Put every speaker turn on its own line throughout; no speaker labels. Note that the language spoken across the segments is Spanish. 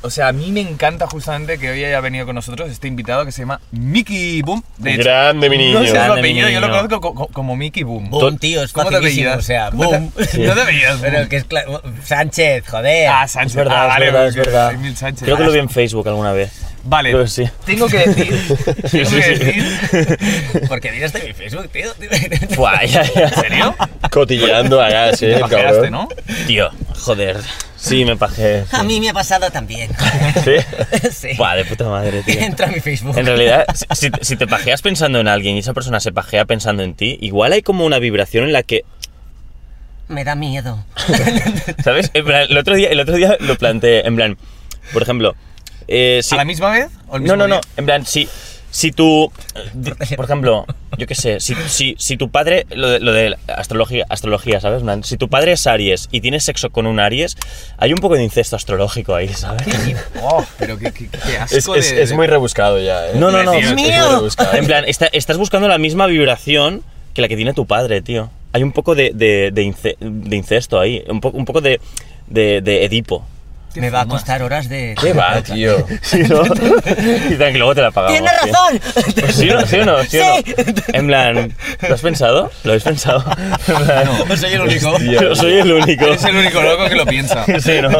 O sea, a mí me encanta justamente que hoy haya venido con nosotros este invitado que se llama Mickey Boom. De hecho,
Grande, mi niño.
no sé su
Grande, mi
apellido, yo lo
niño.
conozco co- co- como Mickey Boom.
Boom, tío, es
¿Cómo te
facilísimo.
apellidas?
O sea,
¿Cómo te-
boom.
No te apellidas Boom?
Pero que es cla- Sánchez, joder.
Ah, Sánchez.
eh, Es verdad,
Ah, vale,
es verdad, es
porque
verdad.
soy Mil Sánchez. Ah,
Creo que lo vi en Facebook alguna vez.
Vale.
Creo que sí.
Tengo que decir. tengo
sí,
que
sí.
decir. este
Porque miras de mi Facebook, tío. tío.
Buah, ya, ya.
¿En serio?
Cotilleando allá, sí,
Te pajeaste,
cabrón.
¿no?
Tío, joder. Sí, me pajé.
A mí me ha pasado también.
¿Sí?
Sí.
Buah, de puta madre, tío.
Entra a mi Facebook.
En realidad, si- si, si te pajeas pensando en alguien y esa persona se pajea pensando en ti, igual hay como una vibración en la que
Me da miedo.
¿Sabes? En plan, el, otro día, el otro día lo planteé, en plan, por ejemplo, eh, si-
¿A la misma vez? ¿O el
No,
mismo
no, no,
día?
en plan, si, si tu... Por ejemplo, yo qué sé, si, si, si tu padre, lo de, lo de la astrología, astrología, ¿sabes? En plan, Si tu padre es Aries y tienes sexo con un Aries, hay un poco de incesto astrológico ahí, ¿sabes?
Oh, pero qué, qué, qué asco
Es, es-
de-
es muy rebuscado ya, ¿eh?
No, no, no.
Dios
Es muy
mío.
rebuscado.
En plan, está- estás buscando la misma vibración que la que tiene tu padre, tío. Hay un poco de, de, de ince- de incesto ahí, un, poco un poco de, de, de Edipo.
¿Qué
Me va a
fumas?
costar horas de.
¿Qué va, tío?
Sí, ¿no? y tan que luego te la pagamos.
¡Tienes
tío.
razón!
Pues sí, o no, sí o no, sí, o no.
Sí.
En plan, ¿lo has pensado? ¿Lo habéis pensado? En plan,
No soy el único.
yo soy el único.
Eres el único loco que lo piensa.
Sí, ¿no?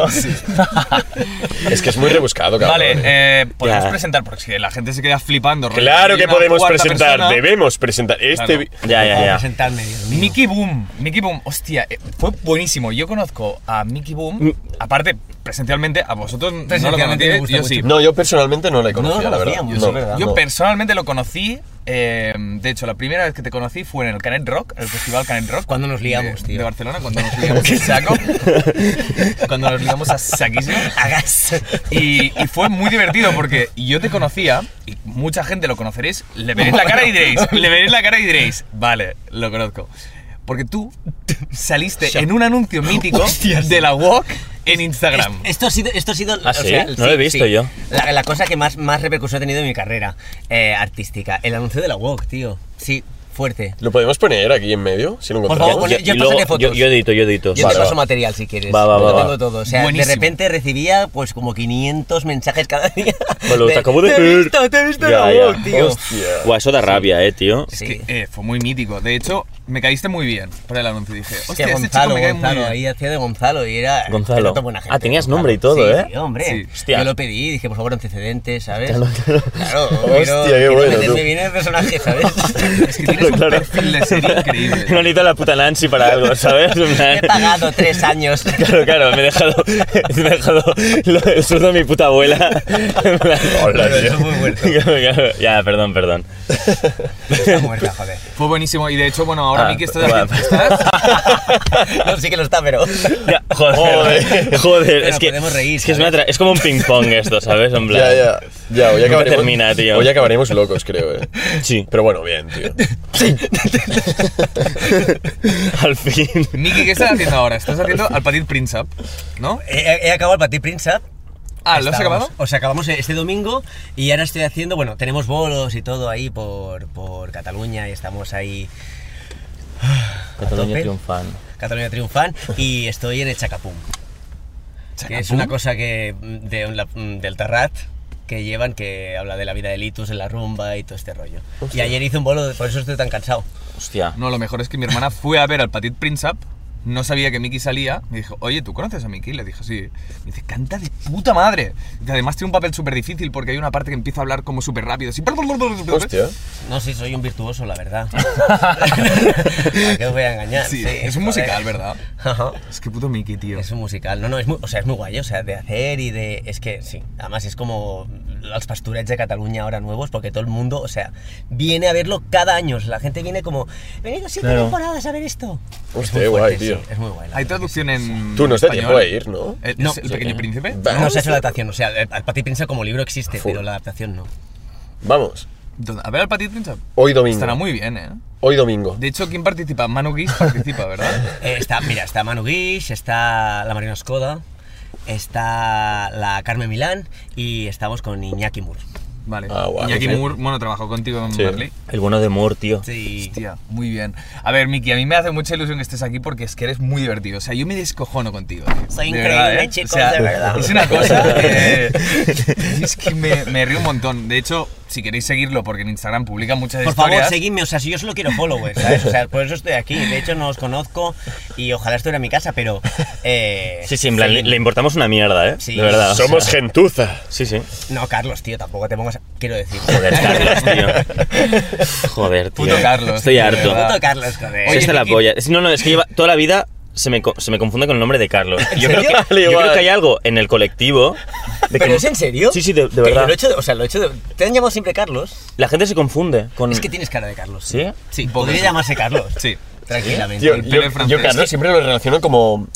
Es que es muy rebuscado, cabrón.
Vale, eh, podemos
Ya.
presentar, porque si la gente se queda flipando.
Claro
Hay
que
una
podemos
cuarta
presentar,
persona.
debemos presentar este...
Claro.
vi-
Ya, ya, ya.
Presentarme, Dios mío.
Mickey Boom, Mickey Boom, hostia, eh, fue buenísimo. Yo conozco a Mickey Boom, aparte presencialmente, a vosotros no lo
Presencialmente me
conocéis,
gusta
yo
mucho.
sí.
No, yo personalmente no le
No lo
conocía, la verdad.
conocíamos,
No.
es verdad.
Yo
No.
personalmente lo conocí, eh, de hecho, la primera vez que te conocí fue en el Canet Rock, el festival Canet Rock.
Cuando nos liamos,
de,
tío.
De Barcelona, cuando nos liamos a saco. cuando nos liamos a saquísimo.
Hagas.
Y, y fue muy divertido porque yo te conocía, y mucha gente lo conoceréis, le veréis la cara y diréis, le veréis la cara y diréis, vale, lo conozco. Porque tú saliste en un anuncio mítico de la Walk en Instagram.
Esto ha sido. Esto ha sido
¿Ah, sí? No lo he visto yo.
La, la cosa que más, más repercusión ha tenido en mi carrera eh, artística. El anuncio de la WOC, tío. Sí, fuerte.
¿Lo podemos poner aquí en medio? Si lo
favor,
encontramos.
pon-
Ya,
yo
y
pásate
luego-
fotos.
Yo, yo edito, yo edito.
Yo
Vale,
te paso
va.
material si quieres.
Va, va,
Yo
va,
lo
va.
tengo todo. O sea,
Buenísimo.
de repente recibía pues como 500 mensajes cada día.
Bueno, te acabo de
"Te he
ver".
visto, te he visto en
Ya,
la
ya.
wok, tío.
Hostia.
Buah, eso da rabia, eh, tío.
Es
Sí.
que eh, fue muy mítico. De hecho, me caíste muy bien por el anuncio. Dije, hostia,
Hostia,
este chico
Gonzalo,
me cae muy
Gonzalo,
bien.
ahí hacía de Gonzalo y era...
Gonzalo.
era tan buena gente,
Ah, tenías
Gonzalo.
nombre y todo,
Sí,
¿eh?
Sí, hombre.
Sí.
Hostia.
Yo lo pedí, dije, por favor, antecedentes, ¿sabes?
Claro,
Claro,
claro.
quiero,
Hostia, qué
quiero
bueno,
meterme
tú.
bien en el personaje, ¿sabes?
Es que tienes un
Claro, claro.
perfil de serie increíble.
No necesito la puta Nancy para algo, ¿sabes? En plan-
He pagado tres años.
Claro, claro, me he dejado, me he dejado lo- el sueldo de mi puta abuela. En plan-
Hola,
Pero eso
tío.
es muy muerto.
Claro, claro. Ya, perdón, perdón.
Está muerta, joder.
Fue buenísimo. Y de hecho, bueno, ahora
Ah,
Miki
pues,
estás,
va.
estás
No, sí que lo está, pero...
Ya, joder, joder, es que,
podemos reír,
es, que es,
¿sabes?
una tra- es como un ping-pong esto, ¿sabes? En plan,
Ya, ya. Ya, hoy
Nunca
acabaremos...
termina, tío.
Hoy acabaremos locos, creo, eh.
Sí,
Pero bueno, bien, tío.
al fin.
Miki, ¿qué estás haciendo ahora? Estás haciendo al Petit Prince Up, ¿no?
He, he acabado el Patí Prince Up.
Ah, ¿lo has
Estábamos-
acabado?
O sea, acabamos este domingo y ahora estoy haciendo, bueno, tenemos bolos y todo ahí por, por Cataluña y estamos ahí,
Cataluña
tope.
triunfan.
Cataluña triunfan, y estoy en el Chacapum, que es una cosa que mm, de, un la- mm, del Terrat que llevan que habla de la vida de Litus en la rumba y todo este rollo. Y ayer hice un bolo, de- por eso estoy tan cansado.
Hostia.
No, lo mejor es que mi hermana fue a ver al Petit Prince Up, no sabía que Miki salía, me dijo, oye, ¿tú conoces a Miki? Le dije, sí. Me dice, canta de puta madre. Y además tiene un papel súper difícil porque hay una parte que empieza a hablar como súper rápido, así...
Hostia.
No pues, sé, soy un virtuoso, la verdad. ¿A qué os voy a engañar?
Sí, es un
joder.
musical, ¿verdad?
Ajá.
Es que puto Miki, tío.
Es un musical, no, no, es muy, o sea, es muy guay, o sea, de hacer y de... Es que sí, además es como los pasturets de Cataluña ahora nuevos, porque todo el mundo, o sea, viene a verlo cada año, o sea, la gente viene como, venido siete
Claro.
temporadas a ver esto. Es
Hostia,
muy
guay,
fuerte,
tío.
sí, es muy guay. la
Hay
verdad que sí.
traducción en
Tú, nos da
español. Eh,
tiempo de ir, ¿no?
¿El,
No.
es ¿El Pequeño Príncipe?
Va.
No se ha hecho la adaptación, o sea, el, el Pati Prince como libro existe,
Full.
pero la adaptación no.
Vamos.
¿Dónde? A ver al Petit Prince Up.
Hoy domingo.
Estará muy bien, ¿eh?
Hoy domingo.
De hecho, ¿quién participa? Manu Guis participa, ¿verdad?
Eh, está, mira, está Manu Guix, está la Marina Skoda, está la Carmen Milán y estamos con Iñaki Mur.
Vale.
Ah, guau.
Iñaki
Sí.
Moore, bueno, trabajó contigo en
Sí.
Berlín.
El bueno de Moore, tío.
Sí.
Hostia, muy bien. A ver, Miki, a mí me hace mucha ilusión que estés aquí porque es que eres muy divertido. O sea, yo me descojono contigo. tío.
Soy
De
increíble,
verdad, ¿eh?
chicos,
O sea,
de verdad.
Es una cosa que... es que me, me río un montón. De hecho, si queréis seguirlo, porque en Instagram publica muchas
Por favor,
historias...
seguidme, o sea, si yo solo quiero followers, ¿sabes? O sea, por eso estoy aquí. De hecho, no os conozco y ojalá estuviera en mi casa, pero. eh,
Sí, sí, en plan, le,
seguidme.
le importamos una mierda, ¿eh?
Sí.
De verdad.
Somos gentuza.
Sí, sí.
No, Carlos, tío, tampoco te pongas. Quiero decir.
Joder, Carlos, tío. Joder, tío.
Puto Carlos,
Estoy
tío, de
harto.
verdad.
Puto Carlos, joder.
Soy
Oye,
hasta la
Miki.
polla. Eh, Es- No, no, es que lleva toda la vida se me, co- se me confunde con el nombre de Carlos. Yo, creo
serio?
que,
Vale,
yo
igual.
creo que hay algo en el colectivo. de que-
¿Pero es en serio?
Sí, sí, de, de
Que
verdad.
Lo he hecho, de- o sea, lo he hecho de- ¿Te han llamado siempre Carlos?
La gente se confunde con.
Es que tienes cara de Carlos.
Mm. ¿Sí?
Sí, podría llamarse Carlos.
Sí.
Tranquilamente.
Tío,
El
yo,
pelo francés.
yo, Carlos siempre lo relaciono como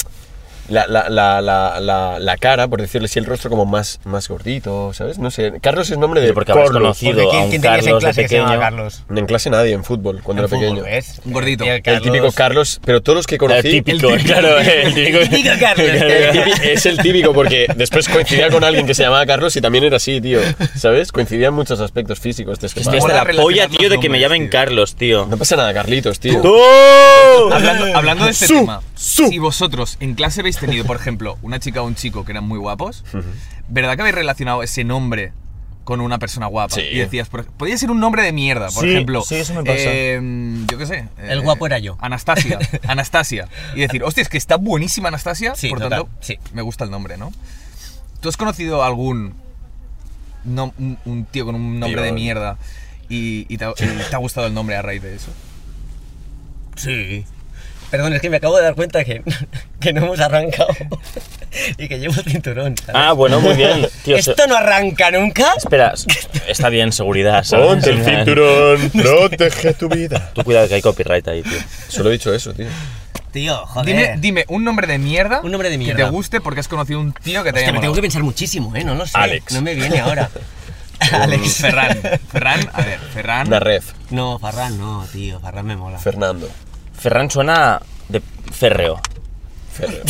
la, la, la, la, la, la cara, por decirle así, el rostro como más, más gordito, ¿sabes? No sé. Carlos es nombre de
Pero porque habrás
Corlo.
conocido
Porque
a
¿quién-
un
quién tenías en
Carlos de
clase que se llamaba
pequeño.
Carlos?
En clase nadie, en fútbol, cuando
En
era
fútbol,
pequeño.
¿ves?
Un gordito.
Tío,
El
El
Carlos.
típico Carlos, pero todos los que
El
conocí.
típico, claro, el típico.
El típico Carlos.
El típi- es el típico porque después coincidía con alguien que se llamaba Carlos y también era así, tío. ¿Sabes? Coincidía en muchos aspectos físicos. Te
Estoy
escapaba.
hasta
Mola
la polla,
relacionar
tío,
los
de que me
nombres,
llamen
tío.
Carlos, tío.
No pasa nada, Carlitos, tío.
¡Tú!
Hablando, hablando de este
Su,
tema,
su.
si vosotros en clase habéis tenido, por ejemplo, una chica o un chico que eran muy guapos, ¿verdad que habéis relacionado ese nombre con una persona guapa?
Sí.
Y decías, por ej- podía ser un nombre de mierda, por
Sí,
ejemplo.
sí, eso me pasa.
eh, yo qué sé.
El
eh,
guapo era yo.
Anastasia. Anastasia. Y decir, hostia, es que está buenísima Anastasia,
Sí,
por
total,
tanto,
sí.
me gusta el nombre, ¿no? ¿Tú has conocido algún nom- un, un tío con un nombre
Tío.
de mierda y, y te ha- y te ha gustado el nombre a raíz de eso?
Sí. Perdón, es que me acabo de dar cuenta que, que no hemos arrancado y que llevo cinturón. ¿sabes?
Ah, bueno, muy bien. Tío, se-
Esto no arranca nunca.
Espera, está bien, seguridad. ¿sabes?
Ponte
Sí,
el
nada.
cinturón, protege tu vida.
Tú cuidado que hay copyright ahí, tío.
Solo he dicho eso, tío.
Tío,
Dime,
joder.
dime un nombre de mierda.
Un nombre de
Que
mierda.
te guste porque has conocido un tío que
Hostia,
te haya
me tengo
molado.
que pensar muchísimo, ¿eh? No lo sé.
Alex.
No me viene ahora. Alex.
Ferran. Ferran, a ver, Ferran.
Una ref,
No, Farran no, tío. Farran me mola.
Fernando.
Ferran suena de férreo.
Ferrer.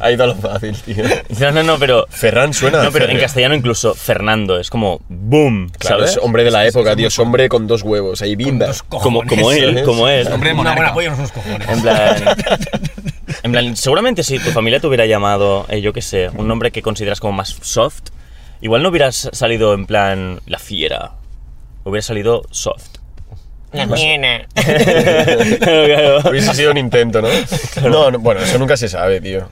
ha ido a lo fácil, tío.
No, no, no, pero.
Ferran suena. a
No, pero en
férreo.
castellano ¿eh? incluso Fernando es como boom,
Claro,
¿sabes?
es hombre de la época, tío. Es hombre con dos huevos. Ahí bimba.
dos co-
Como, como
cojones,
él,
¿sabes?
como él.
Hombre de
Una
monarca.
buena polla en los cojones.
En plan, en plan, seguramente si tu familia te hubiera llamado, eh, yo qué sé, un nombre que consideras como más soft, igual no hubieras salido en plan la fiera, hubiera salido soft.
La nena.
Claro.
Hubiese sido un intento, ¿no? No, no, bueno, eso nunca se sabe, tío.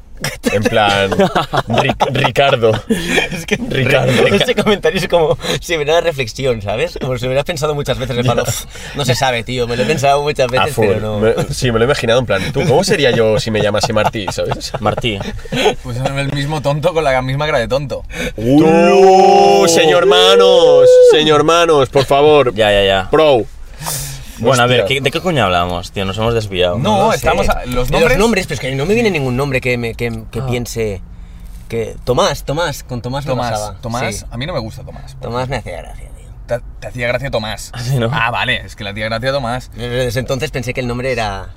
En plan, Ric- Ricardo.
Es que
Ricardo.
Este comentario es como si hubiera una reflexión, ¿sabes? Como si hubieras pensado muchas veces en palo. No se sabe, tío. Me lo he pensado muchas
A
veces,
full.
pero no.
Me- sí, me lo he imaginado en plan, ¿tú cómo sería yo si me llamase Martí, sabes?
Martí.
Pues el mismo tonto con la misma cara de tonto.
¡Tú, señor Manos! Señor Manos, por favor.
Ya, ya, ya.
Pro.
Bueno, a ver,
Hostia.
¿qué- ¿de qué coño hablamos, tío? Nos hemos desviado.
No,
lo sé.
estamos a- los
De
nombres-
Los nombres, pero es que no me viene ningún nombre que, me, que, que piense. Que... Tomás, Tomás, con Tomás, me
Tomás.
pasaba.
Tomás.
Sí.
A mí no me gusta Tomás.
Tomás me hacía gracia, tío.
Te, te hacía gracia Tomás.
sí, no?
Ah, vale, es que le hacía gracia Tomás. Pues
Desde entonces pensé que el nombre era.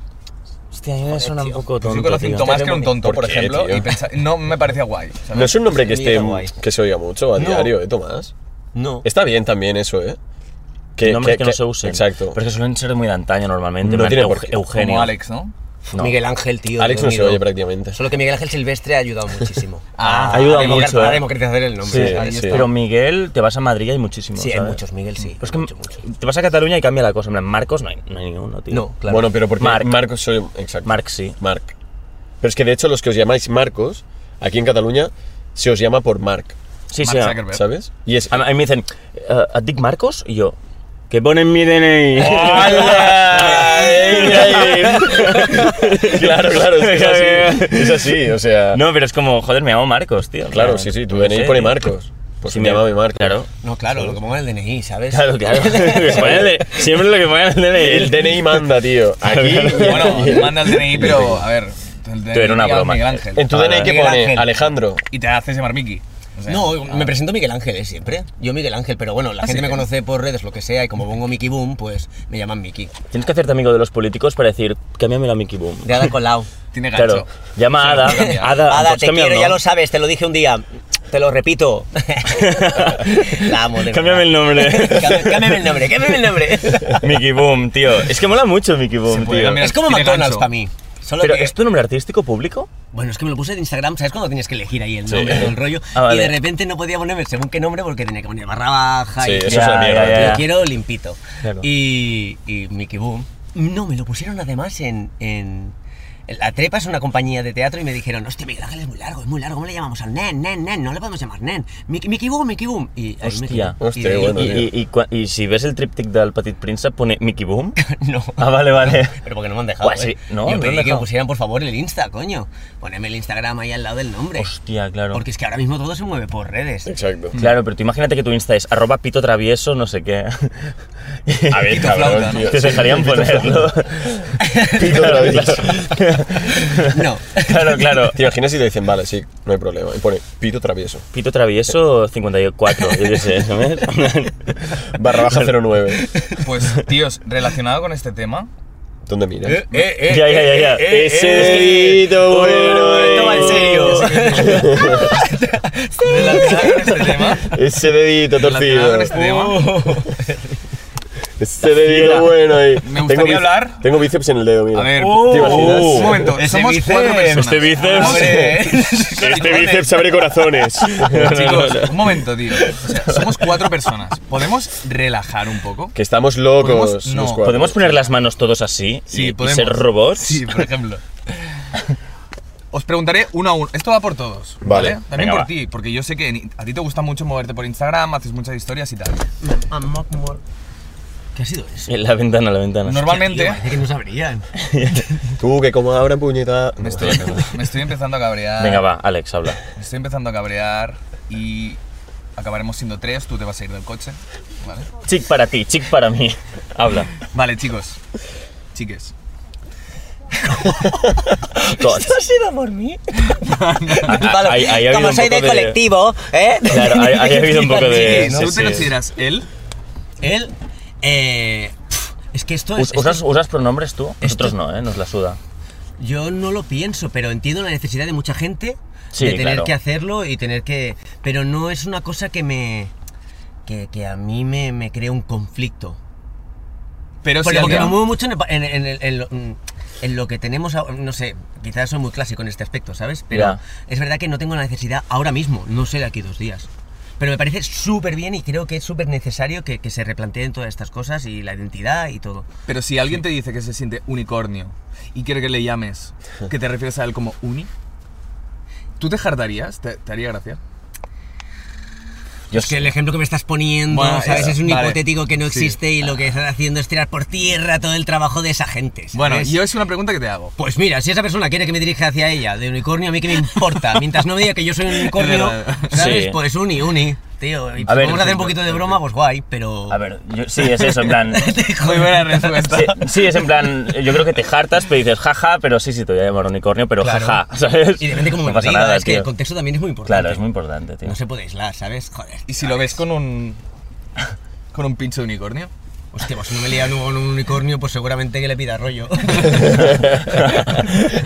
Hostia, a mí me suena un poco
Pues
tonto.
yo conocí un
tío.
Tomás
Este
que era un
nombre-
tonto, por,
¿Por qué,
ejemplo,
tío?
y pensa- no me parecía guay. ¿sabes?
No es un nombre que,
Mira,
esté,
guay.
que se oiga mucho a
No.
diario, ¿eh, Tomás?
No.
Está bien también eso, ¿eh?
Nombres que, no se usen.
Exacto.
Pero es que suelen ser muy de antaño normalmente.
No
Mar-
tiene
Euge-
por qué.
Eugenio.
Como Alex, ¿no?
No.
Miguel Ángel, tío.
Alex no se
dormido.
oye prácticamente.
Solo que Miguel Ángel Silvestre ha ayudado muchísimo.
Ah,
A-
ayuda
a democrat-
mucho,
A
eh.
democratizar el nombre.
Sí,
¿sabes?
sí.
Pero Miguel, te vas a Madrid y hay muchísimos.
Sí, hay
¿sabes?
muchos, Miguel, sí.
Pues que
Mucho, mucho.
te vas a Cataluña y cambia la cosa. En plan, Marcos no hay, no hay ninguno, tío.
No, claro.
Bueno, pero porque
Marc.
Marcos soy... Exacto.
Marc sí.
Marc. Pero es que de hecho los que os llamáis Marcos, aquí en Cataluña, se os llama por Marc,
Sí,
Mark
sí. A,
Zuckerberg.
¿sabes? Y es...
a mí me dicen, "Eh, ¿a Dick Marcos? Y yo, que ponen mi DNI.
¡Hola! claro, claro, es que es así. Es así, o sea...
no, pero es como, joder, me llamo Marcos, tío.
Claro, sí, sí, tu
No
DNI
sé,
pone
tío.
Marcos. Pues
Sí,
me llama mi Marcos.
Claro.
No, claro, lo que ponga en el DNI, ¿sabes?
Claro, claro. Lo que pone el de- Siempre lo que ponen el DNI.
El DNI manda, tío. Aquí...
Bueno, manda el DNI, pero a ver. el DNI
era una
lleva
broma.
Miguel Ángel.
En tu DNI que
Miguel
pone
Ángel.
Alejandro.
Y te haces llamar Miki. O sea,
No, me presento Miguel Ángel, ¿eh? Siempre. Yo Miguel Ángel, pero bueno, la gente me conoce por redes, lo que sea, y como pongo Mickey Boom, pues me llaman Mickey.
Tienes que hacerte amigo de los políticos para decir, cámbiamelo a Mickey Boom.
De Ada Colau.
tiene gancho.
Claro. Llama a Ada.
cambia.
Ada,
Ada,
pues
te
cambia el
quiero, ya
nombre.
lo sabes, te lo dije un día. Te lo repito. La amo, de
Cámbiame el nombre.
nombre. Cámbiame el nombre, cámbiame el nombre.
Mickey Boom, tío. Es que mola mucho Mickey Boom,
puede
tío.
cambiar.
es como
Tiene
McDonald's
gancho.
para mí. Solo
Pero
que-
¿es tu nombre artístico público?
Bueno, es que me lo puse de Instagram, ¿sabes cuando tienes que elegir ahí el
Sí.
nombre todo el rollo?
Ah, vale.
Y de repente no podía ponerme según qué nombre porque tenía que poner barra baja
Sí,
y
eso
Ya,
es una mierda.
ya, ya.
tío.
Yo quiero limpito.
Claro.
Y, y Mickey Boom. No, me lo pusieron además en, en- en La Trepa es una compañía de teatro y me dijeron, hostia, Miguel Ángel es muy largo, es muy largo, ¿cómo le llamamos al nen, nen, nen? No le podemos llamar nen. Mickey, Mickey Boom, Mickey Boom. Y ahí me
Hostia.
quedé. Y de
Hostia,
ahí-
bueno,
Y,
y-
y- y cua- y si ves el triptych del Petit Prince, pone Mickey Boom.
no.
Ah, vale, vale.
Pero porque no me han dejado.
Buah, sí,
eh.
no, no
Yo
han
pedí que
dejado.
me pusieran por favor el Insta, coño. Poneme el Instagram ahí al lado del nombre.
Hostia, claro.
Porque es que ahora mismo todo se mueve por redes.
Exacto.
Claro, pero tú imagínate que tu Insta es arroba pito travieso, no sé qué.
A ver,
Pito
cabrón,
flauta, ¿no?
tío.
Te
Sí,
dejarían
pito
ponerlo.
Pito travieso.
No.
Claro, claro.
¿Te imaginas si te dicen, vale, sí, no hay problema? Y pone pito travieso.
Pito travieso 54, yo qué sé, ¿sabes?
Barra baja 09.
Pues, tíos, relacionado con este tema, Eh,
¿Dónde miras?
Eh, Ya, ya, ya, ya. Ese pito bueno.
Esto va en serio.
relacionado con este tema,
Ese dedito
relacionado
torcido.
con este tema,
Oh.
Ese dedito bueno ahí.
Me gustaría
bíceps-
hablar.
Tengo bíceps en el dedo, mira.
a ver,
¿Te imaginas?
un momento,
Ese
somos
bíceps,
cuatro personas.
Oh.
eh,
este bíceps.
Hombre,
Este bíceps abre corazones.
Chicos, un momento, tío. O sea, somos cuatro personas. ¿Podemos relajar un poco?
Que estamos locos.
Podemos- no.
los cuatro.
¿Podemos poner las manos todos así?
Sí,
y, y
podemos.
ser robots?
Sí, por ejemplo. Os preguntaré uno a uno. Esto va por todos. Vale.
Vale.
También
Venga,
por
va.
ti, porque yo sé que en- a ti te gusta mucho moverte por Instagram, haces muchas historias y tal.
¿Qué ha sido eso?
En La ventana, la ventana.
Normalmente
Parece que no sabrían.
Tú, que como abran puñeta.
me estoy, me estoy empezando a cabrear.
Venga, va, Alex, habla.
Me estoy empezando a cabrear y acabaremos siendo tres. Tú te vas a ir del coche. Vale.
Chic para ti, chic para mí. Habla.
Vale, chicos. Chiques.
Tots.
ha sido por mí?
Ahí- ahí ha habido
Como
un
soy
poco
del
de-
colectivo, ¿eh?
Claro, ahí- ahí ha habido un poco de-
Sí,
¿Tú Eh, te
Sí,
¿no?
sí.
consideras él?
Él. eh, pf, es que esto es.
Us- ¿Usas, usas pronombres tú? Nosotros
Este-
Esto-
no, ¿eh? Nos la suda.
Yo no lo pienso, pero entiendo la necesidad de mucha gente
Sí,
de tener
claro.
que hacerlo y tener que. Pero no es una cosa que me. que, que a mí me, me crea un conflicto.
Pero si
Porque, porque
alguien-
me muevo mucho en, en- en- en- en lo, mm, en lo que tenemos, ahora- no sé, quizás soy muy clásico en este aspecto, ¿sabes? Pero
Ya.
es verdad que no tengo la necesidad ahora mismo, no sé de aquí dos días. Pero me parece súper bien y creo que es súper necesario que, que se replanteen todas estas cosas y la identidad y todo.
Pero si alguien te dice que se siente unicornio y quiere que le llames, que te refieres a él como uni, ¿tú te jardarías? ¿Te, te haría gracia?
Yo
Es que el ejemplo que me estás poniendo,
Bueno,
¿sabes?
eso,
es un
vale.
hipotético que no
Sí.
existe y lo que están haciendo es tirar por tierra todo el trabajo de esa gente. ¿sabes?
Bueno, yo es una pregunta que te hago.
Pues mira, si esa persona quiere que me dirija hacia ella de unicornio, a mí que me importa. Mientras no me diga que yo soy un unicornio,
Es verdad.
¿sabes?
Sí.
Pues uni, uni. Tío, y
A
a
ver,
podemos hacer un poquito de broma, pues guay, pero.
A ver, yo- sí, es eso, en plan...
Muy buena respuesta.
Sí, sí, es en plan, yo creo que te jartas, pero dices, jaja, pero sí, sí, te voy a llamar unicornio, pero
Claro.
jaja, ¿sabes?
Y depende cómo
no
me lo
pasa
diga,
nada,
es que
tío.
el contexto también es muy importante.
Claro, es muy importante, tío.
No se puede aislar, ¿sabes? Joder.
¿Y si lo ves con un. con un pincho de unicornio?
Hostia, pues si no me lian con un unicornio, pues seguramente que le pida rollo.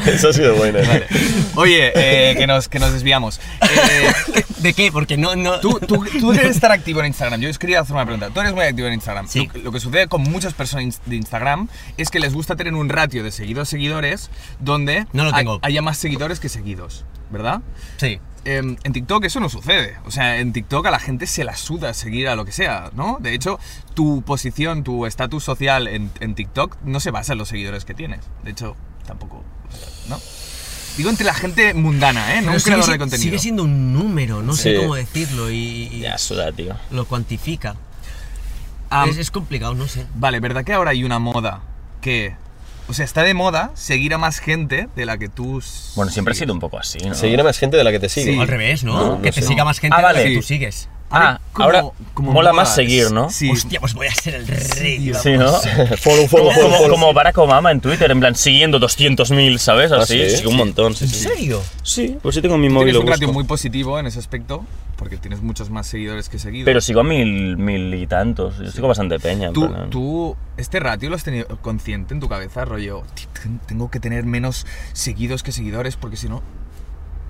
Eso ha sido bueno.
Vale. Oye, eh, que, nos, que nos desviamos. Eh,
¿De qué? Porque no. no...
tú, tú, tú debes estar activo en Instagram. Yo os quería hacer una pregunta. Tú eres muy activo en Instagram.
Sí.
Lo, lo que sucede con muchas personas ins- de Instagram es que les gusta tener un ratio de seguidos-seguidores donde
No lo
hay-
tengo.
haya más seguidores que seguidos, ¿verdad?
Sí.
em, en TikTok eso no sucede. O sea, en TikTok a la gente se la suda seguir a lo que sea, ¿no? De hecho, tu posición, tu estatus social en, en TikTok no se basa en los seguidores que tienes. De hecho, tampoco, o sea, ¿no? Digo entre la gente mundana, ¿eh? No un
Pero sigue,
creador de
si-
contenido.
sigue siendo un número, no sé
Sí.
cómo decirlo, y, y
Ya, suda, tío.
lo cuantifica.
Am,
es, es complicado, no sé.
Vale, ¿verdad que ahora hay una moda que... O sea, está de moda seguir a más gente de la que tú... s-
Bueno, siempre ha
sigues.
sido un poco así, ¿no?
Seguir a más gente de la que te sigue.
Sí.
O al revés, ¿no?
No, no
que te
sé.
siga más gente
Ah,
de la
vale.
que tú sigues.
Ah,
Como-
ahora
como
mola
moda,
más seguir, ¿no?
Sí.
Hostia, pues voy a ser el rey.
tío.
vamos.
Sí, ¿no? Como,
Follow, follow,
como,
follow, follow.
como Barack Obama en Twitter, en plan, siguiendo 200.000, ¿sabes? Así,
sí?
Ah, sí, un montón, sí,
¿En
sí.
serio?
Sí, pues sí tengo mi móvil
Tienes
lo
un ratio
busco.
muy positivo en ese aspecto, porque tienes muchos más seguidores que seguidos.
Pero sigo a mil, mil y tantos, yo sigo bastante peña. en
Tú,
plan.
tú, este ratio lo has tenido consciente en tu cabeza, rollo, "Ti- ten- tengo que tener menos seguidos que seguidores porque si no,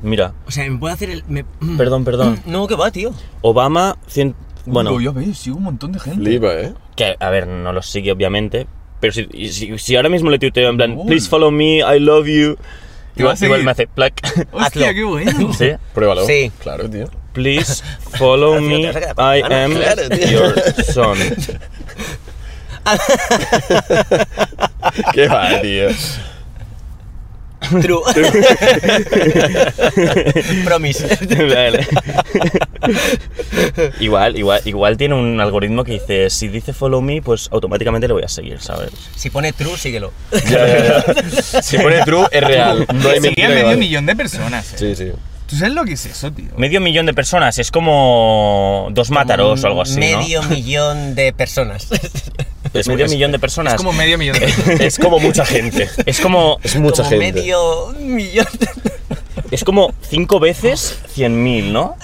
Mira,
O sea, me puedo hacer el. me- mm.
perdón, perdón.
No, que va, tío.
Obama, cien- bueno,
Digo, yo veo, sigo un montón de gente.
Flipa, ¿eh?
que a ver, no lo sigue obviamente, pero si, y si, si ahora mismo le tuiteo en plan,
Uy.
please follow me, I love you,
Te va a
igual, igual
seguir.
me hace plac.
Hostia, qué bueno.
sí,
Pruébalo.
Sí.
Claro, tío.
please follow me,
vas a quedar
I am
Ah, Claro, tío.
your son.
Qué va, tío.
True. Promise.
Vale. igual, igual, igual tiene un algoritmo que dice, si dice follow me, pues automáticamente le voy a seguir, ¿sabes?
Si pone true, síguelo.
Ya, ya, ya. Si pone true, es real. No
Seguía
hay mentira. que
medio
valga.
millón de personas. eh.
Sí, sí.
¿Tú sabes lo que es eso, tío?
Medio millón de personas, es como dos mátaros o algo así, ¿no?
Medio millón de personas.
Es medio
es-
millón de personas.
Es como medio millón de personas.
Es como mucha gente.
Es como,
Es mucha
Como
gente.
medio millón.
es como cinco veces 100.000, ¿no?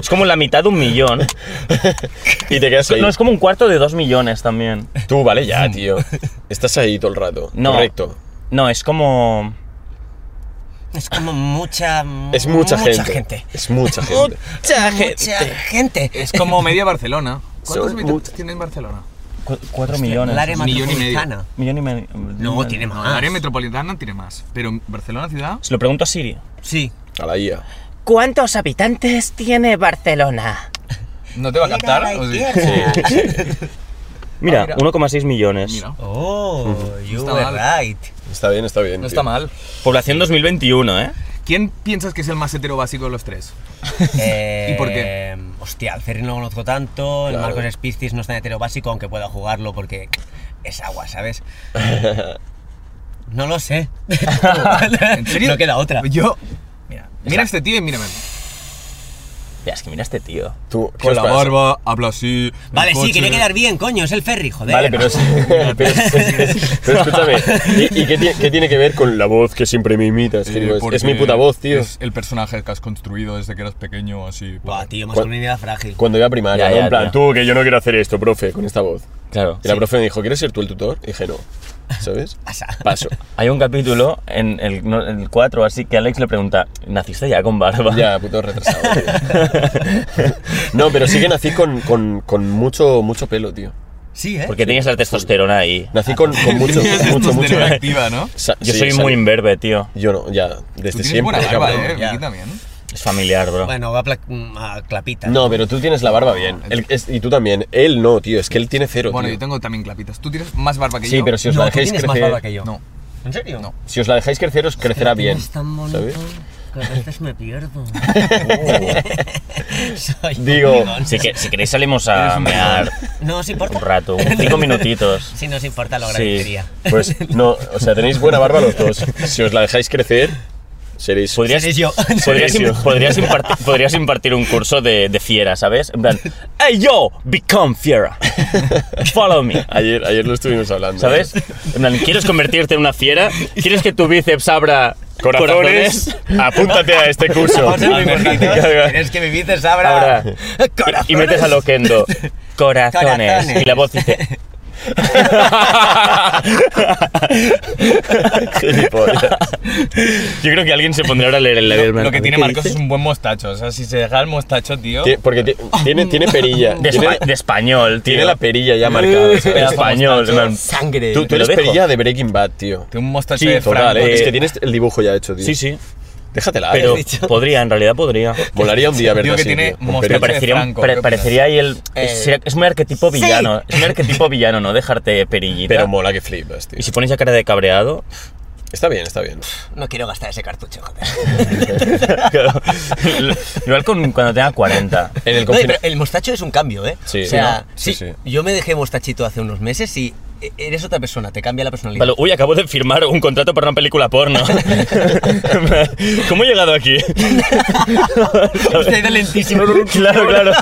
Es como la mitad de un millón.
Y te quedas ahí.
No, es como un cuarto de dos millones también.
Tú, vale, ya, tío. Estás ahí todo el rato.
No.
Correcto.
No, es como...
Es como mucha.
Es mucha,
mucha
gente. Es mucha gente.
Mucha gente. Mucha gente.
Es como media Barcelona. ¿Cuántos
Son
habitantes
muchos.
tiene en Barcelona?
cu- Cuatro millones.
El área
Millón y medio.
metropolitana.
Millón y medio.
No, tiene
No, la
más.
área metropolitana tiene más. Pero Barcelona ciudad.
Se lo pregunto a Siri.
Sí.
A la IA.
¿Cuántos habitantes tiene Barcelona?
¿No te va a
Mira
captar?
la
O sí.
izquierda.
Mira,
Ah, mira.
1,6 millones.
Mira.
Oh, you
Está
were
mal.
right.
Está bien, está bien.
No
tío.
está mal.
Población 2021, ¿eh?
¿Quién piensas que es el más hetero básico de los tres?
Eh,
¿Y por qué?
Hostia, al Ferri no lo conozco tanto, el
Claro.
Marcos Spistis no está en hetero básico, aunque pueda jugarlo porque es agua, ¿sabes? No lo sé.
¿En serio?
No queda otra.
Yo. Mira, mira a este tío y mírame.
Ya, es que mira este tío.
Tú, ¿qué
Con
os
la
pasa?
barba, habla así. el
Vale, sí,
coche.
quería quedar bien, coño, es el Ferri, joder.
Vale, pero, es- pero, es- pero escúchame. ¿Y, y qué, ti- qué tiene que ver con la voz que siempre me imitas?
Sí,
querido? Es- es
porque
mi puta voz, tío.
Es el personaje que has construido desde que eras pequeño, así. pues.
Buah,
para-
tío,
¿Cuál-
masculinidad frágil.
Cuando iba a primaria,
Ya,
¿no?
ya,
en plan,
tío.
tú, que yo no quiero hacer esto, profe, con esta voz.
Claro.
Y la profe me dijo, ¿quieres ser tú el tutor? Y dije, no. ¿Sabes?
Pasa.
Paso.
Hay un capítulo en el, no, en el 4, así que Alex le pregunta, ¿naciste ya con barba?
Ya, puto retrasado. tío. no, pero sí que nací con, con, con mucho, mucho pelo, tío.
Sí, ¿eh?
Porque tienes la testosterona ahí.
Nací con, con mucho,
Tienes
mucho, mucho.
testosterona activa, ¿no?
Sa-
Yo
sí,
soy
sal-
muy imberbe, tío.
Yo no, ya,
Tú
desde
tienes
siempre.
buena barba,
cabrón.
eh.
ya.
Aquí también.
Es familiar, bro.
Bueno, va a, pla- mm, a clapita.
No, pero tú tienes la barba bien. Él- es- y tú también. Él no, tío. Es que él tiene cero.
Bueno,
tío.
yo tengo también clapitas. Tú tienes más barba que yo.
Sí, pero si os
No, tú
la dejáis
tienes más
crecer.
barba que yo.
No.
¿En serio?
No.
Si os la dejáis crecer, os crecerá bien.
Es tan bonito
¿sabes?
que a veces me pierdo. Soy un
Digo-
hormigón.
Si, que- si queréis salimos a
Eres un
mear
No os importa.
un rato, un- cinco minutitos.
Si nos importa, lo
Sí.
agradecería.
Pues no, o sea, tenéis buena barba los dos. Si os la dejáis crecer, seréis.
Podrías,
Seré yo.
podrías,
Seré yo.
im- podrías imparti- podrías impartir un curso de, de fiera, ¿sabes? En plan, ¡Hey yo! ¡Become fiera! ¡Follow me!
Ayer, ayer lo estuvimos hablando.
¿Sabes?
¿eh?
En plan, ¿quieres convertirte en una fiera? ¿Quieres que tu bíceps abra
Corazones,
corazones?
apúntate a este curso.
Vamos a lo importante.
Energética.
Tienes que vivir de sabra.
Ahora.
Corazones.
Y, y metes a Loquendo. Corazones.
Corazones.
Y la voz dice.
Gilipollas.
Yo creo que alguien se pondría ahora a leer el labio.
Lo que tiene Marcos es un buen mostacho. O sea, si se deja el mostacho, tío.
Tie- Porque ti- tiene, tiene perilla.
De,
Tiene,
espa- de español, tío.
tiene la perilla ya marcada. ¿sabes?
De español. en plan,
Sangre.
Tú, tú
¿Me lo
eres
dejo?
perilla de Breaking Bad, tío.
Tiene un mostacho
Sí,
de
Total,
frango.
eh,
eh.
es que tienes el dibujo ya hecho, tío.
Sí, sí.
Déjatela.
Pero
eh.
podría, en realidad podría.
Molaría un día verlo
Digo que
así,
tiene
tío, con
mosca-
perilla.
Me parecería, un-
Franco,
pare-
¿qué opinas?
parecería ahí el.
Eh,
sería- es un arquetipo villano. Es un arquetipo villano, no dejarte perillita.
Pero mola que flipas, tío.
y si pones la cara de cabreado.
Está bien, está bien.
No quiero gastar ese cartucho, joder.
claro. Igual con, cuando tenga 40.
En el
No,
confina-
pero el mostacho es un cambio, ¿eh?
Sí.
o sea,
Sí,
sí,
sí.
yo me dejé mostachito hace unos meses y e- eres otra persona, te cambia la personalidad.
Vale, uy, acabo de firmar un contrato para una película porno. ¿Cómo he llegado aquí?
Usted ha ido lentísimo.
claro, claro.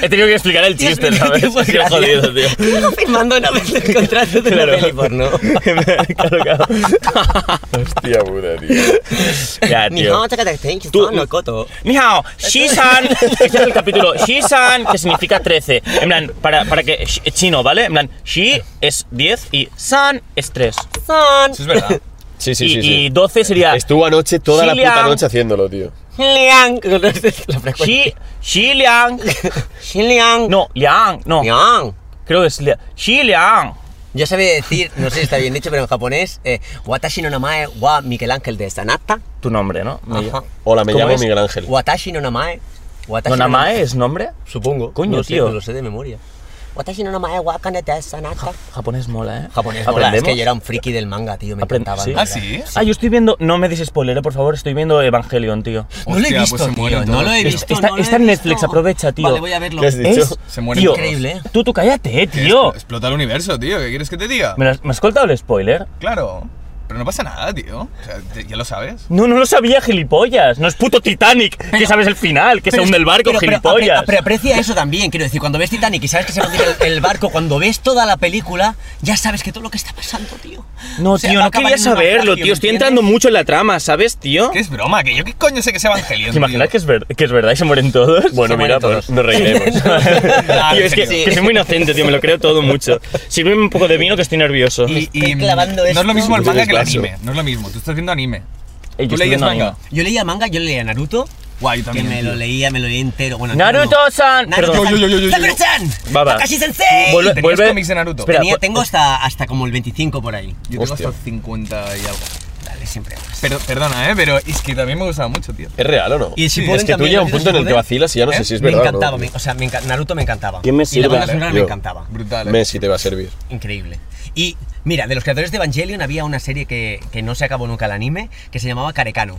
He tenido que explicar el
Diez
chiste,
minutos,
¿sabes?
pues,
Qué
gracias.
jodido, tío.
Llego firmando una vez el contrato de
Claro.
la peli porno.
claro, claro.
Hostia puta, tío.
Ya,
Ni
tío.
hao, chaca, chaca, chaca,
Tú-
chaca, no, coto.
Ni hao, Shisan. Este es el capítulo Shisan, que significa 13. En plan, para, para que. eh, Chino, ¿vale? En plan, Shi es 10 y San es 3.
Son.
Eso es verdad.
Sí, sí,
y,
sí, sí.
y 12 sería.
Estuvo anoche toda la puta
Cillian.
noche haciéndolo, tío.
Liang. La frecuencia.
Xi, Xi Liang.
Xin Liang.
No, Liang, no.
Liang.
Creo que es Liang. Xi Liang.
Yo sabía decir, no sé si está bien dicho, pero en japonés, eh, Watashi no namae wa Miguel Ángel de Sanata.
Tu nombre, ¿no? Me-
Ajá.
Hola, me
¿Cómo
llamo
es?
Miguel Ángel.
Watashi no namae. Watashi
¿No Namae es nombre?
Supongo.
Coño,
no sé,
tío.
no lo sé de memoria. Watashi no namae wa Kane de Sanata.
Japonés mola, ¿eh?
Japonés, mola, es
¿Aprendemos?
que yo era un friki del manga, tío, me
Aprend-
encantaba.
sí.
la
Ah,
verdad.
sí.
Ah, yo estoy viendo. No me des spoiler, eh, por favor. Estoy viendo Evangelion, tío.
No lo he
Hostia,
visto,
pues se
tío, ¿Eh?
mueren
no
todos.
lo he
Es-
visto.
está-
no lo he
está en Netflix,
visto.
aprovecha, tío.
Vale, voy a verlo.
¿Qué has dicho?
Es.
Se mueren
tío,
todos.
Increíble, ¿eh?
Tú, tú cállate, eh, tío.
Explota el universo, tío. ¿Qué quieres que te diga?
¿Me, lo has- me has soltado el spoiler?
Claro. Pero no pasa nada, tío. O sea, te- ya lo sabes.
No, no lo sabía, gilipollas. No es puto Titanic, que sabes el final, que se
Pero es
hunde el barco,
pero- pero apre-
gilipollas.
Pero aprecia eso también, quiero decir, cuando ves Titanic y sabes que se va a hundir el, el barco, cuando ves toda la película, ya sabes que todo lo que está pasando, tío.
no,
O sea,
tío,
va a
no
acabar
quería
en un
saberlo,
naufragio,
tío. Estoy
¿me
entrando
entiendes?
mucho en la trama, ¿sabes, tío?
¿Qué es broma? ¿Que yo qué coño sé que es Evangelion,
¿Te imaginas
tío?
que es, ver- que es verdad y se mueren todos?
Bueno,
Se
mira,
mueren todos.
pues nos reiremos.
Ah,
Tío, es que,
sí.
que soy muy inocente, tío, me lo creo todo mucho. Sirve un poco de vino que estoy nervioso.
Y-
estoy
y, mm,
clavando
No es
esto.
lo mismo el
Tú
manga
tienes
que el
vaso.
anime. No es lo mismo. Tú estás viendo anime.
Ey, yo
¿Tú
estoy
leías
viendo
manga?
anime.
Yo leía manga, yo leía Naruto,
Guay, yo
que
también.
me lo
tío.
leía, me lo leía entero. Bueno,
Naruto-san.
Naruto,
Perdón.
Yo, yo, yo, yo, yo, yo.
Sakura-san,
Va, va. Vuelve-
Kakashi-sensei.
pues-
¿Tenías
vuelve-
cómics de Naruto?
Espera,
Tenía-
vu-
tengo hasta, hasta como el 25 por ahí.
Yo tengo
Hostia.
hasta 50 y algo.
Dale, siempre más.
Pero, perdona, ¿eh? Pero es que también me gustaba mucho, tío.
¿Es real o no?
Y el Shippuden
es que tú
también,
llegas a
¿has visto
un punto en el que
Shippuden?
vacilas y ya no
¿Eh?
sé si es
me
verdad.
encantaba,
o no.
me- o sea, me enca- Naruto me encantaba.
¿Quién me
Y la
sirve?
banda sonora me
Yo.
encantaba.
Brutal. ¿eh?
Messi te va a servir.
Increíble. Y mira, de los creadores de Evangelion había una serie que, que no se acabó nunca el anime, que se llamaba Carecano.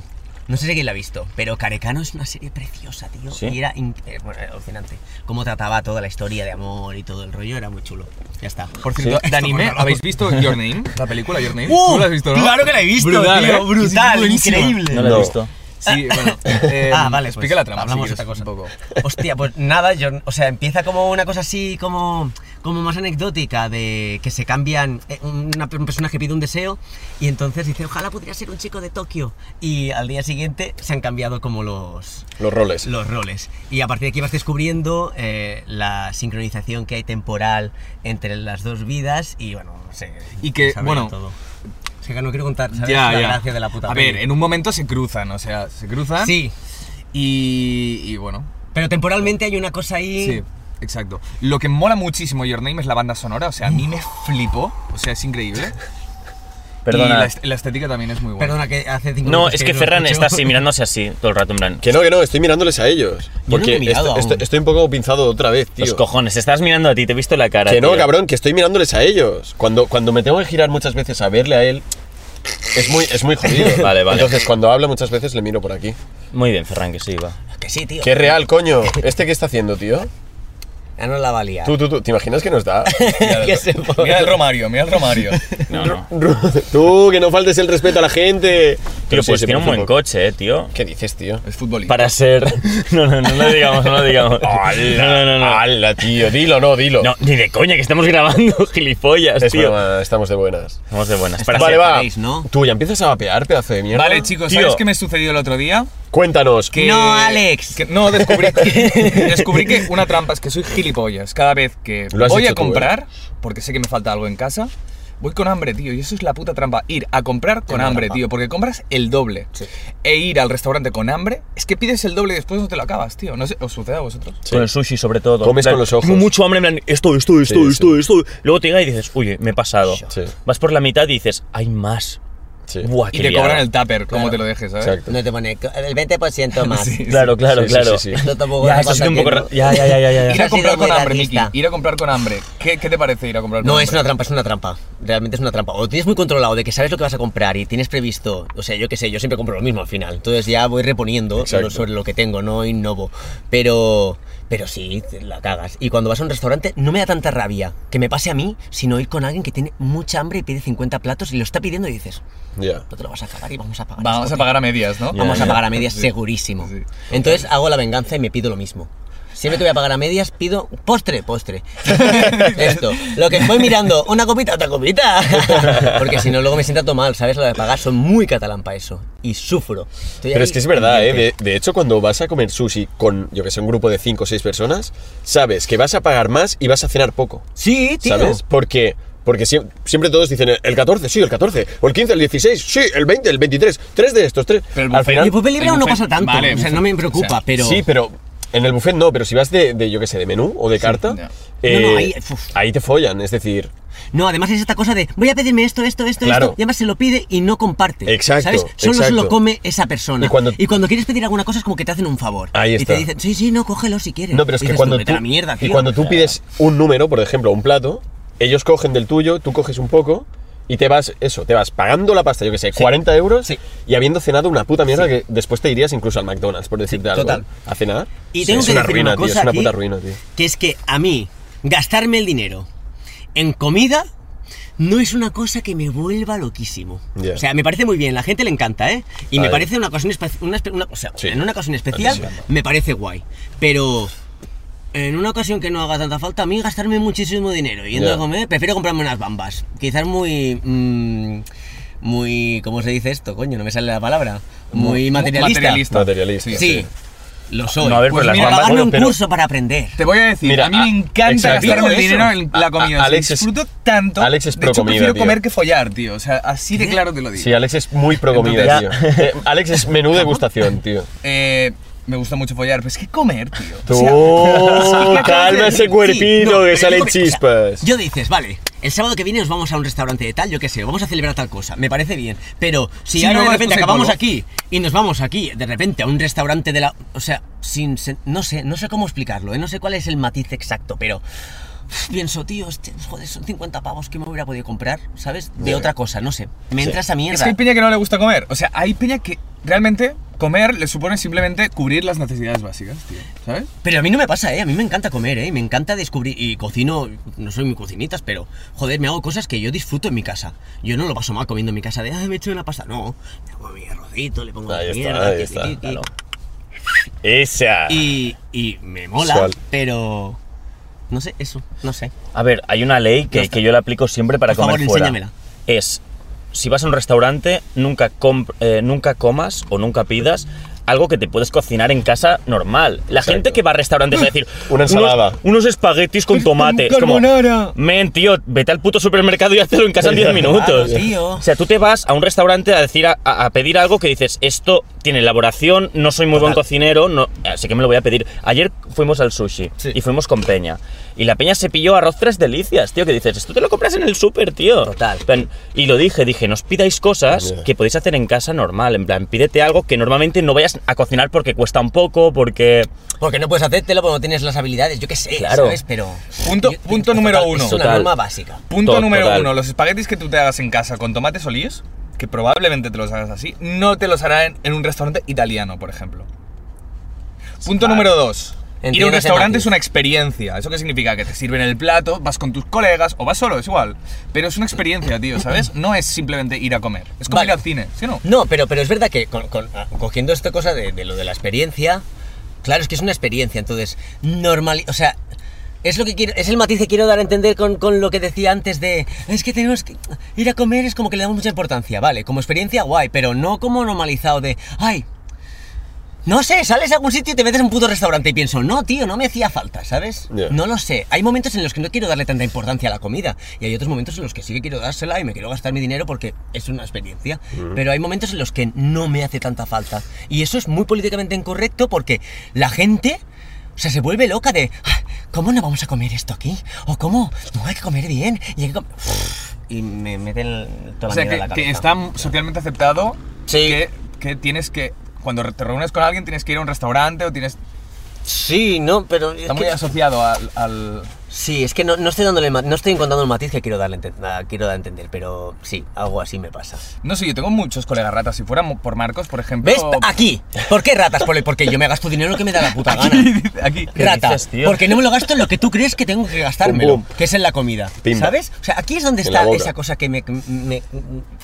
No sé si quién la ha visto, pero Carecano es una serie preciosa, tío.
¿Sí?
Y era, in- eh, bueno, era alucinante. Cómo trataba toda la historia de amor y todo el rollo, era muy chulo. Ya está.
Por cierto, de anime, ¿habéis visto Your Name? La película Your Name.
¡Uh!
¿Tú la has visto, no?
Claro que la he visto,
Brutal,
tío,
¿eh?
brutal,
Es buenísima.
increíble.
No lo he
No.
visto.
Sí, bueno. eh,
Ah, vale,
Explica
pues,
la trama,
hablamos
si
otra
quieres,
cosa.
un poco.
Hostia, pues nada, yo, o sea, empieza como una cosa así, como, como más anecdótica, de que se cambian, eh, una, un personaje pide un deseo y entonces dice, ojalá podría ser un chico de Tokio. Y al día siguiente se han cambiado como los,
Los roles.
los roles. Y a partir de aquí vas descubriendo eh, la sincronización que hay temporal entre las dos vidas y bueno, no sé.
Y que,
saber
bueno,
todo. O sea, que no quiero contar, ¿sabes?
Ya,
la
ya.
gracia de la puta
A ver,
peli.
en un momento se cruzan, o sea, se cruzan.
Sí,
Y, y bueno,
pero temporalmente hay una cosa ahí...
sí, exacto. Lo que mola muchísimo Your Name es la banda sonora, o sea, a mí me flipó, o sea, es increíble. Y la,
Perdona.
est- la estética también es muy buena.
Perdona, que hace cinco
No,
minutos
es que
lo
Ferran
escucho.
está así, mirándose así todo el rato, en plan.
Que no, que no, estoy mirándoles a ellos.
no
Porque
lo he mirado
esto- esto-
aún.
estoy un poco pinzado otra vez, tío.
Los cojones, estás mirando a ti, te he visto la cara.
Que no,
tío.
cabrón, que estoy mirándoles a ellos. Cuando, cuando me tengo que girar muchas veces a verle a él, es muy, es muy jodido.
Vale, vale.
Entonces, cuando habla muchas veces le miro por aquí.
Muy bien, Ferran, que sí, va.
Que sí, tío.
Que es real, coño. ¿Este qué está haciendo, tío?
Ya no la valía.
Tú, tú, tú, ¿te imaginas que nos da?
que se
Mira el Romario, mira el Romario.
No, no.
tú, que no faltes el respeto a la gente.
Tío,
Pero sí,
pues
se
tiene un
parece
buen
poco.
coche, eh, tío.
¿Qué dices, tío?
es futbolista.
Para ser. No, no, no lo digamos, no lo digamos. No, no, no. no.
¡Hala, tío! Dilo, no, dilo.
No, ni de coña, que estamos grabando, gilipollas,
es
tío.
broma, estamos de buenas.
Vamos de buenas. Para
vale,
ser-
va.
tenéis, ¿no?
Tú ya empiezas a vapear, pedazo de mierda.
Vale, chicos,
Tío.
¿sabes qué me sucedió el otro día?
Cuéntanos.
Que-
No, Alex.
que- no, descubrí, descubrí que una trampa es que soy gilipollas. Cada vez que
Lo has
voy
hecho
a
tú, ¿eh?
comprar, porque sé que me falta algo en casa, voy con hambre, tío. Y eso es la puta trampa. Ir a comprar con
una
hambre,
trampa.
tío, porque compras el doble. E ir al restaurante con hambre, es que pides el doble y después no te lo acabas, tío. No sé, ¿os sucede a vosotros?
Sí.
Con el sushi, sobre todo.
Comes
En plan,
con los ojos.
Tengo mucho hambre, en plan, esto, esto, esto,
Sí,
esto,
sí.
esto. Luego te llega y dices, uy, me he pasado.
Sí.
Vas por la mitad y dices, hay más.
Sí.
Buah,
Y
qué
te
liada.
cobran el tupper, como te lo dejes, ¿sabes?
¿eh? Exacto.
No te pone el 20% más.
Claro, claro,
Sí, sí,
claro.
sí, sí.
Esto tampoco
Ya,
me
eso sí que un
pasa
poco. ra-
que no.
Ya, ya, ya, ya, ya.
Ir a
Has sido
comprar
muy
con hambre, Miki.
racista.
Ir a comprar con hambre. ¿Qué, qué te parece ir a comprar con
No,
hambre?
es una trampa, es una trampa. Realmente es una trampa. O tienes muy controlado de que sabes lo que vas a comprar y tienes previsto. O sea, yo qué sé, yo siempre compro lo mismo al final. Entonces ya voy reponiendo
Exacto.
lo- sobre lo que tengo, no innovo. Pero. Pero sí, te la cagas. Y cuando vas a un restaurante, no me da tanta rabia que me pase a mí, sino ir con alguien que tiene mucha hambre y pide 50 platos y lo está pidiendo y dices,
Ya.
no te lo vas a acabar y vamos a pagar.
Vamos
esto,
a pagar a medias, ¿no?
tío. Vamos
Ya,
a
ya.
pagar a medias,
Sí.
segurísimo.
Sí.
Entonces hago la venganza y me pido lo mismo. Siempre que voy a pagar a medias, pido postre, postre. Esto. Lo que voy mirando, una copita, otra copita. Porque si no, luego me siento todo mal, ¿sabes? Lo de pagar, soy muy catalán para eso. Y sufro. Estoy
Pero
ahí
es que es verdad, ¿eh?
pendiente.
De, de hecho, cuando vas a comer sushi con, yo que sé, un grupo de 5 o 6 personas, sabes que vas a pagar más y vas a cenar poco.
Sí, tío.
¿Sabes? Porque Porque sie- siempre todos dicen el 14, sí, el 14, o el 15, el 16, sí, el 20, el 23, tres de estos, tres.
Pero el
Al
buffet-
final,
Y Buffet Libre
El
aún no
buffet-
pasa tanto,
vale,
o sea,
buffet.
no me
O sea,
preocupa, pero...
Sí, pero en el buffet no, pero si vas de, de, yo qué sé, de menú o de carta,
ya.
eh,
No, no,
ahí,
ahí- uf.
te follan, es decir,
No, además es esta cosa de voy a pedirme esto, esto, esto,
Claro.
esto, y además se lo pide y no comparte.
Exacto,
¿Sabes? Solo se
exacto.
lo come esa persona.
Y cuando-
quieres pedir alguna cosa es como que te hacen un favor.
Ahí
Y
está.
te dicen, sí, sí, no, cógelo si quieres.
no, pero es
Y
que
dices
cuando
tú, "Vete a
tú,
la mierda,
y
tío".
cuando tú pides un número, por ejemplo, un plato, ellos cogen del tuyo, tú coges un poco y te vas, eso, te vas pagando la pasta, yo qué sé, 40 euros y habiendo cenado una puta mierda que después te irías incluso al McDonald's, por decirte algo,
total.
a cenar.
Y tengo
es
que
una
decir
ruina,
una
tío, es
cosa
una
aquí.
puta ruina, tío.
Que es que a mí, gastarme el dinero en comida no es una cosa que me vuelva loquísimo.
Ya.
O sea, me parece muy bien, la gente le encanta, ¿eh? Y
A
me
ver.
parece una ocasión especial. Una, espe- una- o sea,
Sí.
en una ocasión especial
Sí.
me parece guay. Pero. En una ocasión que no haga tanta falta, a mí gastarme muchísimo dinero yendo
Ya.
a comer, prefiero comprarme unas bambas. Quizás muy. mm, muy. ¿Cómo se dice esto? Coño, no me sale la palabra. Muy materialista.
materialista.
Materialista.
Sí,
sí.
lo soy.
No, a ver,
Pues
pues, las
mira,
bambas...
Pagarme
bueno,
un
pero-
curso para aprender.
Te voy a decir,
Mira,
a mí
ah,
me encanta
exacto.
gastarme el
Eso.
dinero en
A- a-
la comida. o sea,
Alex es-
disfruto tanto.
Alex es
de
pro
hecho,
comida,
prefiero
tío.
comer que follar, tío. O sea, así de claro te lo digo.
Sí, Alex es muy pro comida, tío.
Entonces-
Eh, Alex es menú degustación, tío.
Eh, me gusta mucho follar, pero es que comer, tío. O sea, es que
Tú, calma
acabas de-
ese cuerpito
no,
que
pero
salen
yo creo que- o sea,
chispas.
Yo dices, vale, el sábado que viene nos vamos a un restaurante de tal, yo qué sé, vamos a celebrar tal cosa, me parece bien. Pero si
Si
ahora
no
de
vas,
repente
pues,
acabamos
polo.
aquí y nos vamos aquí de repente a un restaurante de la. O sea, sin. sen- No sé, no sé cómo explicarlo, ¿eh? no sé cuál es el matiz exacto, pero. Pienso, tío, este, joder, son 50 pavos que me hubiera podido comprar, ¿sabes? De otra cosa, no sé. Me entra esa mierda.
Es que hay peña que no le gusta comer. O sea, hay peña que realmente comer le supone simplemente cubrir las necesidades básicas, tío. ¿Sabes?
Pero a mí no me pasa, ¿eh? A mí me encanta comer, ¿eh? Me encanta descubrir y cocino, no soy muy cocinitas, pero joder, me hago cosas que yo disfruto en mi casa. Yo no lo paso mal comiendo en mi casa de, ah, me he hecho una pasta. No, me hago mi arrocito, le pongo
Ahí
mi
está,
mierda,
ahí
ti,
está,
ti, ti, ti.
claro. Esa.
Y, y me mola,
Sual.
pero... No sé, eso, no sé.
A ver, hay una ley
Ya
que,
está.
que yo la aplico siempre para
Por
comer
favor,
fuera.
enséñamela.
Es, si vas a un restaurante, nunca, comp- eh, nunca comas o nunca pidas algo que te puedes cocinar en casa normal. La
Exacto.
gente que va a restaurantes va a decir...
Una
"Unos-
ensalada".
Unos, espaguetis con tomate. Es como,
carbonara.
Men, tío, vete al puto supermercado y hazlo en casa en 10 minutos.
Claro, tío.
O sea, tú te vas a un restaurante a decir a, a- a pedir algo que dices, esto tiene elaboración, no soy muy buen cocinero, no, así que me lo voy a pedir. Ayer fuimos al sushi
Sí.
y fuimos con Peña. Y la Peña se pilló arroz tres delicias, tío, que dices, esto te lo compras en el súper, tío.
Total.
Plan, y lo dije, dije, nos pidáis cosas
Ya.
que podéis hacer en casa normal, en plan, pídete algo que normalmente no vayas a cocinar porque cuesta un poco, porque...
Porque no puedes hacértelo porque no tienes las habilidades, yo qué sé,
Claro.
¿sabes? Pero...
Punto-
yo-
punto
total,
número uno.
Es una
Total.
norma básica.
Punto
To-
número
total.
uno, los espaguetis que tú te hagas en casa con tomates solíes, que probablemente te los hagas así, no te los harán en, en un restaurante italiano, por ejemplo. Punto número dos. ir a
Entiendo
un
ese
restaurante
matiz.
es una experiencia. ¿Eso qué significa? Que te sirven el plato, vas con tus colegas o vas solo, es igual. Pero es una experiencia, tío, ¿sabes? No es simplemente ir a comer. Es como
Vale.
ir al cine, ¿sí o no?
No, pero, pero es verdad que con- con- ah, cogiendo esta cosa de, de lo de la experiencia, claro, es que es una experiencia, entonces, normal, o sea, es lo que quiero, es el matiz que quiero dar a entender con, con lo que decía antes de, es que tenemos que ir a comer, es como que le damos mucha importancia, vale, como experiencia guay, pero no como normalizado de, ay, no sé, sales a algún sitio y te metes en un puto restaurante y pienso, no, tío, no me hacía falta, ¿sabes?
Ya.
No lo sé. Hay momentos en los que no quiero darle tanta importancia a la comida y hay otros momentos en los que sí que quiero dársela y me quiero gastar mi dinero porque es una experiencia. Pero hay momentos en los que no me hace tanta falta. Y eso es muy políticamente incorrecto porque la gente... O sea, se vuelve loca de, "Ah, ¿cómo no vamos a comer esto aquí? ¿O cómo? No, hay que comer bien. Y, hay que com-". y me meten toda
O sea,
la mierda en la
que, que
cabeza.
está socialmente aceptado
Sí.
que, que tienes que... Cuando te reúnes con alguien tienes que ir a un restaurante o tienes...
Sí, no, pero... es
Está muy
que-
asociado al- al
Sí, es que no, no estoy dándole el ma- no estoy encontrando el matiz que quiero darle a enten- a- quiero dar a entender, pero sí, algo así me pasa.
No sé, yo tengo muchos colegas ratas. Si fuera mo- por Marcos, por ejemplo.
¿Ves? Aquí. ¿Por qué ratas? Poli? Porque yo me gasto dinero en lo que me da la puta
Aquí,
gana.
dice, aquí.
¿Qué
Rata,
dices, tío?
porque no me lo gasto en lo que tú crees que tengo que
Pum,
gastármelo,
pum.
que es en la comida.
Pimba.
¿Sabes? O sea, aquí es donde
En la
está
boca.
esa cosa que me, me- me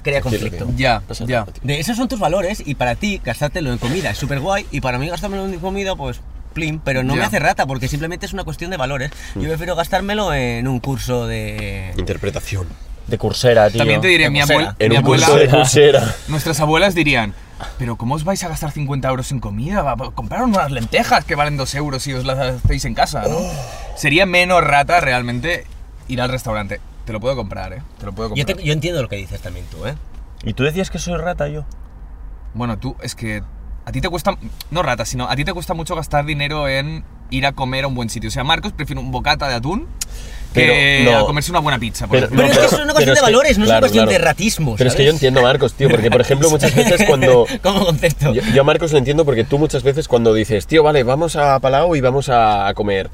crea conflicto.
Ya, ya.
De esos son tus valores y para ti gastártelo en comida es súper guay y para mí gastármelo en comida pues plim, pero no
Ya.
me hace rata porque simplemente es una cuestión de valores.
Mm.
Yo prefiero gastármelo en un curso de...
Interpretación.
De cursera, tío.
También te diré, mi,
Pulsera.
abuel-
En
mi
un
abuela.
curso de pulsera.
Nuestras abuelas dirían. Pero ¿cómo os vais a gastar 50 euros en comida? Va- va- Compraron unas lentejas que valen 2 euros si os las hacéis en casa, ¿no? Sería menos rata realmente ir al restaurante. Te lo puedo comprar, ¿eh? Te lo puedo
Yo,
comprar.
te- yo entiendo lo que dices también tú, ¿eh?
Y tú decías que soy rata yo.
Bueno, tú, es que a ti te cuesta, no rata, sino a ti te cuesta mucho gastar dinero en ir a comer a un buen sitio. O sea, Marcos prefiere un bocata de atún que
Pero no.
a comerse una buena pizza. por
Pero-
ejemplo.
Pero es que
pero-
es una
pero
cuestión de
es que-
valores, no es una
claro,
cuestión de
claro.
ratismo.
Pero es que yo
¿sabes?
entiendo a Marcos, tío, porque por ejemplo muchas veces cuando...
Como concepto.
Yo, yo a Marcos lo entiendo porque tú muchas veces cuando dices, tío, vale, vamos a Palau y vamos a comer.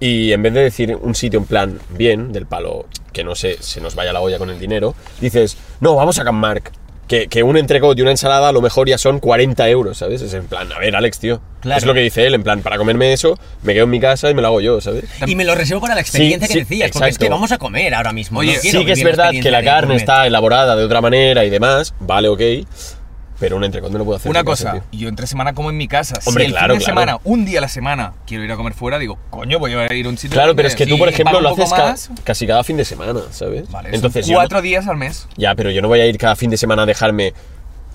Y en vez de decir un sitio en plan bien, del palo, que no sé, se nos vaya la olla con el dinero, dices, no, vamos a Can Marc. Que, que un entrecot y una ensalada a lo mejor ya son 40 euros, ¿sabes? Es en plan, a ver, Alex, tío.
Claro.
Es lo que dice él, en plan, para comerme eso, me quedo en mi casa y me lo hago yo, ¿sabes?
Y me lo reservo para la experiencia
Sí,
que
sí,
decías, porque es
exacto.
que vamos a comer ahora mismo.
Oye,
no quiero
Sí que es
vivir
verdad que la
experiencia de
carne
gourmet.
está elaborada de otra manera y demás, vale, ok, pero un entrecot no lo puedo hacer. en
Una
mi casa,
cosa,
tío.
yo entre semana como en mi casa.
Hombre,
si el
claro,
fin de
claro.
semana, un día a la semana, quiero ir a comer fuera, digo, coño, voy a ir a un sitio.
Claro,
donde
pero es que tú,
sí,
por ejemplo,
pago
lo
un
haces
poco
ca-
más.
casi cada fin de semana, ¿sabes?
Vale, son
Entonces yo-
cuatro días al mes.
Ya, pero yo no voy a ir cada fin de semana a dejarme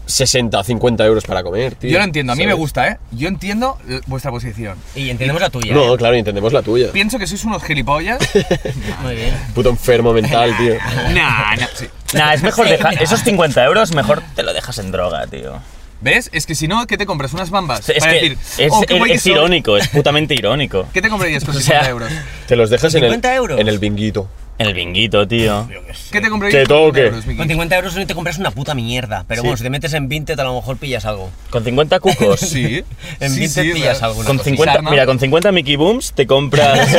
60 o 50 euros para comer, tío.
Yo lo entiendo, a mí me
¿sabes?
gusta, ¿eh? Yo entiendo eh, vuestra posición.
Y entendemos la tuya.
¿eh?
No, claro, y entendemos la tuya.
Pienso que sois unos gilipollas.
¿eh? Muy bien.
Puto enfermo mental, tío.
nah, nah, sí.
Nah, es mejor dejar. Esos 50 euros, mejor te lo dejas en droga, tío.
¿Ves? Es que si no, ¿qué te compras? Unas bambas.
Es
para
que
decir,
es,
"Oh, qué
es-
guay que
es
soy".
irónico, es putamente irónico.
¿Qué te comprarías con
O
50
sea,
euros?
Te los dejas en el,
50 euros.
en el binguito.
El binguito, tío.
¿Qué te comprarías con 50
Que toque.
euros, Miki?
Con 50 euros no te compras una puta mierda. Pero bueno, si te metes en 20, te a lo mejor pillas algo.
Con 50 cucos.
Sí.
En
sí,
20
sí,
pillas
claro.
alguna
Con
cosita.
50,
Sarma.
mira, con 50 Mickey Booms te compras.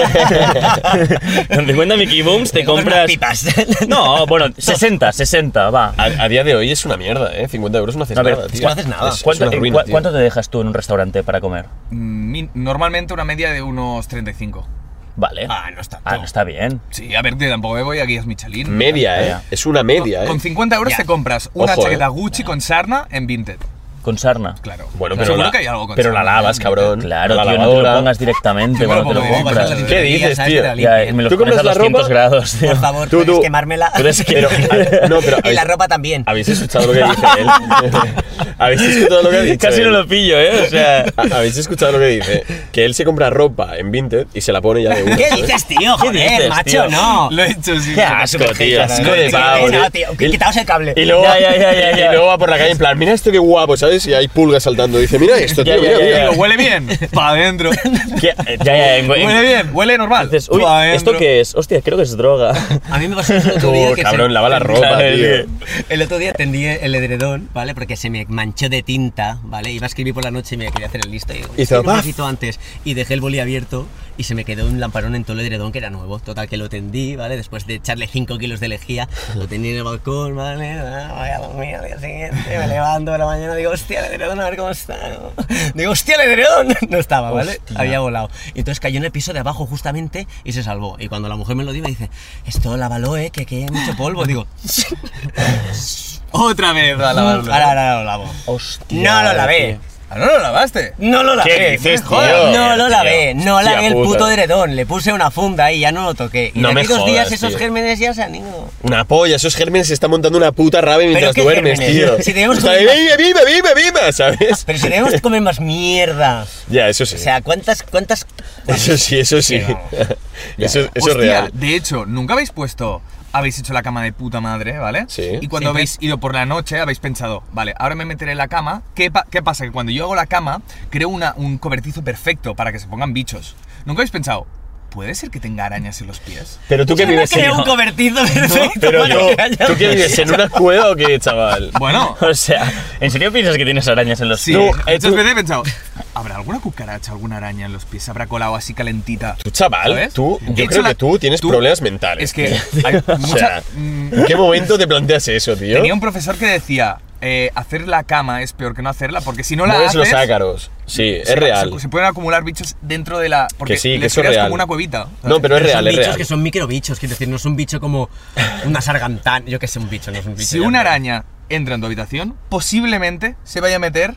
con 50 Mickey Booms te
Te compras
compras.
unas pipas.
No, bueno, 60, 60, va.
A, a día de hoy es una mierda, ¿eh? 50 euros no haces
A ver,
nada, tío.
es que no haces nada.
Es- es
Ah, ¿Cuánto,
una
en
ruina,
cua-
tío.
cuánto te dejas tú en un restaurante para comer?
Mm, min- Normalmente una media de unos 35.
Vale.
Ah, no está.
Ah,
no.
está bien.
Sí, a ver, que tampoco me voy a guías Michelin.
Media, ¿eh?
Ah, Ya.
Es una media, ¿eh?
Con 50 euros
Ya.
te compras una
Ojo,
chaqueta
eh.
Gucci con sarna en Vinted.
Con sarna.
Claro. Claro.
Bueno, pero,
Seguro
la,
que hay algo con
pero la
sarna,
lavas,
¿eh?
cabrón.
Claro,
la
tío, no te lo
lavadora.
pongas directamente,
Yo me lo
bueno, te lo
pongo,
bajas
compras.
la
¿Qué dices,
¿sabes?
tío?
Te la
Ya, eh,
limpias.
me los
¿Tú
pones a
compras la
200
ropa?
grados, tío.
Por favor,
Tú,
puedes
tú.
quemármela.
Pero es que- pero- a- no, pero
y la
habéis-
ropa también.
¿Habéis escuchado lo que dice él? ¿Habéis escuchado lo que ha dicho
Casi no
él?
lo pillo, ¿eh? O sea...
Ha- Ah, ¿Habéis escuchado lo que dice? Que él se compra ropa en Vinted y se la pone ya de una.
¿Qué
¿sabes?
dices, tío?
¿Qué
Joder,
dices,
macho,
tío?
no.
Lo he hecho, sí.
Qué asco, tío.
asco
de
de
pavo,
pavo,
Sí,
tío.
no, tío, que- quitaos el cable.
Y luego,
Ya, ya, ya, ya, ya.
y luego va por la calle en plan, mira esto qué guapo, ¿sabes? Y hay pulgas saltando. Dice, mira esto, tío,
Ya, ya,
mira,
ya,
mira.
Pero huele bien, pa' adentro.
¿Qué? Ya, ya, en- en-
Huele bien, huele normal.
Dices, uy,
pa'
¿esto
adentro.
qué es? Hostia, creo que es droga.
A mí me pasó el otro
Tú,
día que
cabrón,
se-
lava la ropa,
Claro,
tío.
tío.
El otro día tendí el edredón, ¿vale? Porque se me manchó de tinta, ¿vale? Iba a escribir por la noche y me quería hacer el listo. Y digo,
Hizo
"Escribe un
paf".
poquito antes. Y dejé el boli abierto y se me quedó un lamparón en todo el edredón que era nuevo. Total, que lo tendí, ¿vale? Después de echarle 5 kilos de lejía, lo tendí en el balcón, ¿vale? Ah, Voy a dormir al día siguiente, me levanto por la mañana, digo, hostia, el edredón, a ver cómo está. ¿no? Digo, hostia, el edredón. No estaba, ¿vale? Había volado. Y entonces cayó en el piso de abajo justamente y se salvó. Y cuando la mujer me lo dio, me dice, esto lávalo, ¿eh? Que, que hay mucho polvo. Digo,
Otra vez a lavarlo.
Ahora, ahora lo lavo.
Hostia,
no lo lavé.
Ah, no lo lavaste.
No lo lavé.
¿Qué dices,
me jodas.
tío?
No lo
Tío,
lavé. No
hostia
lavé el
puta.
puto edredón. Le puse una funda y ya no lo toqué. Y
No
de
me
aquí dos
jodas,
días esos
tío.
gérmenes ya se han ido.
Una polla, esos gérmenes se están montando una puta rabia mientras
qué
duermes,
gérmenes?
tío.
Si tenemos
Está
que-
de, viva, viva, viva, viva, ¿sabes?
Pero si debemos comer más mierda.
Ya, eso sí.
O sea, ¿cuántas, cuántas
Eso sí, eso sí. Eso, eso es
Hostia,
real.
De hecho, nunca habéis puesto. Habéis hecho la cama de puta madre, ¿vale?
Sí.
Y cuando
Siempre.
habéis ido por la noche, habéis pensado, vale, ahora me meteré en la cama. ¿Qué, pa- qué pasa? Que cuando yo hago la cama, creo una- un cobertizo perfecto para que se pongan bichos. Nunca habéis pensado, ¿puede ser que tenga arañas en los pies?
Pero tú que
Yo no
vives
creo un
en...
cobertizo perfecto
Pero
para
yo,
que haya-
¿tú que vives en una cueva o qué, chaval?
Bueno,
O sea, ¿en serio piensas que tienes arañas en los
sí.
No,
pies?
eh,
muchas
tú-
veces he pensado, ¿habrá alguna cucaracha, alguna araña en los pies? ¿Se habrá colado así calentita?
Tú, chaval,
¿Sabes?
tú,
De
yo
hecho,
creo
la-
que tú tienes problemas mentales.
Es que hay mucha-
sea,
mm,
¿En qué momento te planteas eso, tío?
Tenía un profesor que decía, eh, hacer la cama es peor que no hacerla, porque si no la
Mueves
haces...
los ácaros. Sí, es
se-
real.
Se, se pueden acumular bichos dentro de la... Porque
Que sí, que
les
eso es
creas
real.
como una cuevita.
No, pero es
son
real, es
bichos
real.
que son microbichos, quiero decir, no es un bicho como una sargantana, yo que sé, un bicho, no es un bicho.
Si
ya
una
no.
araña entra en tu habitación, posiblemente se vaya a meter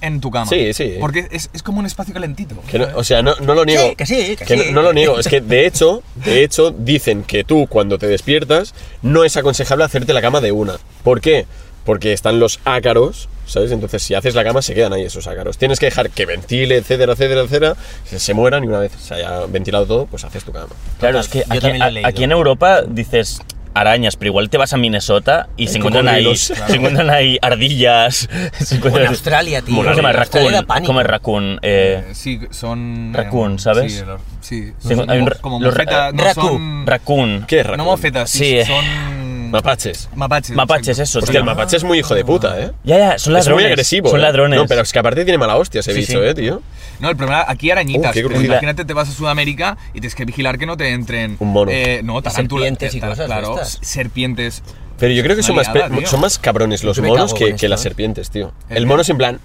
en tu cama.
Sí, sí.
Porque es, es como un espacio calentito.
Que no- o sea, no, no lo niego.
Sí, que sí, que
no-
sí.
no lo niego. Es que, de hecho, de hecho, dicen que tú, cuando te despiertas, no es aconsejable hacerte la cama de una. ¿Por qué? Porque están los ácaros, ¿sabes? Entonces, si haces la cama, se quedan ahí esos ácaros. Tienes que dejar que ventile, etcétera, etcétera, etcétera, que se mueran y una vez se haya ventilado todo, pues haces tu cama.
Claro, es que
Yo
aquí,
también lo he
a-
leído.
aquí en Europa dices, arañas, pero igual te vas a Minnesota y se encuentran ahí,
cocodrilos.
se encuentran ahí ardillas. Se encuentran,
en Australia, tío.
¿Cómo se llama?
En Australia da
Raccoon.
pánico.
¿Cómo es raccoon? Eh,
Eh, Sí, son.
Raccoon, ¿sabes?
Sí, los- sí,
Sí,
son
hay un
mo-
ra-
como
los ra-
mofetas. No
racu-
son.
raccoon.
¿Qué es
No
raccoon?
mofetas,
Sí,
sí.
eh.
Son.
Mapaches.
Mapaches.
Mapaches, eso,
Hostia,
tío.
el mapache es muy hijo de puta, ¿eh?
Ya, ya, son ladrones.
Es muy agresivo.
Son
¿eh?
ladrones.
No, pero es que aparte tiene mala hostia ese
Sí,
bicho,
sí.
¿eh, tío?
No, el problema aquí arañitas.
Uh, qué
pero
crujida.
imagínate, te vas a Sudamérica y tienes que vigilar que no te entren.
Un mono.
eh, no, tarántulas.
Serpientes y
tar-
cosas de
Claro,
estas.
serpientes.
Pero yo creo que
Es
son
una
más,
liada,
pe-
tío.
son más cabrones los
Yo me
monos
cago
que,
con
que
esto,
las
¿eh?
serpientes, tío.
Eh,
El mono es en plan.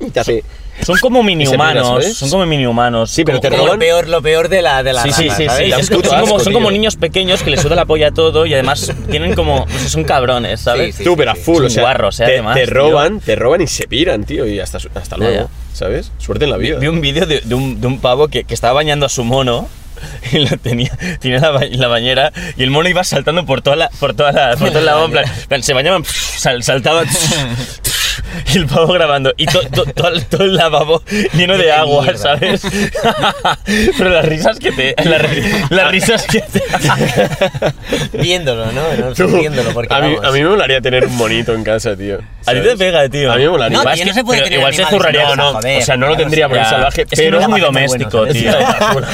Y te hace-
Son como mini
se miran,
humanos.
¿sabes?
Son como mini humanos.
Sí, pero
Como-
te
Como lo
roban.
peor, lo peor de la, de la
Sí, sí,
rata,
sí,
¿sabes?
sí.
Da un
Es que
puto
son, como,
asco,
son como
tío.
niños pequeños que les suda la polla a todo y además tienen como. No sé, son cabrones, ¿sabes?
Sí, sí.
Tú, pero a full,
Son
o sea,
guarros, ¿eh?
te,
Además,
te
tío.
roban, te roban y se piran, tío, y hasta, su- hasta
Ya,
luego,
ya.
¿sabes? Suerte en la
Vi,
vida.
vi un vídeo de, de un, de un pavo que, que estaba bañando a su mono y lo tenía, tenía la, ba- la bañera y el mono iba saltando por toda la por toda la, por todo el lavabo, en plan- en plan, se bañaban sal- saltaba y el pavo grabando y to- to- todo, el- todo el lavabo lleno de agua
mierda.
sabes pero las risas que te las, ri- las risas que te
Viéndolo, ¿no? No,
Tú,
viéndolo, porque
a, mí,
vamos.
a mí me molaría tener un monito en casa, tío.
a ti
¿sabes?
te pega tío
A mí me molaría.
No,
Vas
tío,
que-
no se puede
pero
tener
igual se
animales,
zurraría
no, no,
o sea, no lo
joder,
tendría por
ya.
salvaje,
Es que
pero.
no es muy
Bastante
doméstico
bueno,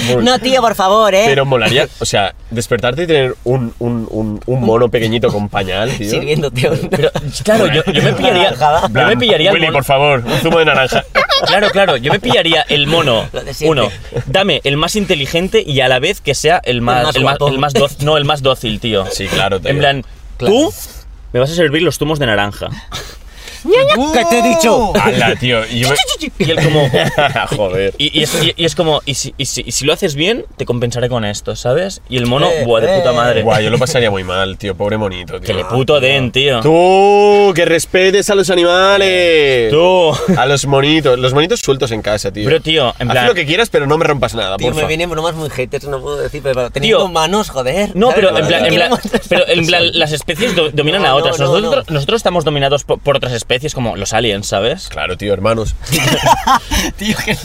tío
No, tío, por favor, ¿eh?
Pero molaría, o sea, despertarte y tener un, un, un, un mono pequeñito con pañal, tío.
Sirviéndote un...
pero claro yo, yo me pillaría yo me pillaría el
Willy,
mono-
por favor, un zumo de naranja.
Claro, claro, yo me pillaría el mono.
Lo de siempre.
Uno, dame el más inteligente y a la vez que sea el más,
más
el más,
guapo.
el más dócil, no, el más dócil, tío.
Sí, claro, tío.
En plan, tú me vas a servir los zumos de naranja.
¿Qué te
¡Uh!
he dicho?
Ala, tío. y yo me-
Y él como
Joder.
y, y es, y- y es como y si, y si- y si lo haces bien te compensaré con esto, ¿sabes? Y el mono,
Eh,
buah, de
eh. Ah,
puta madre.
Guau, yo lo pasaría muy mal, tío. Pobre monito, tío.
Que le puto den, tío.
Tú, que respetes a los animales.
Tú.
A los monitos. Los monitos sueltos en casa, tío.
Pero tío, en
Haz
plan
lo que quieras, pero no me rompas nada,
Tío,
porfa.
me vienen bromas muy haters, no puedo decir, pero teniendo
Tío.
manos, joder.
No,
¿sabes?
pero en plan, en
Quiero
plan-
mostrar-
pero en plan, las especies do- dominan
No,
a
no,
otras.
no, no.
nosotros, nosotros estamos dominados por, por otras especies como los aliens, ¿sabes?
Claro, tío, hermanos.
Tío, que...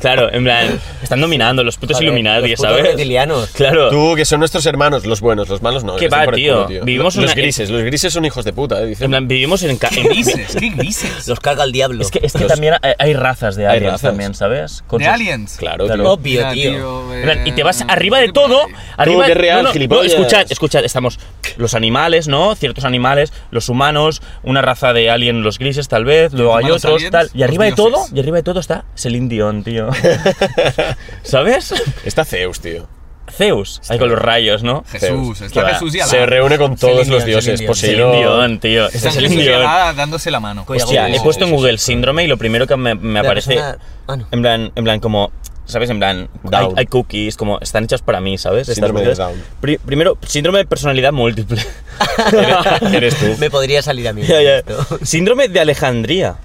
Claro, en plan, están dominando los putos
Joder,
Illuminati,
los putos
¿sabes?
reptilianos.
Claro.
Tú, que son nuestros hermanos, los buenos, los malos no.
¿Qué
que están
va,
por el
tío?
culo,
Vivimos
los
una-
grises, los grises son hijos de puta, eh,
En
dicen.
plan, vivimos en... ca- en-
Grises, ¿qué grises?
Los carga el diablo.
es que, es que también hay, hay razas de
Hay
aliens
razas.
también, ¿sabes? Con
¿De
sus-
aliens?
Claro,
Claro.
tío.
Obvio,
Ya,
tío.
En plan, Y te vas
eh,
arriba de todo, arriba
qué real,
no, no, no,
gilipollas.
escuchad, escuchad, estamos los animales, ¿no? Ciertos animales, los humanos, una raza de alien, los grises tal vez, luego hay
humanos
otros
aliens,
tal, y
los
arriba de todo,
dioses.
y arriba de todo está Celine Dion, tío. ¿Sabes?
Está Zeus, tío.
Zeus, ahí con los rayos, ¿no?
Jesús,
Zeus.
está
Que va,
Jesús y Alá.
Se reúne con todos
Celine
los
Dion,
dioses.
Celine Dion.
Poseidón.
Celine Dion, tío.
Están
Celine
Jesús y
Dion.
Alá dándose la mano.
Coño,
Hostia,
Sí,
he
sí,
puesto
sí,
en Google síndrome y lo primero que me, me aparece.
persona- ah, no.
En plan, en plan, como. ¿Sabes? En plan, hay,
Down.
hay cookies, como están hechas para mí, ¿sabes? Estas
Síndrome de
cosas.
Down.
Pri- primero, síndrome de personalidad múltiple.
Eres tú.
Me podría salir a mí.
Ya, ya.
esto.
Síndrome de Alejandría.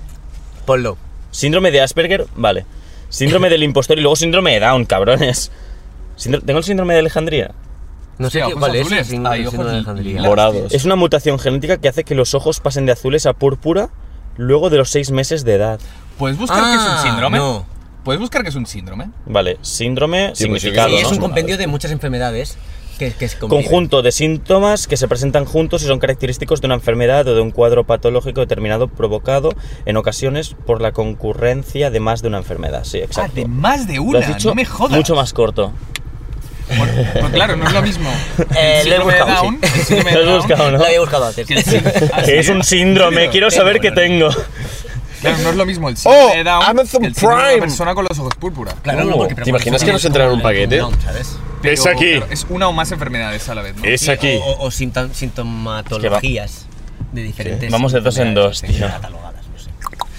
Ponlo.
Síndrome de Asperger, vale. Síndrome del impostor y luego síndrome de Down, cabrones. Síndro- ¿Tengo el síndrome de Alejandría?
No
Sí,
sé qué,
ojos
cuál es.
azules.
el síndrome-
Hay
el
ojos
síndrome de
li-
Alejandría.
li-
Morados.
Es una mutación genética que hace que los ojos pasen de azules a púrpura luego de los seis meses de edad.
¿Puedes buscar que es
Ah,
un síndrome?
no.
¿Puedes buscar que es un síndrome?
Vale, síndrome,
Sí, pues yo
significado,
Sí,
creo que
¿no?
es
Son
un compendio de muchas enfermedades que, que se conviven.
Conjunto de síntomas que se presentan juntos y son característicos de una enfermedad o de un cuadro patológico determinado provocado en ocasiones por la concurrencia de más de una enfermedad. Sí,
Ah,
exacto.
de más de
Lo
una,
has dicho
no me jodas.
mucho más corto.
Bueno, pues claro, no es lo mismo.
Eh,
el
lo
síndrome
he
de
buscado,
Down, el síndrome de
Lo has
Down,
buscado,
Lo
¿no?
había buscado antes.
que el sí- ah, sí,
Es un síndrome,
Pero-
quiero saber qué tengo.
Claro, no es lo mismo el síndrome
Oh,
de Down
Amazon
que el síndrome de
Prime.
una persona con los ojos púrpura.
Claro, no,
¿Te
porque pero
¿Te imaginas
porque
que nos
son-
entraron un paquete?
No, ¿sabes?
Pero,
Es aquí.
claro, es una o más enfermedades a la vez, ¿no?
Es aquí.
O, o- o sintom- sintomatologías de diferentes.
Vamos de dos en
enfermedades,
dos, tío.
catalogadas, no sé.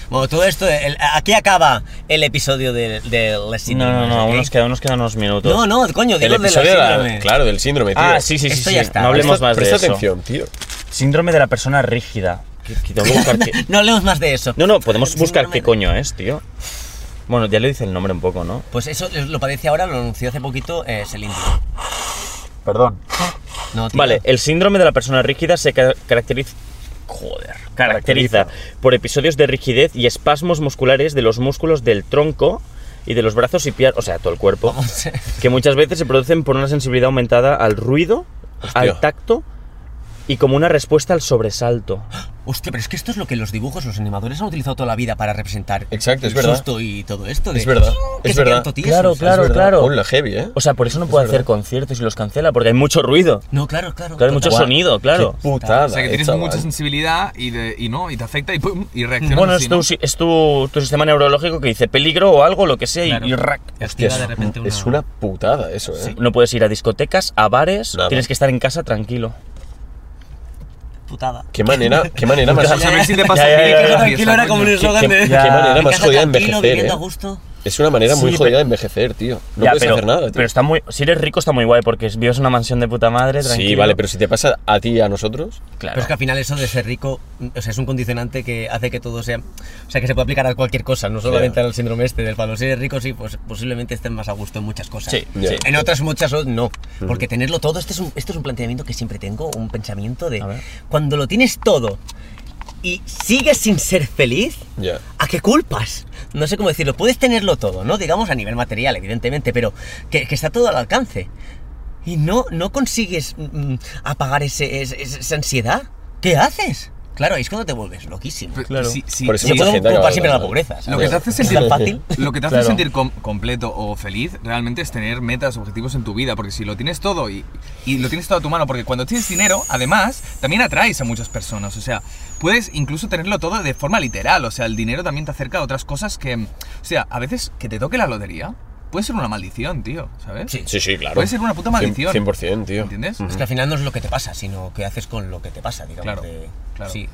Bueno, todo esto, el- aquí acaba el episodio de, de las
No, no,
síndromes,
no,
¿ok?
aún nos quedan unos quedan unos minutos.
No, no, coño,
El
digo de las
episodio de la-
síndromes.
claro, del síndrome, tío.
Ah, sí, sí, sí,
Esto
sí,
ya está.
No hablemos
Presta-
más de
presta
eso.
atención, tío.
Síndrome de la persona rígida. Que- que tengo que buscar qué-
No hablemos más de eso.
No, no, podemos
El
buscar
síndrome
qué
de-
coño es, tío. Bueno, ya le dice el nombre un poco, ¿no?
Pues eso lo padece ahora, lo anunció hace poquito eh, Celine. Dion.
Perdón.
No, tío.
Vale, el síndrome de la persona rígida se ca- caracteriza. Joder, caracteriza por episodios de rigidez y espasmos musculares de los músculos del tronco y de los brazos y piernas, o sea, todo el cuerpo, que muchas veces se producen por una sensibilidad aumentada al ruido,
Hostia.
al tacto y como una respuesta al sobresalto.
Hostia, pero es que esto es lo que los dibujos, los animadores han utilizado toda la vida para representar
Exacto, es
el
verdad.
susto y todo esto. De,
Es verdad,
Que
es
se
verdad.
quedan totiesos.
Claro, claro,
es verdad.
claro. Pues,
Hola, heavy, ¿eh?
O sea, por eso no puede hacer conciertos y los cancela, porque hay mucho ruido.
No, claro, claro.
Claro, hay mucho
total.
sonido, claro.
Qué putada,
O sea, que
eh,
tienes
chaval.
mucha sensibilidad y, de- y no, y te afecta y pum, y reaccionas
Bueno,
así,
es, tu,
¿no?
si- es tu, tu sistema neurológico que dice peligro o algo, lo que sea, y-
Claro.
y, rac.
Te
Hostia,
activa de repente una...
es una putada eso, ¿eh?
No puedes ir a discotecas, a bares,
Nada.
tienes que estar en casa tranquilo.
putada.
Qué manera, qué manranera más,
O sea, a ver si te pasa
Ya, ya,
el
ya,
clic en la fiesta,
ya.
Tranquilo era como un
coño.
eslogan
qué-
de...
qué manera más jodida de envejecer,
viviendo
¿eh?
a gusto.
Es una manera muy
Sí,
jodida de envejecer, tío. No
Ya,
puedes
pero,
hacer nada, tío.
pero está muy, si eres rico está muy guay porque vives en una mansión de puta madre, tranquilo.
sí, vale, pero si te pasa a ti y a nosotros,
Claro.
Pero es que al final eso de ser rico, o sea, es un condicionante que hace que todo sea... O sea, que se puede aplicar a cualquier cosa, no solamente al síndrome este del palo. Si eres rico, sí, pues posiblemente estén más a gusto en muchas cosas.
Sí,
Ya. sí.
En otras muchas o- no. Porque tenerlo todo, este es un, esto es un planteamiento que siempre tengo, un pensamiento de...
A ver.
Cuando lo tienes todo y sigues sin ser feliz,
ya.
¿A qué culpas? No sé cómo decirlo. Puedes tenerlo todo, ¿no? Digamos a nivel material, evidentemente, pero que, que está todo al alcance. Y no, no consigues mm, mm, apagar ese- ese- ese- esa ansiedad. ¿Qué haces? Claro, ahí es cuando te vuelves loquísimo.
Pero
Claro.
si- si-
Por eso
si-
mucha
puedo
gente acaba
culpar siempre
ganando.
la pobreza,
Lo que te hace
Es
sentir
tan fácil.
Lo que te hace
Claro.
sentir com- completo o feliz realmente es tener metas, objetivos en tu vida, porque si lo tienes todo y, y lo tienes todo a tu mano, porque cuando tienes dinero, además, también atraes a muchas personas, o sea, puedes incluso tenerlo todo de forma literal, o sea, el dinero también te acerca a otras cosas que, o sea, a veces que te toque la lotería puede ser una maldición, tío, ¿sabes?
Sí.
Sí, sí, claro.
Puede ser una puta maldición.
100%, tío.
¿Entiendes?
Es que al final no es lo que te pasa, sino qué haces con lo que te pasa, digamos.
Claro,
de-
claro.
Sí.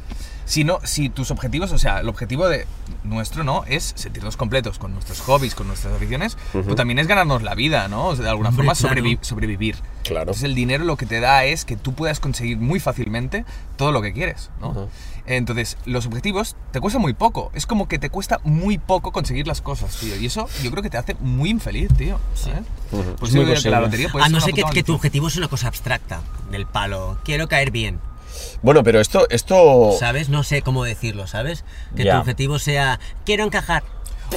Si, no, si tus objetivos, o sea, el objetivo de nuestro, ¿no? Es sentirnos completos con nuestros hobbies, con nuestras aficiones, pero también es ganarnos la vida, ¿no? O sea, de alguna
Hombre,
forma
claro.
sobrevi- sobrevivir.
Claro.
Entonces el dinero lo que te da es que tú puedas conseguir muy fácilmente todo lo que quieres, ¿no?
Ujú.
Entonces, los objetivos te cuesta muy poco. Es como que te cuesta muy poco conseguir las cosas, tío. Y eso yo creo que te hace muy infeliz, tío. ¿sabes? Por
Es
eso
muy
yo creo que la
posible.
lotería puede
a
ser
Ah, no
una
ser que,
puta
que tu
maldición.
objetivo es una cosa abstracta, del palo. Quiero caer bien.
Bueno, pero esto,
Oh.
esto.
¿Sabes? No sé cómo decirlo, ¿sabes? Que
Ya.
tu objetivo sea. Quiero encajar.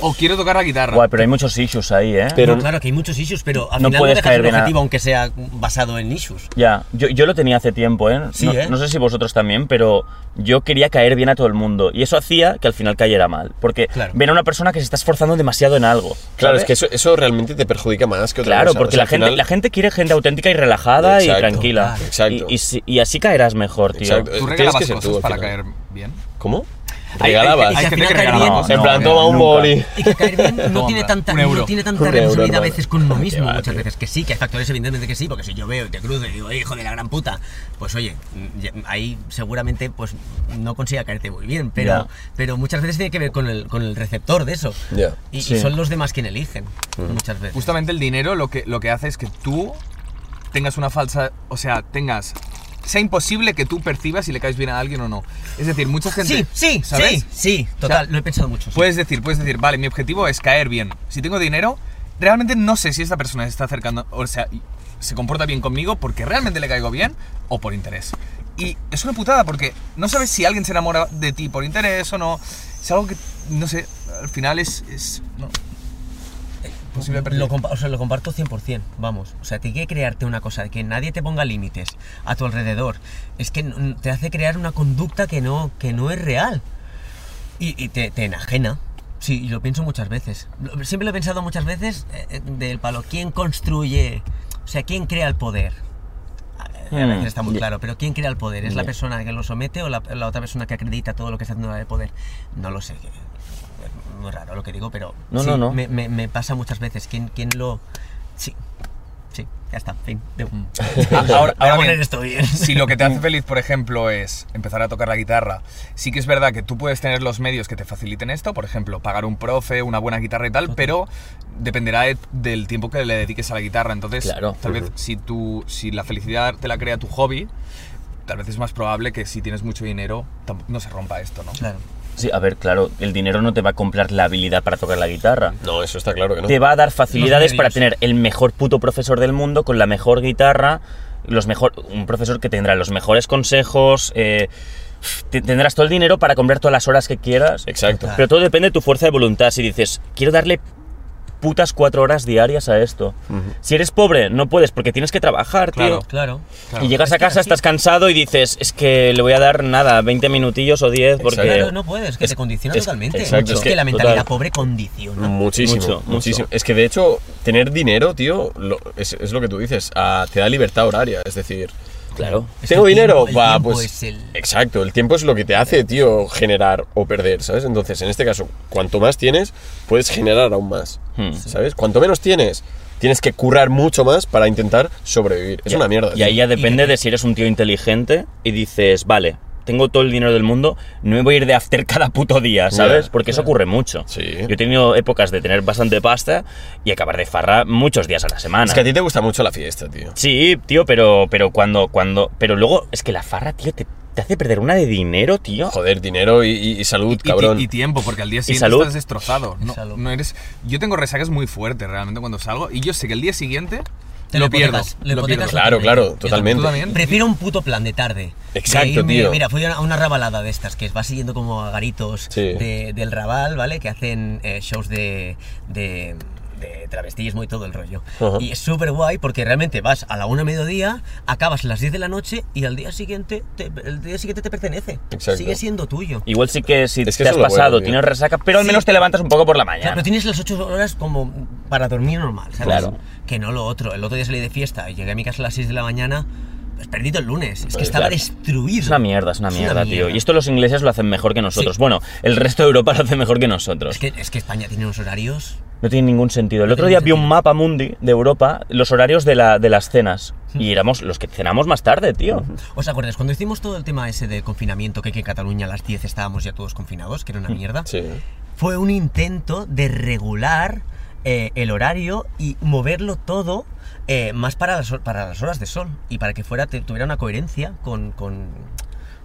O quiero tocar la guitarra.
Guay, pero hay muchos issues ahí, ¿eh?
Pero-
No, claro, que hay muchos issues, pero al
No
final
puedes
no dejas
caer
el
bien a-
objetivo, aunque sea basado en issues.
Ya, yo, yo lo tenía hace tiempo, ¿eh?
Sí,
no,
¿eh?
no sé si vosotros también, pero yo quería caer bien a todo el mundo. Y eso hacía que al final cayera mal. Porque
Claro.
ven a una persona que se está esforzando demasiado en algo.
Claro,
¿sabes?
es que eso, eso realmente te perjudica más que otra
Claro,
cosa. O
porque
sea,
la,
al
gente,
final-
la gente quiere gente auténtica y relajada
Exacto,
y tranquila.
claro. Exacto.
Y, y si- y así caerás mejor, tío.
Exacto.
¿Tú
eh, Tienes que
regalabas
ser tú,
cosas
al
para
final.
caer bien?
¿Cómo?
Hay-
Regalabas.
Hay, hay
Y que
gente
al
que
final caer
regalaba
bien,
cosas.
en plan,
no,
toma un
nunca.
boli.
Y que caer bien no tiene
Toma,
tanta,
un
no
euro.
tiene tanta
Un euro,
responsabilidad a
hermano.
veces con uno
Qué
mismo,
va,
muchas
tío.
veces que sí, que hay factores evidentemente que sí, porque si yo veo y te cruzo y digo, "Eh, hijo de la gran puta, pues oye, mm, ya- ahí seguramente pues no consiga caerte muy bien, pero,
Ya.
pero muchas veces tiene que ver con el, con el receptor de eso.
Ya.
Y, y
Sí.
son los demás quienes eligen, muchas veces.
Justamente el dinero lo que, lo que hace es que tú tengas una falsa. O sea, tengas. Sea imposible que tú percibas si le caes bien a alguien o no. Es decir, mucha gente.
sí, sí,
¿sabes?
sí, sí, total, lo he pensado mucho. sí.
Puedes decir, puedes decir, vale, mi objetivo es caer bien. Si tengo dinero, realmente no sé si esta persona se está acercando, o sea, se comporta bien conmigo porque realmente le caigo bien o por interés. Y es una putada porque no sabes si alguien se enamora de ti por interés o no. Es algo que, no sé, al final es... es no. Posible perder.
Lo, compa- o sea, lo comparto 100%, vamos. O sea, tiene que crearte una cosa, que nadie te ponga límites a tu alrededor. Es que n- te hace crear una conducta que no, que no es real. Y, y te, te enajena. Sí, y lo pienso muchas veces. Lo- Siempre lo he pensado muchas veces eh, eh, del palo. ¿Quién construye? O sea, ¿quién crea el poder? A- a
Mm,
veces está muy
ya.
claro, pero ¿quién crea el poder? ¿Es la
Ya.
persona que lo somete o la, la otra persona que acredita todo lo que está haciendo el poder? No lo sé. que- Muy raro lo que digo, pero
No,
sí,
no, no.
Me, me- me pasa muchas veces. ¿Quién, quién lo.? Sí. Sí, ya está. Fin. Deu.
Ah, Ahora,
Voy a
ahora
poner
bien,
esto bien.
si lo que te hace feliz, por ejemplo, es empezar a tocar la guitarra, sí que es verdad que tú puedes tener los medios que te faciliten esto, por ejemplo, pagar un profe, una buena guitarra y tal, pero dependerá de- del tiempo que le dediques a la guitarra. Entonces,
Claro.
tal vez si, tú, si la felicidad te la crea tu hobby, tal vez es más probable que si tienes mucho dinero tam- no se rompa esto, ¿no?
Claro.
Sí, a ver, claro, el dinero no te va a comprar la habilidad para tocar la guitarra.
No, eso está claro que no.
Te va a dar
Los
facilidades
medios.
para tener el mejor puto profesor del mundo con la mejor guitarra, los mejor, un profesor que tendrá los mejores consejos, eh, te- tendrás todo el dinero para comprar todas las horas que quieras.
Exacto.
Total.
Pero todo depende de tu fuerza de voluntad. Si dices, quiero darle putas cuatro horas diarias a esto. Si eres pobre, no puedes porque tienes que trabajar,
Claro,
tío.
claro.
Y llegas a casa, estás cansado y dices, es que le voy a dar nada, 20 minutillos o 10 porque...
Claro, no puedes, que te condiciona
es-
totalmente.
exacto,
es
es
que,
que-
la mentalidad
total.
pobre condiciona.
Muchísimo,
Mucho, mucho.
muchísimo. Es que de hecho, tener dinero, tío, lo- es, es lo que tú dices, ah, te da libertad horaria. Es decir,
Claro.
Es que
¿tengo
el
dinero?
tiempo- el
Va,
tiempo
pues.
es el-
Exacto, el tiempo es lo que te hace, tío, generar o perder, ¿sabes? Entonces, en este caso, cuanto más tienes, puedes generar aún más,
Hmm.
¿sabes? Cuanto menos tienes, tienes que currar mucho más para intentar sobrevivir. Es una mierda.
Y
tío.
ahí ya depende de si eres un tío inteligente y dices, vale, tengo todo el dinero del mundo, no me voy a ir de after cada puto día, ¿sabes?
Ya,
Porque eso ocurre mucho.
Sí.
Yo he tenido épocas de tener bastante pasta y acabar de farra muchos días a la semana.
Es que a ti te gusta mucho la fiesta, tío.
Sí, tío, pero, pero cuando, cuando. Pero luego, es que la farra, tío, te, te hace perder una de dinero, tío.
Joder, dinero y, y- y salud,
Y- y,
cabrón.
ti- y tiempo, porque al día siguiente
salud.
estás destrozado. No,
salud.
no eres. Yo tengo resacas muy fuertes realmente cuando salgo y yo sé que el día siguiente
Te
lo
lo
pierdo.
hipotecas, lo
pierdo.
hipotecas
claro, claro,
Yo
totalmente.
¿Tú también?
Prefiero un puto plan de tarde.
Exacto,
De irme-
tío.
Mira, fui a una, a una rabalada de estas que vas siguiendo como a garitos
Sí.
de- del Raval, ¿vale? Que hacen eh, shows de, de, de travestismo y todo el rollo.
Ajá.
Y es súper guay porque realmente vas a la una a mediodía, acabas a las 10 de la noche y al día siguiente te, el día siguiente te pertenece.
Exacto.
Sigue siendo tuyo.
Igual sí que si
Es que
te has
eso es lo bueno,
pasado,
tío.
tienes resaca, pero al menos
Sí.
te levantas un poco por la mañana.
Claro, pero tienes las 8 horas como para dormir normal, ¿sabes?
Claro.
Que no lo otro. El otro día salí de fiesta y llegué a mi casa a las 6 de la mañana. Pues perdido el lunes. Es que
Pues
estaba
claro.
destruido.
Es una mierda, es una
Es una
mierda, tío.
mierda.
Y esto los ingleses lo hacen mejor que nosotros.
Sí.
Bueno, el resto de Europa lo hace mejor que nosotros.
Es que, es que España tiene unos horarios.
No tiene ningún sentido. El otro
tiene
día vi
sentido.
un mapa mundi de Europa, los horarios de, la, de las cenas. Y éramos los que cenamos más tarde, tío.
¿Os acordáis? Cuando hicimos todo el tema ese del confinamiento, que aquí en Cataluña a las 10 estábamos ya todos confinados, que era una mierda,
Mm, Sí.
fue un intento de regular eh, el horario y moverlo todo eh, más para las, hor- para las horas de sol y para que fuera, te- tuviera una coherencia con, con,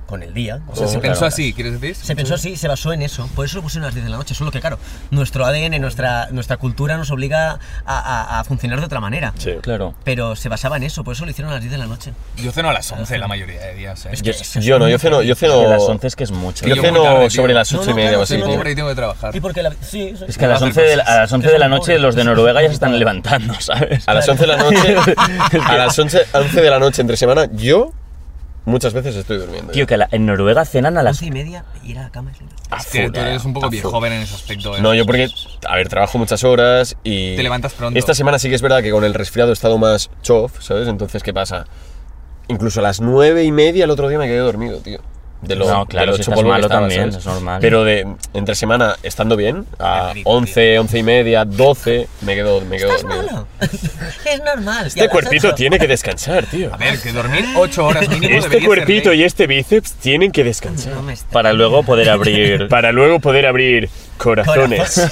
con el día.
O sea, se
Oh,
pensó
claro.
así, ¿quieres decir?
Se pensó así, se basó en eso. Por eso lo pusieron a las 10 de la noche. Solo que, claro, nuestro ADN, nuestra, nuestra cultura nos obliga a, a- a funcionar de otra manera.
Sí.
Claro.
Pero se basaba en eso, por eso lo hicieron a las 10 de la noche.
Yo ceno a las 11 la mayoría de días. ¿eh?
Yo,
Yo no, yo ceno, yo
es
ceno.
que las 11 es que es mucho.
Yo
Yo
muy
ceno
tarde,
sobre
tío.
las
No,
8
no,
y media
claro,
o así.
Soy
sí,
tío.
pobre y tengo que trabajar.
Y porque la... Sí, Ah, sí.
Es que a las 11 de la, a las 11 de la noche los de Noruega ya se están levantando, ¿sabes?
A las 11 de la noche. a las 11, 11 de la noche entre semana, yo muchas veces estoy durmiendo.
Tío, que la- en Noruega cenan a las...
11 y media, ir a la cama es lindo.
Es que tú eres un poco viejo joven en ese aspecto. ¿eh?
No, yo porque, a ver, trabajo muchas horas y...
Te levantas pronto.
Esta semana sí que es verdad que con el resfriado he estado más chof, ¿sabes? Entonces, ¿qué pasa? Incluso a las nueve y media el otro día me quedé dormido, tío. De lo,
No, claro,
de lo
si
chopo
estás
que
malo
estaba,
también,
¿sabes?
es normal.
Pero de entre semana, estando bien, a
rico, tío.
11, 11 y media, 12, me quedo, me quedo
¡Estás
eh,
malo!
dormido.
es normal.
Este cuerpito tiene que descansar, tío.
A ver, que dormir 8 horas mínimo
Este cuerpito y este bíceps tienen que descansar.
No me está-
Para luego poder abrir...
Para luego poder abrir corazones.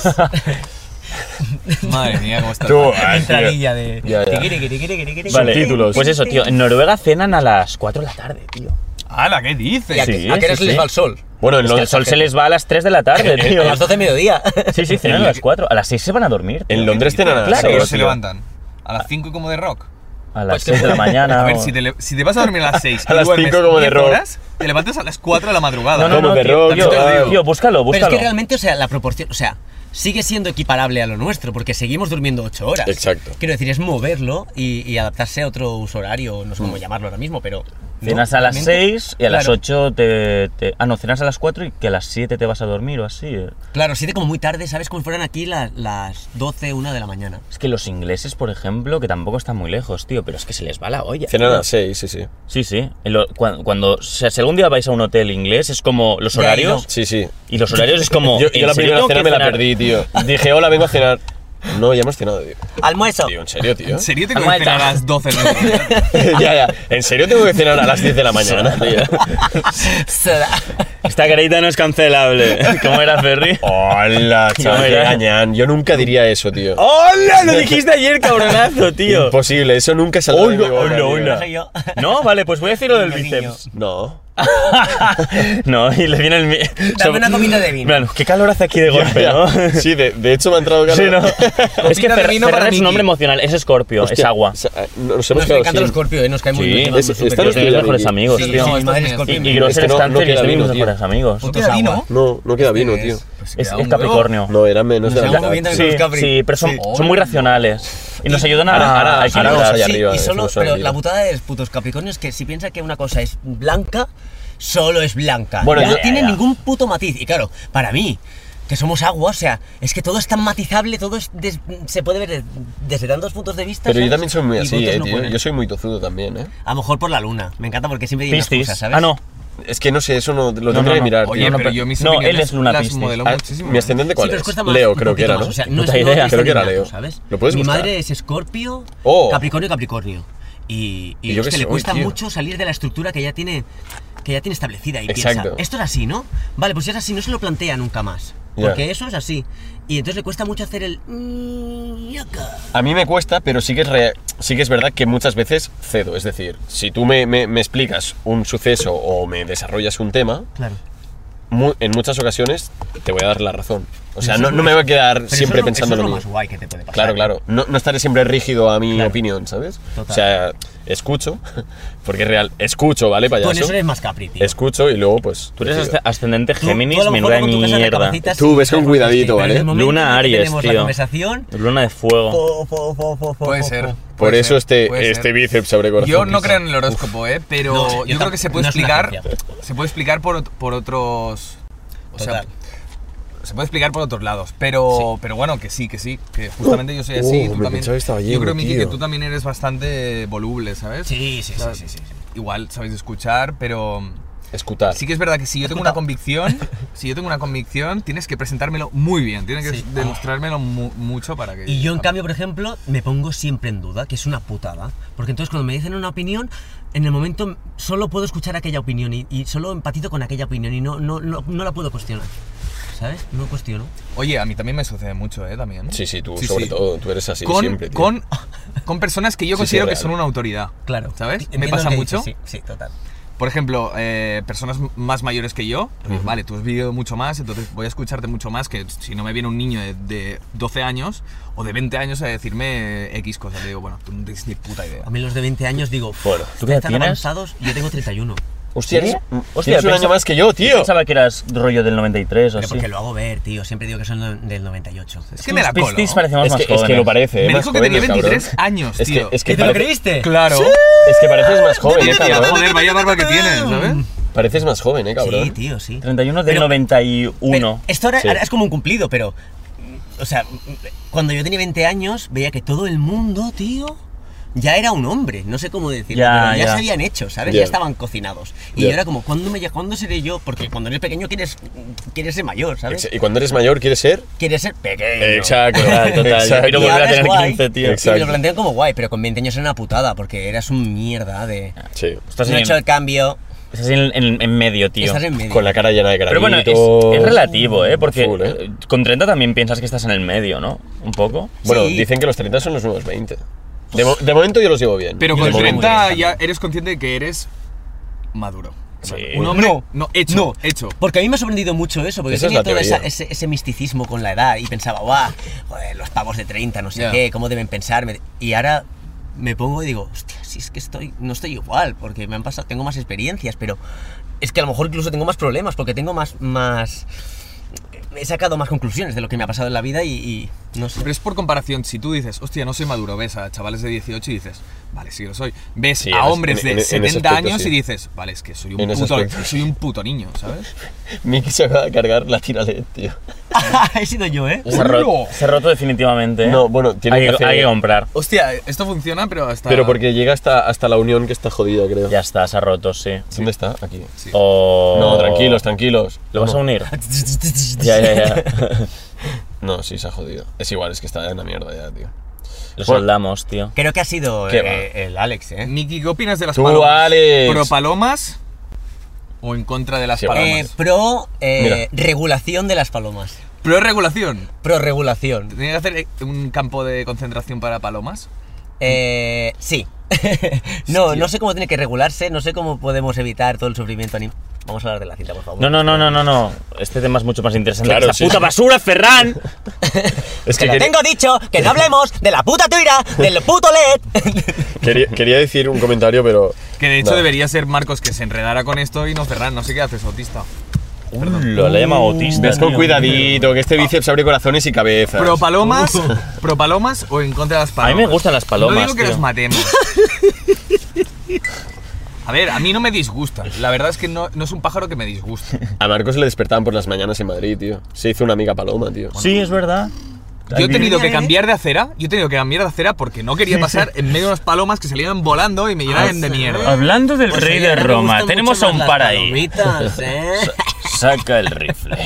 Madre mía, cómo estás.
Tú, ah, tío.
Entradilla de...
Ya, ya.
tiquiri, tiquiri, tiquiri, tiquiri.
Vale,
Subtítulos.
pues eso, tío. En Noruega cenan a las 4 de la tarde, tío.
ah,
¡Hala, qué dices!
Sí,
¿A qué hora se les va el sol?
Bueno, en
Es que el
Londres,
sol se les va a las 3 de la tarde, tío.
A las 12 de mediodía.
Sí, sí, cenan a las 4. A las 6 se van a dormir. tío.
en Londres tienen a las
Claro,
Claro,
seis,
se
tío.
levantan. A las 5 como de rock.
A las 6 de la mañana.
A ver,
o-
si te, le- si te vas a dormir a las 6
A las cinco como de rock.
horas, te levantas a las 4 de la madrugada.
No, no,
Como
no,
de
tío,
rock,
tío,
yo te lo
tío,
digo.
búscalo,
Pero es
búscalo.
que realmente, o sea, la proporción... O sea, sigue siendo equiparable a lo nuestro, porque seguimos durmiendo 8 horas.
Exacto.
Quiero decir, es moverlo y, y adaptarse a otro uso horario, no sé cómo llamarlo ahora mismo, pero... ¿no?
Cenas a las
Realmente,
6 y a las
claro.
8 te, te- Ah, no, cenas a las 4 y que a las 7 te vas a dormir o así. eh.
Claro, siete como muy tarde, ¿sabes? Como si fueran aquí la- las 12, 1 de la mañana.
Es que los ingleses, por ejemplo, que tampoco están muy lejos, tío, pero es que se les va la olla.
Cenan a las 6, sí, sí.
Sí, sí. En lo- cuan- cuando, o sea, si algún día vais a un hotel inglés, es como los
Ya,
horarios.
Sí, sí.
Y los horarios es como.
Yo,
¿en
yo la
serio
primera
tengo
cena
que
me la
cenar?
perdí, tío. Dije, hola, vengo a cenar. No, ya hemos cenado, tío.
¡Almuerzo!
Tío, en serio, tío.
¿En serio te que
Aguanta.
cenar a las 12 de la noche?
ya, ya. En serio tengo que cenar a las 10 de la mañana, tío.
Esta carita no es cancelable. ¿Cómo era Ferry?
Hola, chaval.
Yo
qué
era-
gañán. Yo nunca diría eso, tío.
¡Hola! Lo dijiste ayer, cabronazo, Oh, tío.
Imposible, eso nunca saldrá de mi boca,
hola,
tío.
hola.
Soy yo.
No, vale, pues voy a decir lo del
Niño,
bíceps.
No.
No, y le viene el. mi- sobre-
una copita de vino.
En plan, qué calor hace aquí de golpe,
Ya,
Ah, ¿no?
ya. Sí, de, de hecho me ha entrado calor.
Sí, ¿no? es que
de
Fer-
vino
Ferran
para
es
Miki.
un hombre emocional, es escorpio, es
Hostia,
agua.
o sea, Nos hemos
Nos
quedado
encantan
sin...
los Scorpio, eh, nos caemos
Sí,
muy bien.
es-
vamos
está
súper
Los
los
de
bien.
mis
tíos
mejores
de Miki.
amigos,
Sí,
tío.
no, mi madre es
Y,
Scorpio.
y Grosser
Es que
es
no- no
cáncer y
queda
es de mis
vino,
mejores
tío.
mejores amigos.
¿No queda vino?
No, no queda vino,
Es-
tío.
pues se queda
Es, es
un huevo.
Capricornio.
No, era menos de
Nos
la
estamos
mitad.
moviendo en
Sí,
los Capri.
sí, pero son,
Sí.
son muy racionales. Y nos ayudan a, a-
Ahora-
a
ahora
equilibrar.
vamos allá
Sí,
arriba,
y solo,
estamos
pero
arriba.
la putada de los putos Capricornios es que si piensa que una cosa es blanca, solo es blanca.
Bueno,
no
yo-
tiene
ya, ya.
ningún puto matiz. Y claro, para mí, que somos agua, o sea, es que todo es tan matizable, todo es des- se puede ver des- desde tantos puntos de vista.
Pero yo
¿sabes?
también soy muy
Y
así,
votos
eh,
no
tío.
ponen.
Yo soy muy tozudo también, eh.
A lo mejor por la luna. Me encanta porque siempre digo
Piscis.
cosas, ¿sabes?
Ah, no.
Es que no sé, eso no lo
No, no,
tendré que
no.
mirar,
Oye,
tío.
no,
pero
pero-
yo mis
no, él
opiniones
es Luna
las
Piscis.
modelo
Ah,
muchísimo.
¿Mi ascendente
Sí,
cuál
pero
es?
os cuesta más,
Leo,
un
creo que
poquito más,
era, ¿no?
O sea, no es-
Puta
no es
idea.
Creo que era
tan
Leo.
innato, ¿sabes?
Lo puedes
Mi
buscar.
madre es Escorpio,
Oh.
Capricornio, Capricornio. Y, y
¿Y yo
es
qué
que le
soy,
cuesta
tío?
mucho salir de la estructura que ya tiene, que ya tiene establecida. Y
Exacto.
piensa, esto es así, ¿no? Vale, pues si es así, no se lo plantea nunca más.
Ya.
Porque eso es así. Y entonces le cuesta mucho hacer el... "Mm, yaca".
A mí me cuesta, pero sí que, es re- sí que es verdad que muchas veces cedo. Es decir, si tú me, me- me explicas un suceso o me desarrollas un tema,
Claro.
mu- en muchas ocasiones te voy a dar la razón. O sea,
eso
no,
es
no
lo-
me voy a quedar
Pero
siempre
eso es lo-
pensando
eso
lo
es lo
mismo.
más guay que te puede pasar.
Claro, claro. No, no estaré siempre rígido a mi
Claro.
opinión, ¿sabes?
Total.
O sea, escucho, porque es real, escucho, ¿vale,
Tú en
payaso?
eso eres más capri, tío.
Escucho y luego, pues...
Tú eres este-
decido.
asc- ascendente
Tú- tú a lo
Géminis,
mejor
menuda
luego en tu casa
mierda.
recapacitas
Tú
y
ves con
dices,
cuidadito,
"Hostia, pero
¿vale?
en el momento en el
Luna
que
Aries,
tenemos la
tío.
conversación...
Luna de fuego.
po, po, po, po, po,
Puede
po,
ser.
po.
Por
puede
eso
ser,
este,
puede
este
ser.
bíceps sobre corazón.
Yo no creo en el horóscopo, ¿eh? Pero
No, yo
yo, creo que
tampoco,
se puede
no es una
explicar.
ciencia.
Se puede explicar por, ot- por otros. O sea,
Total.
se puede explicar por otros lados. Pero, pero bueno, que sí, que sí. Que justamente yo soy así.
Oh,
tú
me
también-
pensaba que estaba
yo
lleno,
creo, Miki, que
tío.
tú también eres bastante voluble, ¿sabes?
Sí, sí,
O sea,
sí, sí, sí, sí.
Igual sabes escuchar, pero.
Escutar.
Sí que es verdad que si yo tengo una convicción, si yo tengo una convicción, tienes que presentármelo muy bien, tienes que
Sí.
demostrármelo mu- mucho para que...
Y yo, en cambio, por ejemplo, me pongo siempre en duda, que es una putada. Porque entonces, cuando me dicen una opinión, en el momento solo puedo escuchar aquella opinión y, y solo empatizo con aquella opinión y no, no, no, no la puedo cuestionar. ¿Sabes? No cuestiono.
Oye, a mí también me sucede mucho, ¿eh? También.
Sí, sí, tú
Sí,
sobre
sí.
todo, tú eres así
con,
siempre, tío.
Con, con personas que yo
Sí, sí,
considero que
real.
son una autoridad.
Claro.
¿Sabes? Me
Entiendo
pasa
lo que
mucho.
dices, sí, sí, total.
Por ejemplo, eh, personas m- más mayores que yo, pues, vale, tú has vivido mucho más, entonces voy a escucharte mucho más que si no me viene un niño de, de 12 años o de 20 años a decirme eh, X cosas. Le digo, bueno, tú no tienes ni puta idea.
A mí los de 20 años digo,
Bueno, ¿tú qué
"Están
edad
tan
tienes?
avanzados, yo tengo 31.
Hostia, eres,
¿Sí?
Hostia, tienes un
pensaba-
año más que yo, tío.
Pensaba que eras rollo del 93 o
Pero
así.
porque lo hago ver, tío. Siempre digo que son del- del 98.
Es que me la colo.
Pistis parecemos
Es
más
que, es que
jóvenes.
lo parece, eh,
Me
más
dijo que tenía
joven, cabrón.
23 años,
Es que,
tío.
es que
¿Y te lo
parece-
creíste?
Claro.
Es que pareces más joven, eh,
Tía,
cabrón.
joder, vaya barba que
Ah.
tienes, ¿sabes?
Pareces más joven, eh, cabrón.
Sí, tío, sí.
31 del
Pero-
91.
Pero esto ahora,
Sí.
ahora es como un cumplido, pero. O sea, cuando yo tenía 20 años, veía que todo el mundo, tío, ya era un hombre. No sé cómo decirlo,
Ya,
pero ya,
ya.
se habían hecho, ¿sabes?
Ya.
Ya estaban cocinados. Y
Ya.
yo era como, ¿cuándo, me, lle- ¿cuándo seré yo? Porque cuando eres pequeño quieres, quieres ser mayor, ¿sabes?
Ex- Y cuando eres mayor, ¿quieres ser?
Quieres ser pequeño.
Exacto,
Total, total. Yo
exacto.
quiero
Y
volver a
ahora es
tener
guay.
15, tío.
Exacto.
Y me lo plantean como guay, pero con 20 años era una putada, porque eras un mierda de.
Sí.
Estás,
no he
en,
hecho el cambio,
estás en, en- en medio, tío.
estás en medio.
Con la cara llena de
Pero bueno, es,
granitos.
es relativo, ¿eh? Porque
Full, ¿eh?
eh, con 30 también piensas que estás en el medio, ¿no? Un poco.
Bueno,
Sí.
dicen que los 30 son los nuevos 20. De, mo- de momento yo los llevo bien.
Pero
De
con
momento.
30 ya eres consciente de que eres maduro.
Sí.
Un hombre.
No.
no hecho.
No.
hecho.
Porque a mí me ha sorprendido mucho eso, porque
Esa
yo tenía
es la
todo
teoría.
esa- ese, ese misticismo con la edad y pensaba, guau, joder, los pavos de 30, no sé
Ya.
qué, cómo deben pensarme. Y ahora me pongo y digo, hostia, si es que estoy, no estoy igual, porque me han pasado, tengo más experiencias, pero es que a lo mejor incluso tengo más problemas, porque tengo más, más, he sacado más conclusiones de lo que me ha pasado en la vida y, y no sé.
Pero es por comparación, si tú dices, hostia, no soy maduro, ves a chavales de 18 y dices, vale, sí que lo soy. Ves
Sí, en
a
es-
hombres
en- en-
de
en ese
70
aspecto,
años
sí.
y dices, vale, es que soy un,
En ese
puto,
aspecto.
soy un puto niño, ¿sabes?
Miki se acaba de cargar la tiralet, tío.
Ah.
he sido yo, ¿eh?
Se ha, ro-
¡Hola!
se ha roto definitivamente. ¿eh?
No, bueno, tiene
hay,
que hacer-
hay que comprar.
Hostia, esto funciona, pero hasta.
Pero porque llega hasta, hasta la unión que está jodida, creo.
Ya está, se ha roto, sí.
¿Dónde está? Aquí.
Sí.
O...
No, tranquilos, tranquilos.
¿Lo vas a unir?
ya,
ya, ya, ya.
No, sí, se ha jodido. Es igual, es que está en la mierda ya, tío.
Lo
Bueno.
soldamos, tío.
Creo que ha sido
Qué
eh, el Alex, ¿eh?
Miki, ¿qué opinas de las
Tú,
palomas?
Alex.
¿Pro palomas o en contra de las
Sí,
palomas?
Eh, pro eh,
Mira.
regulación de las palomas.
Pro regulación.
Pro regulación.
¿Tenía que hacer eh, un campo de concentración para palomas?
Eh, sí. no, no sé cómo tiene que regularse, no sé cómo podemos evitar todo el sufrimiento animal. Vamos a hablar de la cita, por favor.
No, no, no, no, no, no. Este tema es mucho más interesante.
Claro,
que esa
sí,
puta
sí.
basura, Ferran.
Es
Que
que
lo
quería,
tengo dicho, que no hablemos de la puta tuira, del puto LED.
quería- quería decir un comentario, pero.
Que de hecho
no.
debería ser Marcos que se enredara con esto y no Ferran, no sé qué haces, autista.
Lo le llama autista.
Ves con
tío.
cuidadito, que este bíceps abre corazones y cabezas.
¿Pro palomas, pro palomas o en contra de las
A
palomas?
mí me gustan las
No
palomas,
digo que
tío.
los matemos. A ver, a mí no me disgusta. La verdad es que no, no es un pájaro que me disguste.
A Marcos le despertaban por las mañanas en Madrid, tío. Se hizo una amiga paloma, tío.
Sí, es verdad.
Yo he tenido que cambiar de acera. Yo he tenido que cambiar de acera porque no quería pasar en medio de unas palomas que salían volando y me
Ah,
llenaban de mierda.
Hablando del
Pues,
rey
oye,
de
ahora me
Roma,
gustan
tenemos
mucho
a
más
un
las
par ahí.
palomitas, ¿eh?
Saca el rifle.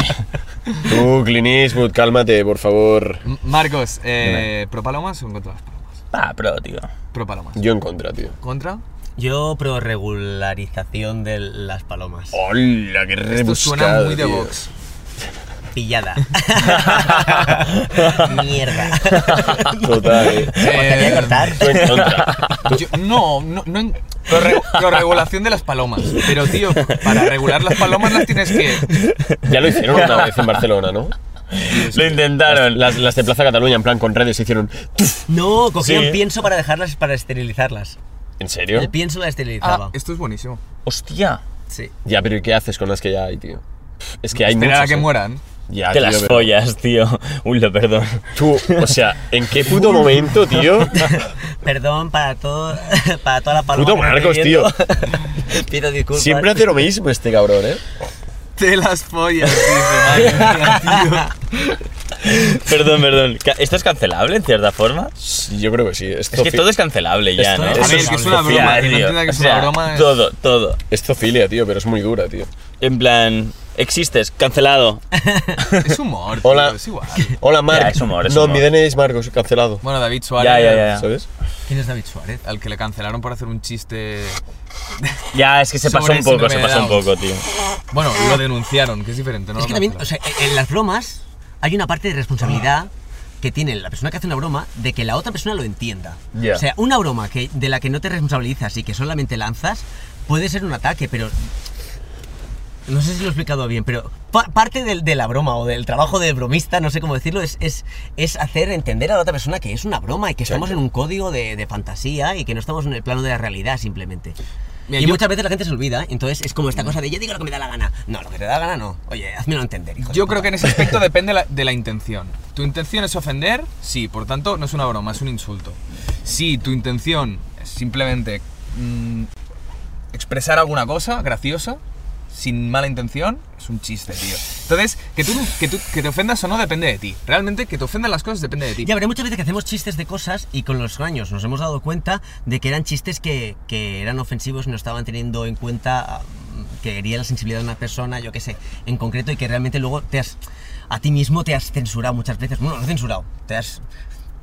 Tú, Clint Eastwood, cálmate, por favor.
M- Marcos, eh, ¿pro palomas o en contra de las palomas?
Ah, pero, tío.
Pro palomas.
Yo en contra, tío.
¿Contra?
Yo pro regularización de las palomas.
Oh.
Hola, qué rebuscado.
Esto suena muy de
tío.
box.
Pillada. Mierda.
Total. eh.
Eh,
Quería cortar.
Tú
pues,
en contra.
Pues yo- no, no, no. en- pro re- pro regulación de las palomas. Pero, tío, para regular las palomas las tienes que.
Ya lo hicieron una vez en Barcelona, ¿no?
Lo intentaron.
Las, las de Plaza Cataluña, en plan con redes, hicieron. ¡tuf!
No, cogían
Sí.
pienso para dejarlas para esterilizarlas.
¿En
El
serio?
pienso la
Ah,
esterilizaba.
esto es buenísimo.
Hostia.
Sí.
Ya, pero ¿y qué haces con las que ya hay, tío? Pff, Es que hay
Esperar a
muchas.
que
eh.
mueran.
Ya,
Ah,
Te
tío,
las
pero-
follas, tío. Uy, lo perdón.
Tú, o sea, ¿en qué puto momento, tío?
Perdón para todo para toda la paloma.
Puto
que me esté
Marcos, tío.
viendo. Pido disculpas.
Siempre hace lo mismo este cabrón, ¿eh?
Te las follas, dice madre mía,
Perdón, perdón. Ca- ¿Esto es cancelable en cierta forma?
Yo creo que sí. Esto
Es que
fi-
todo es cancelable ya,
Esto
¿no?
es-
tío. A ver, que es una broma.
Fiar,
Que no
tío.
entienda que es
O sea,
una broma. es-
Todo, todo.
Es zoofilia, tío, pero es muy dura, tío.
En plan, existes, cancelado.
Es humor, tío,
Hola.
es igual.
Hola, Marc.
Ya, es humor, es
no,
humor.
mi DNI es Marcos, cancelado.
Bueno, David Suárez,
Ya, ya, ya. ya.
¿Sabes?
¿Quién es David Suárez?
al que le cancelaron por hacer un chiste.
Ya, es que se
Sobre
pasó un poco,
síndrome
se
de
pasó un
Down.
poco, tío.
Bueno, lo denunciaron, que es diferente, ¿no?
Es
lo
que también, o
cancelaron.
sea, e, en en las bromas hay una parte de responsabilidad que tiene la persona que hace una broma de que la otra persona lo entienda.
Ya.
O sea, una broma que, de la que no te responsabilizas y que solamente lanzas puede ser un ataque, pero... No sé si lo he explicado bien, pero pa- parte del- de, la broma o del trabajo del bromista, no sé cómo decirlo, es, es, es hacer entender a la otra persona que es una broma y que estamos en un código de, de fantasía y que no estamos en el plano de la realidad simplemente.
Mira,
y
yo- Mm.
muchas veces la gente se olvida, entonces es como esta cosa de yo digo lo que me da la gana. No, lo que te da la gana no. Oye, házmelo entender, hijo de
Yo
puta.
creo que en ese aspecto depende la- de la intención. ¿Tu intención es ofender? Sí, por tanto, no es una broma, es un insulto. Si tu intención es simplemente mm, expresar alguna cosa graciosa, sin mala intención, es un chiste, tío. Entonces, que tú, que tú- que te ofendas o no depende de ti. Realmente, que te ofendan las cosas depende de ti.
Ya veré muchas veces que hacemos chistes de cosas y con los años nos hemos dado cuenta de que eran chistes que, que eran ofensivos y no estaban teniendo en cuenta ah, que hería la sensibilidad de una persona, yo qué sé, en concreto, y que realmente luego te has, a ti mismo te has censurado muchas veces. Bueno, no censurado, te has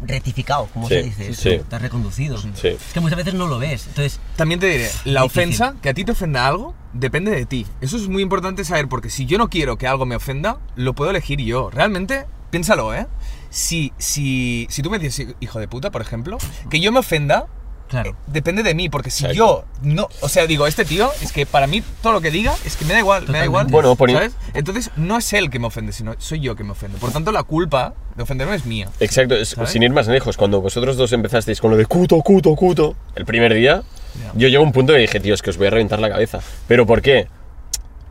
rectificado, como
Sí,
se dice,
sí,
eso,
sí.
te has reconducido.
Sí.
Es que muchas veces no lo ves, entonces...
También te diré, la
Difícil.
ofensa, que a ti te ofenda algo, depende de ti. Eso es muy importante saber, porque si yo no quiero que algo me ofenda, lo puedo elegir yo. Realmente, piénsalo, ¿eh? Si, si, si tú me dices, hijo de puta, por ejemplo, que yo me ofenda,
Claro.
eh, depende de mí, porque si
Exacto.
yo no. O sea, digo, este tío, es que para mí todo lo que diga, es que me da igual, me da igual.
Totalmente.
Bueno, por-
¿sabes? Entonces, no es él que me ofende, sino soy yo que me ofendo. Por tanto, la culpa de ofenderme es mía.
Exacto, es-
¿Sabes?
sin ir más lejos, cuando vosotros dos empezasteis con lo de cuto, cuto, cuto, el primer día, yo llego a un punto que dije, tío, es que os voy a reventar la cabeza. ¿Pero por qué?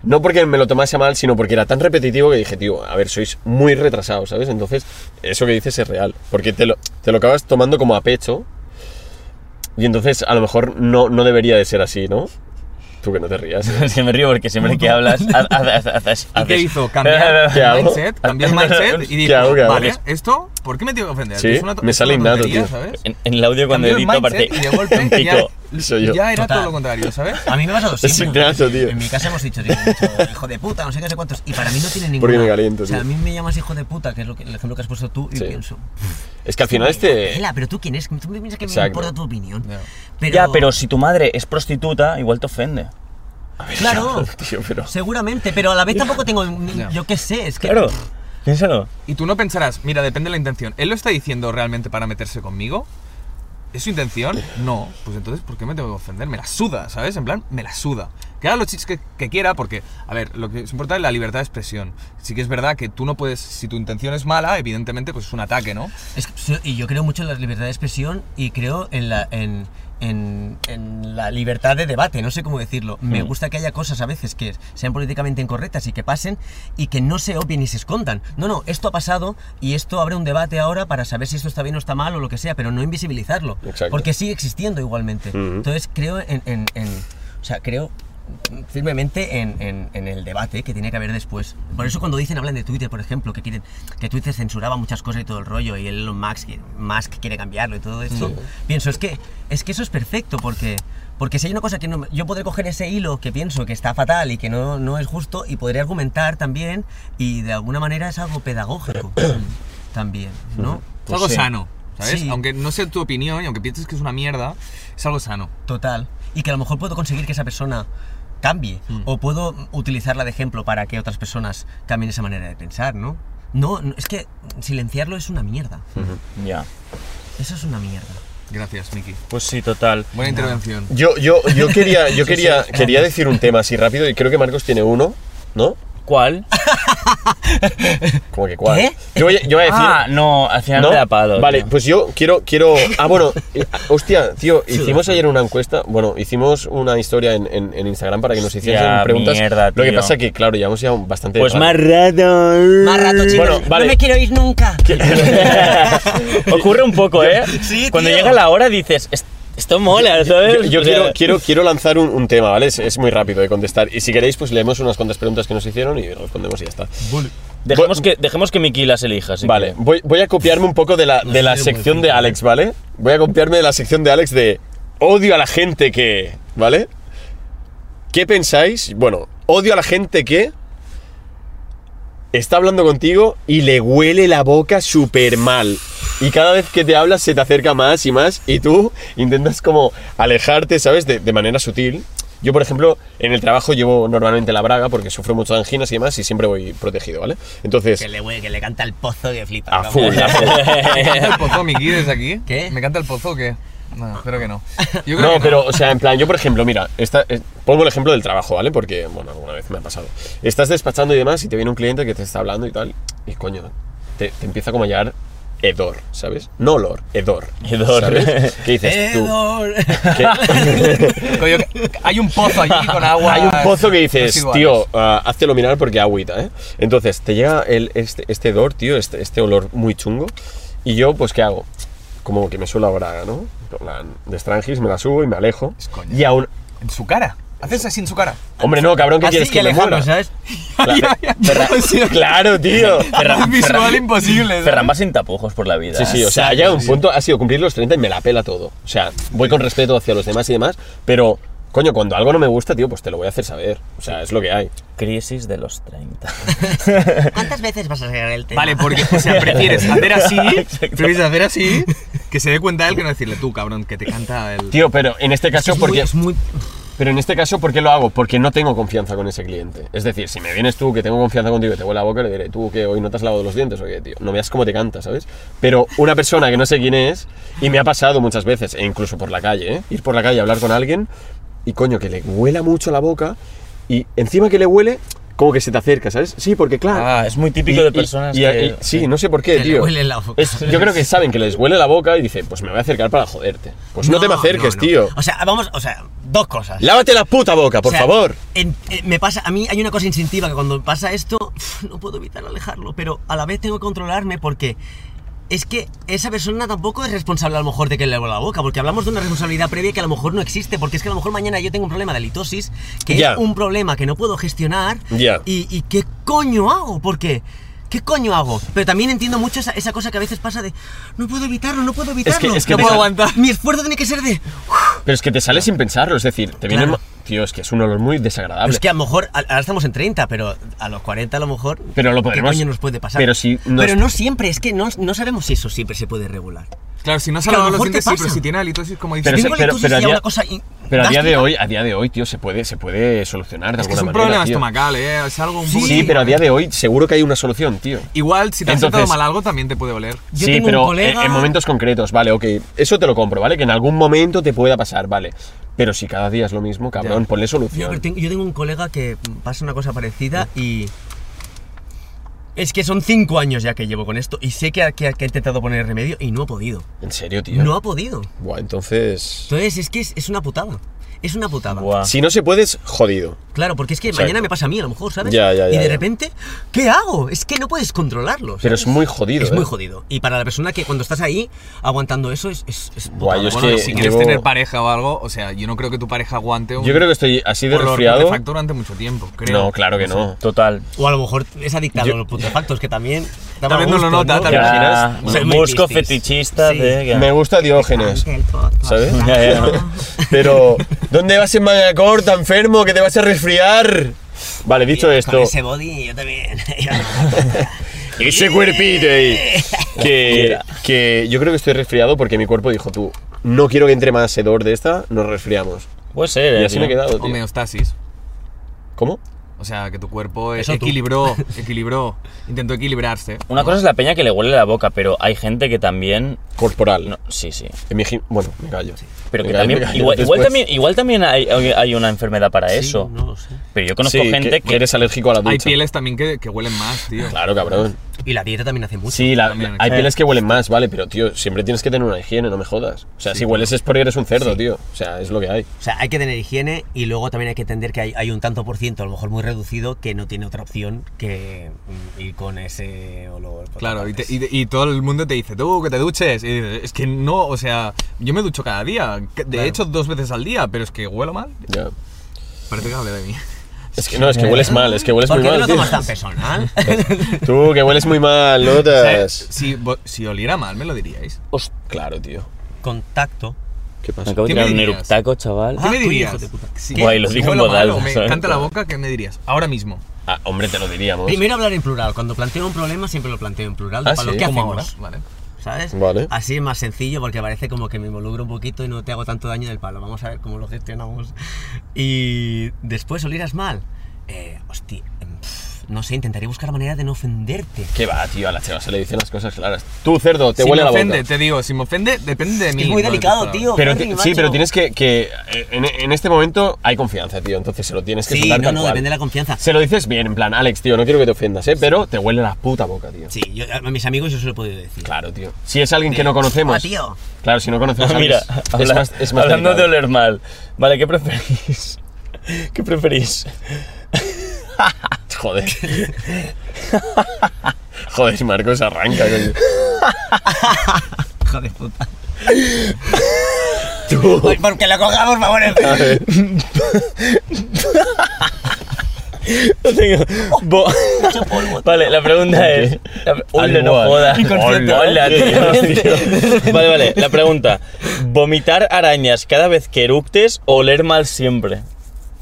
No porque me lo tomase a mal, sino porque era tan repetitivo que dije, tío, a ver, sois muy retrasados, ¿sabes? Entonces, eso que dices es real, porque te lo, te lo acabas tomando como a pecho y entonces a lo mejor no, no debería de ser así, ¿no? Tú que no te rías. ¿eh?
Es que me río porque siempre que hablas. ha- ha- ha- ha- haces-
¿Y qué
haces-
hizo? Cambiar
¿Qué hago?
el mindset, cambió el mindset y dijo,
¿Qué hago, qué hago?
vale, esto, ¿por qué me tengo que ofender?
Sí,
Es una to-
me
es
sale
una
innato,
tontería,
tío.
¿sabes?
En, en el audio cuando
Cambió el
edito aparte.
mindset y de golpe
un
ya,
pico.
Soy yo.
ya era
Total.
todo lo contrario, ¿sabes?
A mí me ha pasado
Es
siempre.
ingrato, tío.
En mi casa hemos dicho, siempre, hemos dicho, hijo de puta, no sé qué, no sé cuántos. Y para mí no tiene ningún.
Porque me caliento,
O sea,
tío.
a mí me llamas hijo de puta, que es lo que, el ejemplo que has puesto tú, y
Sí.
pienso.
Es que al final este...
Ela, pero tú quién es, tú me piensas que
Exacto.
me importa tu opinión.
Ya.
Pero,
Ya, pero si tu madre es prostituta, igual te ofende.
Claro,
Tío, pero...
seguramente, pero a la vez tampoco tengo. ni-
Ya.
Yo qué sé, es que.
Claro. Piénsalo.
Y tú no pensarás, mira, depende de la intención. ¿Él lo está diciendo realmente para meterse conmigo? ¿Es su intención? No. Pues entonces, ¿por qué me tengo que ofender? Me la suda, ¿sabes? En plan, me la suda. Que haga los chistes que, que quiera, porque, a ver, lo que es importante es la libertad de expresión. Sí que es verdad que tú no puedes, si tu intención es mala, evidentemente, pues es un ataque, ¿no?
Es que so- y yo creo mucho en la libertad de expresión y creo en la, en, en- en la libertad de debate, no sé cómo decirlo. Me gusta que haya cosas a veces que sean políticamente incorrectas y que pasen y que no se obvien y se escondan. No, no, esto ha pasado y esto abre un debate ahora para saber si esto está bien o está mal o lo que sea, pero no invisibilizarlo.
Exacto.
Porque sigue existiendo igualmente. Entonces creo en, en- en- O sea, creo firmemente en, en- en el debate que tiene que haber después. Por eso cuando dicen, hablan de Twitter, por ejemplo, que quieren que Twitter censuraba muchas cosas y todo el rollo, y el Elon Musk, Musk quiere cambiarlo y todo esto, pienso, es que, es que eso es perfecto, porque, porque si hay una cosa que no... me- Yo podré coger ese hilo que pienso que está fatal y que no, no es justo, y podré argumentar también, y de alguna manera es algo pedagógico también, ¿no?
es algo sano, ¿sabes?
Sí.
Aunque no sea tu opinión y aunque pienses que es una mierda, es algo sano.
Total. Y que a lo mejor puedo conseguir que esa persona cambie.
Hmm.
O puedo utilizarla de ejemplo para que otras personas cambien esa manera de pensar, ¿no? No, no, es que silenciarlo es una mierda.
Hmm.
Ya.
Eso es una mierda.
Gracias, Miki.
Pues sí, total.
Buena intervención.
Yo, yo, yo quería, yo quería, quería decir un tema así rápido y creo que Marcos tiene uno, ¿no?
¿Cuál?
Como que cuál.
¿Qué?
Yo, voy, a- yo voy a decir.
Ah, no, al final
¿no?
me da palo.
Vale,
tío.
pues yo quiero, quiero. Ah, bueno, eh, hostia, tío, hicimos ayer una encuesta. Bueno, hicimos una historia en, en- en Instagram para que nos hiciesen
Hostia,
preguntas.
mierda,
Lo que
tío.
pasa que, claro, llevamos ya un- bastante.
Pues
rato.
más rato.
Más rato, chicos.
Bueno, vale.
No me quiero ir nunca.
Ocurre un poco, ¿eh?
Sí,
Cuando
tío.
llega la hora dices, "Es- esto mola, ¿sabes?
Yo, yo
O sea,
quiero, quiero, quiero lanzar un, un tema, ¿vale? Es, es muy rápido de contestar. Y si queréis, pues leemos unas cuantas preguntas que nos hicieron y respondemos y ya está.
Dejemos
Voy-
que, dejemos que Miki las elija. así
Vale,
que-
voy, voy a copiarme un poco de la, de la
sé,
sección
muy
de Alex, ¿vale? Voy a copiarme de la sección de Alex de odio a la gente que, ¿vale? ¿Qué pensáis? Bueno, odio a la gente que está hablando contigo y le huele la boca súper mal. Y cada vez que te hablas se te acerca más y más y tú intentas como alejarte, ¿sabes? De, de manera sutil. Yo, por ejemplo, en el trabajo llevo normalmente la braga porque sufro mucho de anginas y demás y siempre voy protegido, ¿vale? Entonces...
Que le, hue- que le canta el pozo que flipa.
A full, a full.
¿Me canta el pozo, Miki, desde aquí?
¿Qué?
¿Me canta el pozo o qué? No, espero que no. Yo creo que
No, pero, o sea, en plan, yo por ejemplo, mira, esta, eh, pongo el ejemplo del trabajo, ¿vale? Porque, bueno, alguna vez me ha pasado. Estás despachando y demás y te viene un cliente que te está hablando y tal, y coño, te, te empieza como a llegar hedor, ¿sabes? No olor, hedor.
Hedor.
¿Sabes? ¿Qué dices tú?
Edor.
¿Qué-
Coño, hay un pozo allí con agua.
Hay un pozo que dices,
residuales.
tío, ah, háztelo mirar porque agüita, ¿eh? Entonces, te llega el, este, este hedor, tío, este, este olor muy chungo, y yo, pues, ¿qué hago? Como que me suelo la braga, ¿no? En plan, De Strangis me la subo y me alejo.
Es coña.
Y aún,
En su cara. Haces así en su cara.
Hombre, no, cabrón, ¿qué
Así
quieres
y
que me
Alejandro,
muera?
¿sabes?
Cla- Claro, tío.
Es visual imposible.
Ferran va sin tapujos por la vida. ¿eh?
Sí, sí, o sea, ha llegado un punto, ha sido cumplir los 30 y me la pela todo. O sea, voy con respeto hacia los demás y demás, pero, coño, cuando algo no me gusta, tío, pues te lo voy a hacer saber. O sea, es lo que hay.
Crisis de los 30.
¿Cuántas veces vas a sacar el tema?
Vale, porque, o sea, prefieres hacer así, prefieres hacer así, que se dé cuenta él que no decirle tú, cabrón, que te canta el...
Tío, pero en este caso,
es muy,
porque,
es muy-
pero en este caso, ¿por qué lo hago? Porque no tengo confianza con ese cliente. Es decir, si me vienes tú, que tengo confianza contigo, y te huele la boca, le diré, tú, que hoy no te has lavado los dientes, o qué, tío. No veas cómo te canta, ¿sabes? Pero una persona que no sé quién es, y me ha pasado muchas veces, e incluso por la calle, ¿eh? Ir por la calle a hablar con alguien, y coño, que le huela mucho la boca, y encima que le huele, como que se te acerca, ¿sabes? Sí, porque claro.
Ah, es muy típico
y-
de
y-
personas
y-
que-
y- sí, no sé por qué,
Que le
tío.
huele la boca.
Es- yo creo que saben que les huele la boca y dicen, pues me voy a acercar para joderte. Pues no, te me acerques,
no, no.
tío.
O sea, vamos, o sea, dos cosas.
Lávate la puta boca, por
O sea,
favor.
en- eh, me pasa, a mí hay una cosa instintiva que cuando pasa esto, no puedo evitar alejarlo, pero a la vez tengo que controlarme porque es que esa persona tampoco es responsable a lo mejor de que le abra la boca, porque hablamos de una responsabilidad previa que a lo mejor no existe, porque es que a lo mejor mañana yo tengo un problema de litosis, que
Ya.
es un problema que no puedo gestionar,
Ya.
y, y qué coño hago, porque... ¿Qué coño hago? Pero también entiendo mucho esa, esa cosa que a veces pasa de no puedo evitarlo, no puedo evitarlo.
es que
no
te
puedo
sal-
aguantar. Mi esfuerzo tiene que ser de
Pero es que te sale sin pensarlo, es decir, te viene.
Claro.
ma- Tío, es que es un olor muy desagradable.
Pero es que a lo mejor, a- ahora estamos en 30, pero a los 40 a lo mejor...
Pero lo podremos-
¿Qué coño nos puede pasar?
pero si nos-
Pero no siempre, es que no, no sabemos si eso siempre se puede regular.
Claro, si no se
Que a
ha
lo
lavado los
mejor te
dientes, sí, pero
pasa.
si tiene alitos es como difícil.
Pero
Tengo
se-
la
pero- pero a
ya
día-
una cosa in-
Pero a día de
gástrica.
hoy, a día de hoy, tío, se puede, se puede solucionar de
es que es
alguna
un
manera,
problema
tío.
estomacal, ¿eh? Es algo un poco
Sí, pero a día de hoy seguro que hay una solución, tío.
Igual, si te has
Entonces-
tratado mal algo, también te puede oler.
Yo
sí,
tengo un
pero
colega-
en, en momentos concretos, vale, ok. Eso te lo compro, ¿vale? Que en algún momento te pueda pasar, vale. Pero si cada día es lo mismo, cabrón, ponle
Yo,
solución.
pero tengo, yo tengo un colega que pasa una cosa parecida y. Es que son cinco años ya que llevo con esto y sé que ha, que ha- que ha intentado poner remedio y no ha podido.
En serio, tío.
No ha podido.
Buah, entonces.
Entonces es que es, es una putada. Es una putada.
Buah.
Si no se puede, es jodido.
Claro, porque es que
Exacto.
mañana me pasa a mí a lo mejor, ¿sabes?
Ya, ya,
y
ya,
de
ya.
repente, ¿qué hago? Es que no puedes controlarlo.
Pero
¿sabes?
es muy jodido.
Es muy
¿eh?
jodido. Y para la persona que cuando estás ahí aguantando eso es. es, es
Buah,
putada.
Ah, yo es
Bueno,
que
si quieres
llevo-
tener pareja o algo, o sea, yo no creo que tu pareja aguante un
Yo creo que estoy así de
olor
resfriado.
putrefacto durante mucho tiempo, creo.
No, claro que no.
Total.
O a lo mejor es adicta
Yo-
a los putrefactos, que también. da
Tal vez
mal
no lo
gusto,
nota, tal vez-
Ya,
imaginas?
Soy muy
busco
pistis.
fetichista
Sí.
de. ya.
Me gusta Diógenes. ¿Sabes?
Ya, ya.
Pero, ¿dónde vas en manga corta, enfermo, que te vas a resfriar? Vale, dicho
Con
esto.
ese body, yo también.
Ese cuerpito ahí. Que, que yo creo que estoy resfriado porque mi cuerpo dijo tú, no quiero que entre más hedor de esta, nos resfriamos.
Puede ser,
Y
eh,
así
tío.
me he quedado, tío.
Homeostasis.
¿Cómo?
O sea, que tu cuerpo eh,
Eso tú.
equilibró, equilibró, intentó equilibrarse.
Una cosa es la peña que le huele la boca, pero hay gente que también.
Corporal.
No, sí, sí.
En mi gim- bueno, me callo.
Pero
Me
que
callo,
también.
me callo
Igual, igual
después.
también, igual también hay, hay una enfermedad para eso.
No lo sé.
Pero yo conozco
Sí, que-
gente
que
que.
eres alérgico a la ducha.
Hay pieles también que, que huelen más, tío.
Claro, cabrón.
Y la dieta también hace mucho.
Sí, la-
También, eh.
hay
sí.
pieles que huelen más, vale, pero tío, siempre tienes que tener una higiene, no me jodas. O sea, si hueles es porque eres un cerdo, tío. O sea, es lo que hay.
O sea, hay que tener higiene y luego también hay que entender que hay, hay un tanto por ciento, a lo mejor muy reducido, que no tiene otra opción que mm, ir con ese olor. por
Claro, y,
todas
te-
partes.
y te- y todo el mundo te dice, tú, que te duches. Y dices, es que no, o sea, yo me ducho cada día. que- De hecho, dos veces al día, pero es que huelo mal.
Ya.
Parece que hable de mí.
Es que no, es que hueles mal, es que hueles
¿Por
muy
qué no
mal.
lo
tío.
tomas tan personal?
Tú, que hueles muy mal, notas.
Eh, Si, vo- si oliera mal, me lo diríais.
Claro, tío.
Contacto.
¿Qué pasa?
Me acabo de
¿Qué me
tirar un
dirías?
eruptaco, chaval.
¿Qué
Ah,
me
coño,
dirías?
hijo de puta.
Si-
Guay, lo
si
digo en
huelo
voz
mal o
alta,
me
¿sabes?
canta la boca, ¿qué me dirías? Ahora mismo.
Ah, hombre, te lo diríamos.
Primero hablar en plural. Cuando planteo un problema siempre lo planteo en plural.
Ah,
para lo
sí,
que
¿cómo
hacemos,
Ahora, vale.
¿Sabes?
Vale.
Así es más sencillo porque parece como que me involucro un poquito y no te hago tanto daño del palo. Vamos a ver cómo lo gestionamos. Y después olirás mal. Eh, hostia, em, pf, no sé, intentaré buscar la manera de no ofenderte.
¿Qué va, tío? A la chava se le dicen las cosas claras. Tú, cerdo, te
si
huele
me
la boca.
ofende, te digo, si me ofende, depende de mí.
es muy
no de tus
delicado,
palabras.
tío.
Pero
Frankie,
ti- sí,
macho.
pero tienes que. que eh, en, en este momento hay confianza, tío. Entonces se lo tienes que
Sí,
soltar
no,
tal
no,
cual.
depende de la confianza.
Se lo dices bien, en plan, Alex, tío, no quiero que te ofendas, ¿eh? Pero te huele la puta boca, tío.
Sí, yo- a mis amigos yo se lo he podido decir.
Claro, tío. Si es alguien que no conocemos.
Ah, tío.
Claro, si no conocemos a
Ah, Mira,
alguien, es-
habla-
es más, es más
hablando de
delicado.
oler mal. Vale, ¿qué preferís? ¿Qué preferís?
Joder. Joder, Marcos, arranca, coño.
Hijo de puta. Ay, Porque lo cojamos, por favor.
A ver,
No tengo- Bo- vale, la pregunta es. la- Ole, no
Igual.
jodas.
Inconsciente.
Hola, tío.
¿eh? Inconsciente.
Vale, vale, la pregunta. ¿Vomitar arañas cada vez que eructes o oler mal siempre?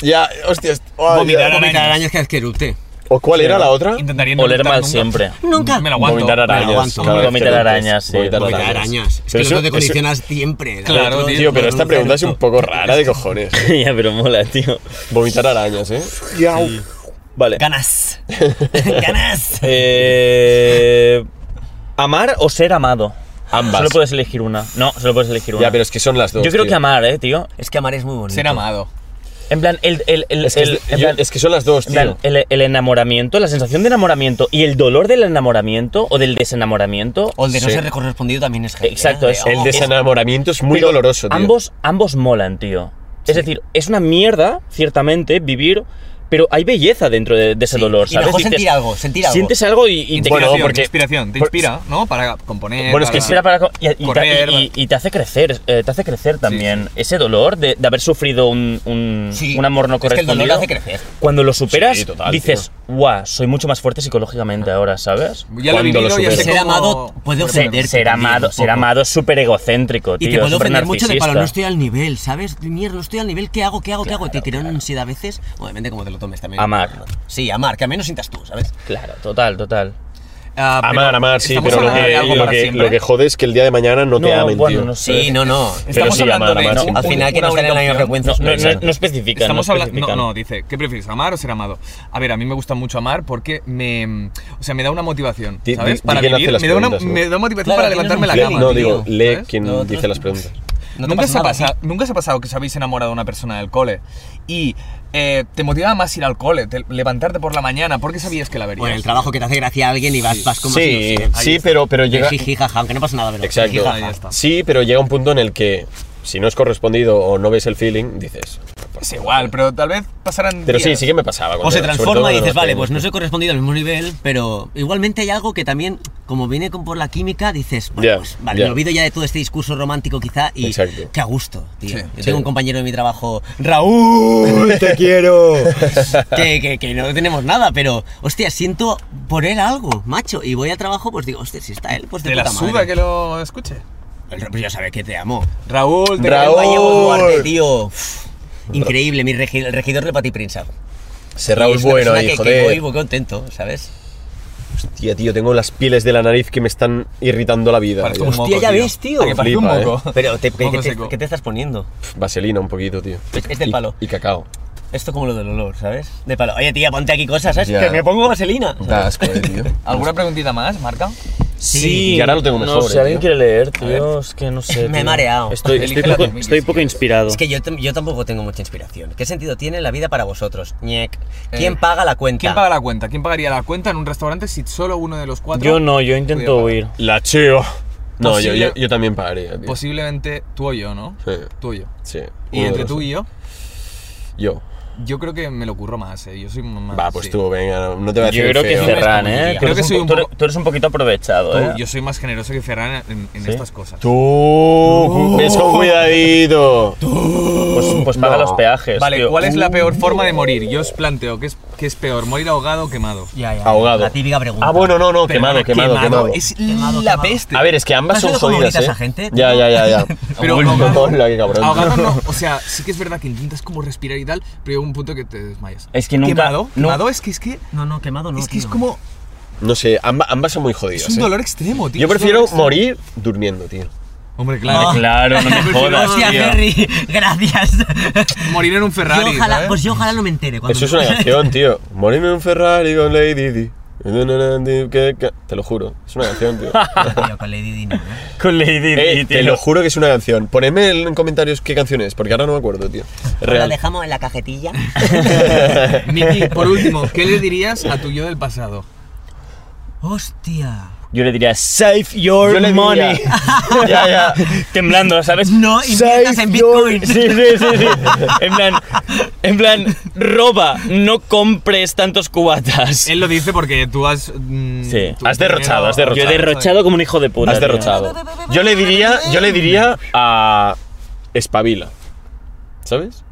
Ya, hostias. oh,
Vomitar
ya.
Vomitar arañas que escruté.
¿o cuál era la otra?
Intentaría no
Oler
eructar
mal
nunca.
siempre.
Nunca.
Me lo aguanto.
Vomitar arañas.
aguanto.
cada vez
Vomitar
que lo
arañas,
haces.
sí.
Vomitar arañas. Es que
Pero
lo te
eso-
condicionas siempre. la
Claro,
otro-
tío,
Tío, pero
la
esta
otra-
pregunta es un poco rara de cojones.
ya, pero mola, tío.
Vomitar arañas, ¿eh?
Vale.
Ganas. Ganas.
Eh, ¿Amar o ser amado?
Ambas.
Solo puedes elegir una. No, solo puedes elegir una.
Ya, pero es que son las dos.
Yo creo
tío.
que amar, eh, tío.
Es que amar es muy bonito.
Ser amado.
En plan, el. el, el,
Es que, es-
el- en
yo-
plan-
es que son las dos,
en plan,
tío.
el, el enamoramiento, la sensación de enamoramiento y el dolor del enamoramiento o del desenamoramiento.
O el de no
Sí.
ser correspondido también es heavy,
Exacto,
¿eh?
es-
De,
El
oh,
desenamoramiento es muy
Pero
doloroso, tío.
Ambos, ambos molan, tío. Es decir, es una mierda, ciertamente, vivir, pero hay belleza dentro de, de ese dolor,
y
¿sabes?
mejor sentir
Dices-
algo, sentir algo.
Sientes algo y, y te
Inspiración,
Bueno, porque-
inspiración. Te
por-
inspira, ¿no? Para
eh,
componer.
Bueno, es
te
que
inspira para co- y, y te-
correr.
y- y te hace crecer, eh, te hace crecer también ese dolor de, de haber sufrido un, un,
Sí,
un amor no
es que el dolor
correspondido.
hace crecer.
Cuando lo superas,
Sí, total,
dices, guau, soy mucho más fuerte psicológicamente ahora, ¿sabes?
Ya lo he
Cuando lo
vivido, ya sé
superes.
Ser
cómo-
amado puede
Por
ofender.
ejemplo,
Perderte
Ser
también
amado,
un
ser
poco.
amado es súper egocéntrico, tío.
y te puedo
súper
ofender mucho de palo, no
narcisista.
estoy al nivel, ¿sabes? Mierda, no estoy al nivel, ¿qué hago? ¿Qué hago? ¿Qué hago? Te tiran ansiedad a veces. Obviamente, como te lo tomes también.
Amar.
Sí, amar, que al menos sientas tú, ¿sabes?
Claro, total, total.
Ah, pero
Amar, amar, sí,
estamos
pero lo
hablando de
que,
algo
lo,
para
que,
siempre.
lo que jode es que el día de mañana no, te
No,
amen,
bueno,
tío.
no sé.
Sí, no, no.
Estamos
sí,
hablando
amar,
de
amar,
un-
sí.
un-
Al final que
una
nos
única
ganen la misma
opción.
vergüenza.
No, no, no, no especifican.
Estamos
no
hablando. No,
especifican.
no, dice, ¿qué prefieres, amar o ser amado? A ver, a mí me gusta mucho amar porque me. O sea, me da una motivación.
Di-
¿Sabes?
di-
Para
di quién hace
vivir.
las
Me da, una,
preguntas, ¿no?
me da motivación
Claro,
para
tienes
levantarme
un
la
Le-
flex,
cama.
no,
tío,
digo, lee
¿sabes?
quien
No, otros
dice las
no.
preguntas.
No te
¿Nunca,
pasa
se ha
nada,
pasa- nunca se ha pasado que os habéis enamorado de una persona del cole y eh, te motivaba más ir al cole, te- levantarte por la mañana porque sabías que la verías.
Bueno, el trabajo que te hace gracia a alguien y vas, vas como
Sí,
si no-
sí, pero, pero
De
llega.
jiji, jaja, aunque no pasa nada, pero jiji,
Exacto.
jaja.
Ahí está.
Sí, pero llega un punto en el que si no es correspondido o no ves el feeling, dices.
Es Pues igual, pero tal vez pasarán.
Pero sí,
días.
sí que me pasaba.
O
cuando
se
era- sobre
transforma
todo
y
cuando
dices,
era
vale,
pequeño.
pues no soy correspondido al mismo nivel, pero igualmente hay algo que también, como viene con, por la química, dices, bueno,
Ya,
pues, vale,
ya.
me olvido ya de todo este discurso romántico quizá y
Exacto.
qué a gusto, tío.
Sí,
Yo
sí.
tengo un compañero de mi trabajo, Raúl, te quiero, que, que- que no tenemos nada, pero, hostia, siento por él algo, macho, y voy al trabajo, pues digo, hostia, si está él, pues de
Te la
puta
suda
madre.
que lo escuche.
El- Pues ya sabe que te amo.
Raúl, te
Raúl.
Ahí llevo Duarte, pues, tío. Uf, Increíble, mi regi- el regidor de Pati Prinsa.
Ese
Y
Raúl
es una
bueno,
persona que-
hijo
que voy
de.
muy contento, ¿sabes?
Hostia, tío, tengo las pieles de la nariz que me están irritando la vida.
Parece
tío.
un moco.
Hostia, ya
tío.
ves, tío.
¿A que parece
Flipa, eh.
un moco.
Pero, te, ¿qué,
Moco
qué te,
seco.
qué te estás poniendo?
Pf, Vaselina un poquito, tío.
Es- es del
Y-
palo.
Y cacao.
Esto como lo del olor, ¿sabes? De palo. Oye, tía, ponte aquí cosas, ¿sabes?
Ya.
Que me pongo vaselina.
Da asco, eh, tío.
¿Alguna preguntita más, Marca?
Sí.
Y ahora lo tengo
No,
mejor,
si
eh,
alguien
tío.
quiere leer, tío, es que no sé.
Me he
tío.
mareado.
Estoy,
Elige
estoy,
la
poco,
de
estoy poco inspirado.
Es que yo, tam- yo tampoco tengo mucha inspiración. ¿Qué sentido tiene la vida para vosotros? Ñec. ¿Quién paga la cuenta?
Eh. ¿Quién paga la cuenta? ¿Quién pagaría la cuenta en un restaurante si solo uno de los cuatro?
Yo no, yo
pudiera
intento
pagar?
huir.
La cheo. No, yo,
Posible-
yo, yo también pagaría,
Pues-
tío.
Posiblemente tú o yo, ¿no?
Sí.
Tú o yo.
Sí.
Y
uno de
entre
los
tú
dos.
y yo,
Yo.
yo creo que me lo curro más, ¿eh? Yo soy
Ah,
más.
Va, pues
sí.
tú, venga, no, no te voy a decir
Yo creo que
feo.
Ferran, ¿eh? Tú
Creo que
eres,
soy
un,
un
po- tú eres-
poco-
tú eres un poquito aprovechado,
Tú,
¿eh?
yo soy más generoso que Ferran en, en estas cosas.
Tú, ves con cuidadito.
Pues, pues paga
No.
los peajes.
Vale,
tío.
¿cuál es la peor forma de morir? Yo os planteo, ¿qué es, qué es peor, morir ahogado o quemado?
Ya, ya,
Ahogado.
La típica pregunta.
Ah, bueno, no, no,
Pero
quemado,
no,
quemado, quemado.
Es
Quemado,
la
quemado.
peste.
A ver, es que ambas
este? ¿Has
son
oído cómo
jodidas,
grita
¿eh?
esa gente?
Ya, ya, ya, ya.
Pero
Uy,
ahogado,
hola, qué cabrón.
ahogado no, o sea, sí que es verdad que intentas como respirar y tal, pero llega un punto que te desmayas.
Es que nunca-
Quemado,
no.
quemado es que es que
No, no, quemado no.
es que es
tío.
como
No sé, amba- ambas son muy jodidas.
es un
¿eh?
dolor extremo, tío.
Yo
es un
prefiero
dolor extremo.
morir durmiendo, tío.
Hombre,
Ah.
claro.
Claro, no me jodas.
Hostia,
tío.
Ferry, gracias.
Morir en un Ferrari,
Yo ojalá,
¿sabes?
pues yo ojalá no me entere. cuando
Eso es
me-
una canción, tío. Morirme en un Ferrari con Lady Di. Que- que- Te lo juro, es una canción, tío.
Tío, con Lady Di, no, ¿no?
Con Lady
Ey,
Di,
te
tío.
lo juro que es una canción. Ponedme en comentarios qué canción es, porque ahora no me acuerdo, tío. Es
La
Real.
dejamos en la cajetilla.
Miki, por último, ¿qué le dirías a tu yo del pasado?
Hostia.
Yo le diría, save your
Yo le diría-
money.
ya, ya.
Temblando, ¿sabes?
No inviertas en Bitcoin.
Sí, sí, sí, sí. En plan, en plan, roba, no compres tantos cubatas.
Él lo dice porque tú has. mm,
Sí.
tu
Has derrochado, has
Yo he
derrochado.
derrochado como un hijo de puta.
Has
tío.
derrochado. Yo le diría, yo le diría a espabila. ¿Sabes?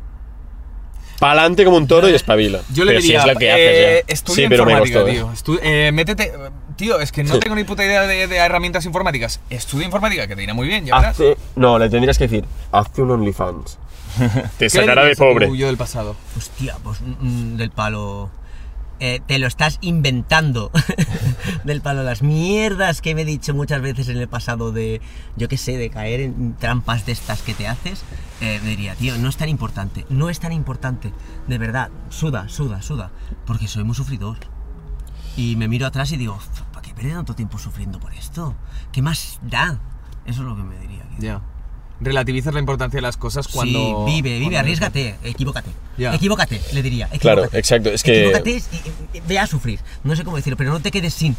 Pa'lante como un toro y espabila.
Yo le
Pero si
diría,
es lo que haces
eh,
ya.
estudia
Sí, pero me
informática,
gustó, eh.
tío. Estu- eh, métete, eh, tío, es que no tengo ni puta idea de, de herramientas informáticas. Estudia informática, que te irá muy bien, ya verás.
Hazte- no, le tendrías que decir, hazte un OnlyFans. Te
¿Qué le
sacará de
dirías a
pobre.
tu yo del pasado.
Hostia, pues mm, mm, del palo. eh, te lo estás inventando. del palo, las mierdas que me he dicho muchas veces en el pasado de, yo qué sé, de caer en trampas de estas que te haces. eh, me diría, tío, no es tan importante, no es tan importante. De verdad, suda, suda, suda. Porque soy muy sufridor. Y me miro atrás y digo, ¿para qué perder tanto tiempo sufriendo por esto? ¿Qué más da? Eso es lo que me diría. quizá.
Ya. Relativizas la importancia de las cosas cuando.
sí, vive, vive,
cuando-
arriesgate, equivócate.
Ya.
Equivócate, le diría.
Claro,
equivócate.
exacto, es que-
Equivócate y, y- y ve a sufrir. No sé cómo decirlo, pero no te quedes sin.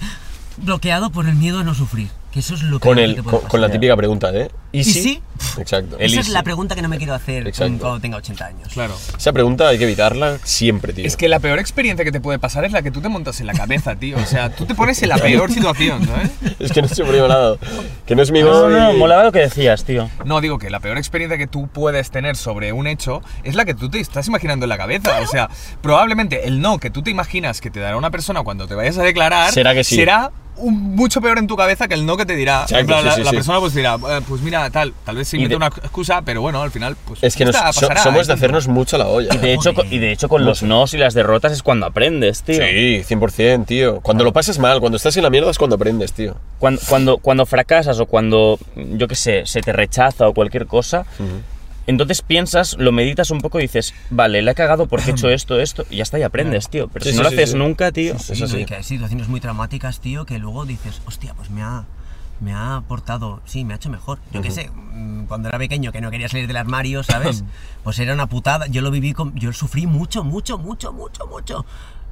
bloqueado por el miedo a no sufrir. Que eso es lo
Con,
peor que
el,
te puede
con,
pasar.
con la típica pregunta, ¿eh? ¿Y,
¿Y sí?
Exacto.
Esa
El
es
y
la
sí.
pregunta que no me quiero hacer
Exacto.
mm, cuando tenga 80 años.
Claro.
Esa pregunta hay que evitarla siempre, tío.
Es que la peor experiencia que te puede pasar es la que tú te montas en la cabeza, tío. O sea, tú te pones en la peor situación, eh? ¿sabes?
Es que no es mi lado. Que no es mi
Ah, No,
móvil.
no, molaba lo que decías, tío.
No, digo que la peor experiencia que tú puedes tener sobre un hecho es la que tú te estás imaginando en la cabeza. O sea, probablemente el no que tú te imaginas que te dará una persona cuando te vayas a declarar
Será que sí.
será un- mucho peor en tu cabeza que el no que te dirá.
Exacto,
En plan,
sí,
la,
sí,
la
sí.
persona pues dirá, "Eh, pues mira, tal, tal vez se
Y de-
inventa una excusa, pero bueno, al final, pues.
Es que nos-
está,
so-
pasará, ¿eh?
somos
es
de
un-
hacernos mucho la olla.
Y de hecho, co- y de hecho con los nos y las derrotas es cuando aprendes, tío.
Sí, 100%, tío. Cuando lo pasas mal, cuando estás en la mierda es cuando aprendes, tío.
Cuando, cuando, cuando fracasas o cuando, yo qué sé, se te rechaza o cualquier cosa, entonces piensas, lo meditas un poco y dices, vale, le he cagado porque he hecho esto, esto, y ya está, y aprendes, tío. Pero
Sí,
si
sí,
no lo
sí,
haces
sí.
nunca, tío.
Sí,
Sí,
Eso
no, y que hay situaciones muy traumáticas, tío, que luego dices, hostia, pues me ha, me ha aportado, sí, me ha hecho mejor. Yo qué sé, mm, cuando era pequeño que no quería salir del armario, ¿sabes? pues era una putada. Yo lo viví, con, yo sufrí mucho, mucho, mucho, mucho, mucho.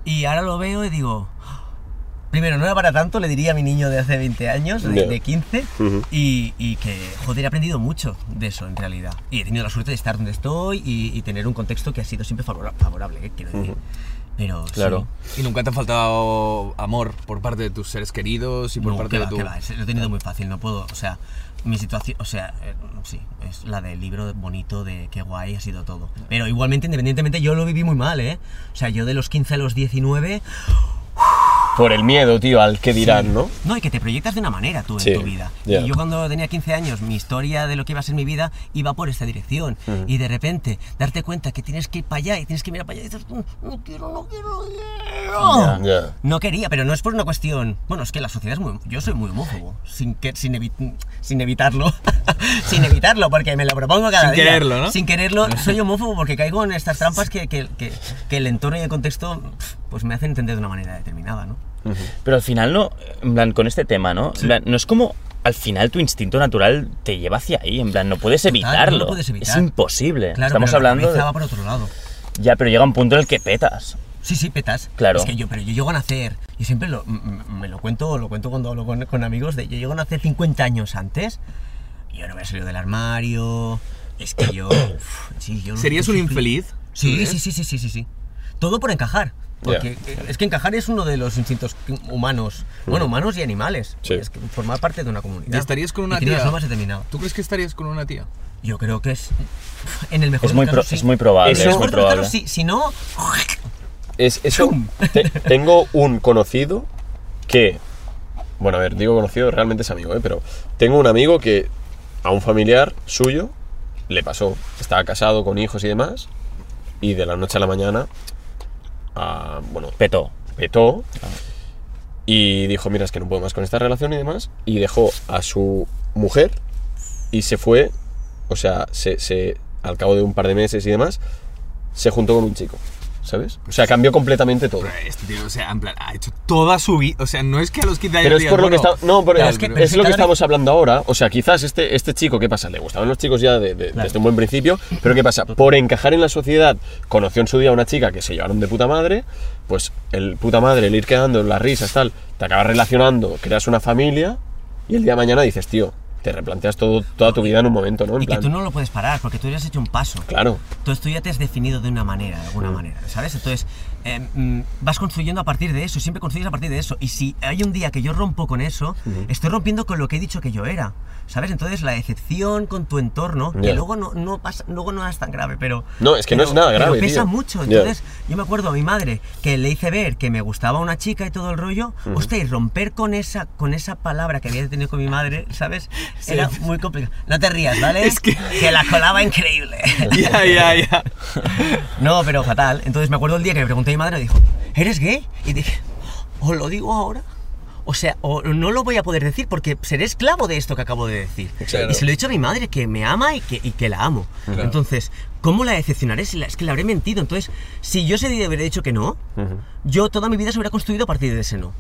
Y ahora lo veo y digo, primero, no era para tanto, le diría a mi niño de hace 20 años, de,
Ya.
de 15,
Ujú.
y, y que, joder, he aprendido mucho de eso en realidad. Y he tenido la suerte de estar donde estoy y, y tener un contexto que ha sido siempre favora- favorable, ¿eh? quiero decir. Pero sí.
Claro.
Y nunca te ha faltado amor por parte de tus seres queridos y por
No,
parte
qué
de
va,
tu.
qué va, es- lo he tenido muy fácil, no puedo, o sea, mi situación, o sea, eh, sí, es la del libro bonito de qué guay ha sido todo. Pero igualmente, independientemente, yo lo viví muy mal, ¿eh? O sea, yo de los 15 a los 19,
Por el miedo, tío, al que dirán, ¿no?
no, y que te proyectas de una manera tú
Sí,
en tu vida.
ya.
Y yo cuando tenía 15 años, mi historia de lo que iba a ser mi vida iba por esta dirección. Y de repente, darte cuenta que tienes que ir para allá y tienes que mirar para allá y dices, "No, no quiero, no quiero, no quiero".
Ya. Ya.
No quería, pero no es por una cuestión. Bueno, es que la sociedad es muy. Yo soy muy homófobo. Sin, que, sin, evi- sin evitarlo. sin evitarlo, porque me lo propongo cada
Sin
día.
quererlo, ¿no?
Sin quererlo, soy homófobo porque caigo en estas trampas que, que- que- que el entorno y el contexto pf, pues me hacen entender de una manera determinada, ¿no?
Pero al final no, en plan, con este tema, ¿no? En plan, no es como al final tu instinto natural te lleva hacia ahí, en plan, no puedes
Total, no lo
evitarlo.
puedes evitar.
Es imposible.
Claro,
Estamos
pero la
hablando. de-
cabeza va por otro lado.
Ya, pero llega un punto en el que petas.
Sí, sí, petas.
Claro.
Es que yo, pero yo llego a nacer, y siempre lo, m- m- me lo cuento, lo cuento cuando hablo con, con amigos, de yo llego a nacer 50 años antes, y yo no había salido del armario, es que yo... uf, sí, yo lo-
¿Serías
yo
un
sufrí.
infeliz? ¿Eh?
Sí, sí, sí, sí, sí, sí, sí. Todo por encajar. Porque eh, es que encajar es uno de los instintos que- humanos,
Mm.
bueno, humanos y animales.
Sí.
Es que formar parte de una comunidad.
¿Y estarías con una
y tiene
tía?
las normas determinadas.
¿Tú crees que estarías con una tía?
Yo creo que es, en el mejor
Es muy, pro- es muy probable.
Eso-
es muy probable.
Claro, si, si no,
Es, eso. te- tengo un conocido que. Bueno, a ver, digo conocido, realmente es amigo, ¿eh? Pero tengo un amigo que a un familiar suyo le pasó. Estaba casado con hijos y demás. Y de la noche a la mañana. ah, bueno,
Petó.
petó y dijo, mira, es que no puedo más con esta relación y demás, y dejó a su mujer y se fue, o sea, se, se- al cabo de un par de meses y demás, se juntó con un chico, ¿sabes? O sea, cambió completamente todo.
Este tío, o sea, en plan, ha hecho toda su vida. O sea, no es que a los 15 años.
Pero es
digas,
por lo que
bueno,
está, no, pero
tal,
es, que-
pero-
es lo que estamos hablando ahora. O sea, quizás este, este chico, ¿qué pasa? Le gustaban los chicos ya de- de- desde un buen principio, pero ¿qué pasa? Por encajar en la sociedad, conoció en su día a una chica que se llevaron de puta madre, pues el puta madre, el ir quedando en las risas, tal, te acabas relacionando, creas una familia y el día de mañana dices, tío, te replanteas todo, toda tu vida en un momento, ¿no? En
y que
plan,
tú no lo puedes parar, porque tú ya has hecho un paso.
claro.
Entonces tú ya te has definido de una manera, de
Mm.
alguna manera, ¿sabes? Entonces eh, mm, vas construyendo a partir de eso, siempre construyes a partir de eso. Y si hay un día que yo rompo con eso, estoy rompiendo con lo que he dicho que yo era, ¿sabes? Entonces la decepción con tu entorno,
Ya.
que luego no, no pasa, luego no es tan grave, pero...
No, es que no
pero-
es nada grave,
Pero pesa
tío.
mucho.
Ya.
Entonces yo me acuerdo a mi madre que le hice ver que me gustaba una chica y todo el rollo. Hostia, y romper con esa, con esa palabra que había tenido con mi madre, ¿sabes? Era muy complicado. No te rías, ¿vale?
Es que-
la colaba increíble.
Ya, ya, ya.
No, pero fatal. Entonces me acuerdo el día que me pregunté a mi madre, me dijo, ¿eres gay? Y dije, ¿os lo digo ahora? O sea, o no lo voy a poder decir porque seré esclavo de esto que acabo de decir.
Exacto.
Y se lo he dicho a mi madre, que me ama y que, y que la amo. Entonces, ¿cómo la decepcionaré? Si la- es que le habré mentido. Entonces, si yo ese día hubiera dicho que no, yo toda mi vida se hubiera construido a partir de ese no.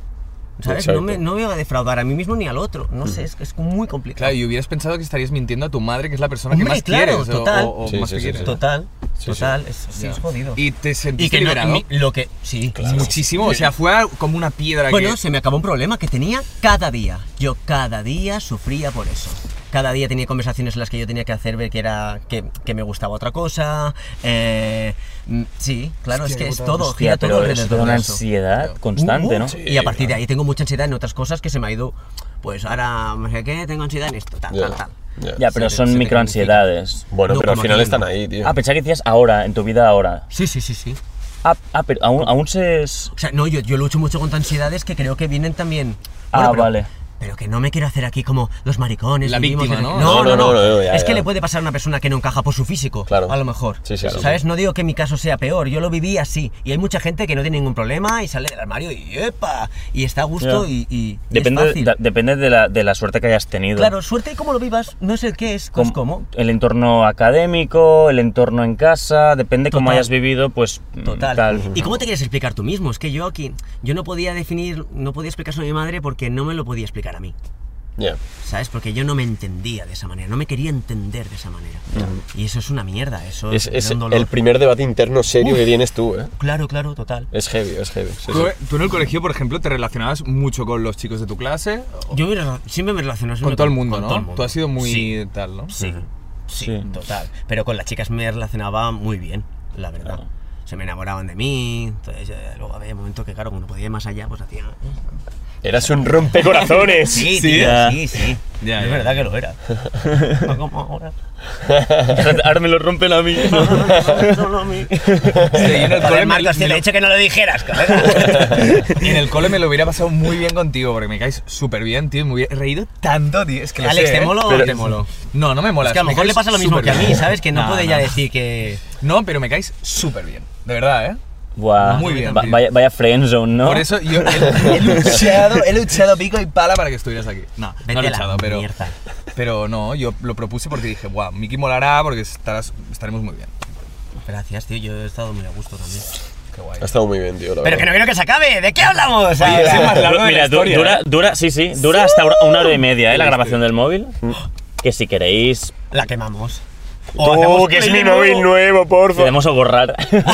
¿Sabes? No
Exacto.
me, no me iba a defraudar a mí mismo ni al otro. No sé, es, que es muy complicado.
Claro, y hubieras pensado que estarías mintiendo a tu madre, que es la persona
Hombre,
que más
claro,
quieres. o-
total.
O, o
Sí,
más
sí,
que
sí,
quieres.
sí.
Total,
Sí,
total. Es, sí,
Ya.
es jodido.
Y te
Y
sentiste
que no,
liberado.
mi- lo que sí
Muchísimo. O sea, fue a- como una piedra
bueno
que.
se me acabó un problema que tenía cada día yo cada día sufría por eso cada día tenía conversaciones en las que yo tenía que hacer ver que era que, que me gustaba otra cosa eh, mm, sí claro es que,
Hostia,
es
puta
todo
Hostia,
gira todo
pero es
alrededor
toda una
de eso
ansiedad constante,
Uh,
¿no?
sí, y a partir de ahí tengo mucha ansiedad en otras cosas que se me ha ido pues ahora no sé qué tengo ansiedad en esto tal
Ya,
tal tal
ya.
Ya, pero
Se te-
son
se te
microansiedades.
Bueno,
No,
pero al
como
final
aquí,
están
no.
ahí, tío.
Ah, pensaba que decías ahora, en tu vida ahora.
sí sí sí sí
Ah, ah, pero aún, aún se... es-
O sea, no, yo, yo lucho mucho contra ansiedades que creo que vienen también
Ah,
pero-
vale.
Pero que no me quiero hacer aquí como los maricones.
La
vivimos
víctima,
en-
¿no?
No, no, no.
no, no, ya,
es que
ya.
le puede pasar a una persona que no encaja por su físico.
Claro.
A lo mejor.
Sí, sí, sí.
¿Sabes? No digo que mi caso sea peor. Yo lo viví así. Y hay mucha gente que no tiene ningún problema y sale del armario y ¡epa! Y está a gusto
Ya.
y, y- y es
Depende,
fácil.
da- depende de, la, de la suerte que hayas tenido.
Claro, suerte y cómo lo vivas, no es el qué, es
Com-
cómo. cómo.
El entorno académico, el entorno en casa, depende cómo
Total.
hayas vivido, pues. mm,
Total.
tal.
¿Y cómo te quieres explicar tú mismo? Es que yo aquí, yo no podía definir, no podía explicárselo a mi madre porque no me lo podía explicar a mí.
Ya.
¿Sabes? Porque yo no me entendía de esa manera, no me quería entender de esa manera. Y eso es una mierda, eso
Es,
es,
es
un dolor.
el primer debate interno serio que tienes tú, ¿eh?
Claro, claro, total.
Es heavy, es heavy. sí,
¿Tú,
sí.
tú en el colegio, por ejemplo, te relacionabas mucho con los chicos de tu clase? O-
Yo me rela- siempre me relaciono siempre
Oh. Con todo el mundo,
con
¿no?
todo el
Tú has sido muy
Sí,
tal, ¿no?
sí, sí,
Sí.
total. Pero con las chicas me relacionaba muy bien, la verdad. Se me enamoraban de mí, entonces eh, luego había momentos que, claro, como no podía ir más allá, pues hacía...
Eras un rompecorazones.
Sí,
Sí,
tío,
ya.
sí, sí.
Ya,
es
ya.
verdad que lo era. No como ahora.
Ahora me lo rompen a mí.
Solo a mí.
Sí, yo en el
Joder,
cole me-
Marcos, te
me
he
lo-
dicho que no lo dijeras, colega.
Y en el cole me lo hubiera pasado muy bien contigo, porque me caes súper bien, tío. y Me hubiera reído tanto, tío. Es que lo
Alex,
sé,
¿te
¿eh?
molo o
Pero-
no
te molo? No, no me mola.
Es que a lo mejor le pasa lo mismo que a mí, ¿sabes? Que no puede ya decir que.
No, pero me caes súper bien. De verdad, ¿eh?
Buah.
Muy bien.
Va- vaya, vaya friendzone, ¿no?
Por eso yo he, he luchado, he luchado pico y pala para que estuvieras aquí. No,
Vete
no he
a la
luchado, pero.
mierda.
Pero no, yo lo propuse porque dije, guau, Miki molará porque estarás, estaremos muy bien.
Gracias, tío, yo he estado muy a gusto también.
Qué guay.
Ha estado muy bien, tío. La
Pero que no quiero
verdad.
que se acabe, ¿de qué hablamos?
Oye,
Ahora?
sí, más largo de la
Mira, du-
historia,
dura,
¿eh?
dura, sí, sí, dura hasta hora- una hora y media, ¿eh? La grabación del móvil.
Mm.
Que si queréis,
La quemamos.
Oh, que es mi móvil nuevo, porfa.
podemos borrar.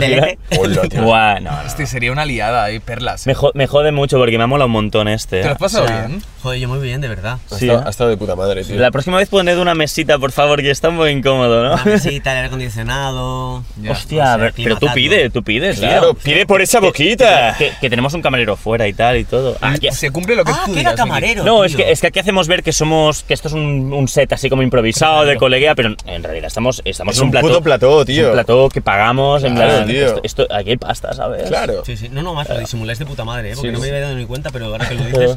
Delete.
Hola, tío.
Buah, no, no.
Este sería una liada, hay perlas.
Me, jo- me jode mucho porque me ha molado un montón este.
¿Te lo has pasado bien?
Joder, yo muy bien, de verdad.
Ha,
Sí,
estado,
¿eh?
ha estado de puta madre, tío.
La próxima vez poned una mesita, por favor, que está muy incómodo,
Ah.
¿no?
Una mesita, el aire acondicionado.
Ya.
Hostia,
no sé,
ver- pero tú
aclimatadlo.
pides, tú pides, tío.
claro, pide por esa boquita.
Que, que tenemos un camarero fuera y tal y todo. Ah, ya-
Se cumple lo que
Ah,
tú
que era
digas,
camarero.
No, es
tío.
que, es que aquí hacemos ver que somos que esto es un, un set así como improvisado de coleguea, pero en realidad estamos estamos
Es
en
un puto plató,
Es
tío.
un plató que pagamos en
Claro,
plan,
tío.
Esto, esto- aquí hay pasta, ¿sabes?
Claro.
Sí, sí. No, no, más, lo disimuláis de puta madre, ¿eh? Porque
Sí,
no me
sí.
había dado ni cuenta, pero ahora que lo
Pero-
dices.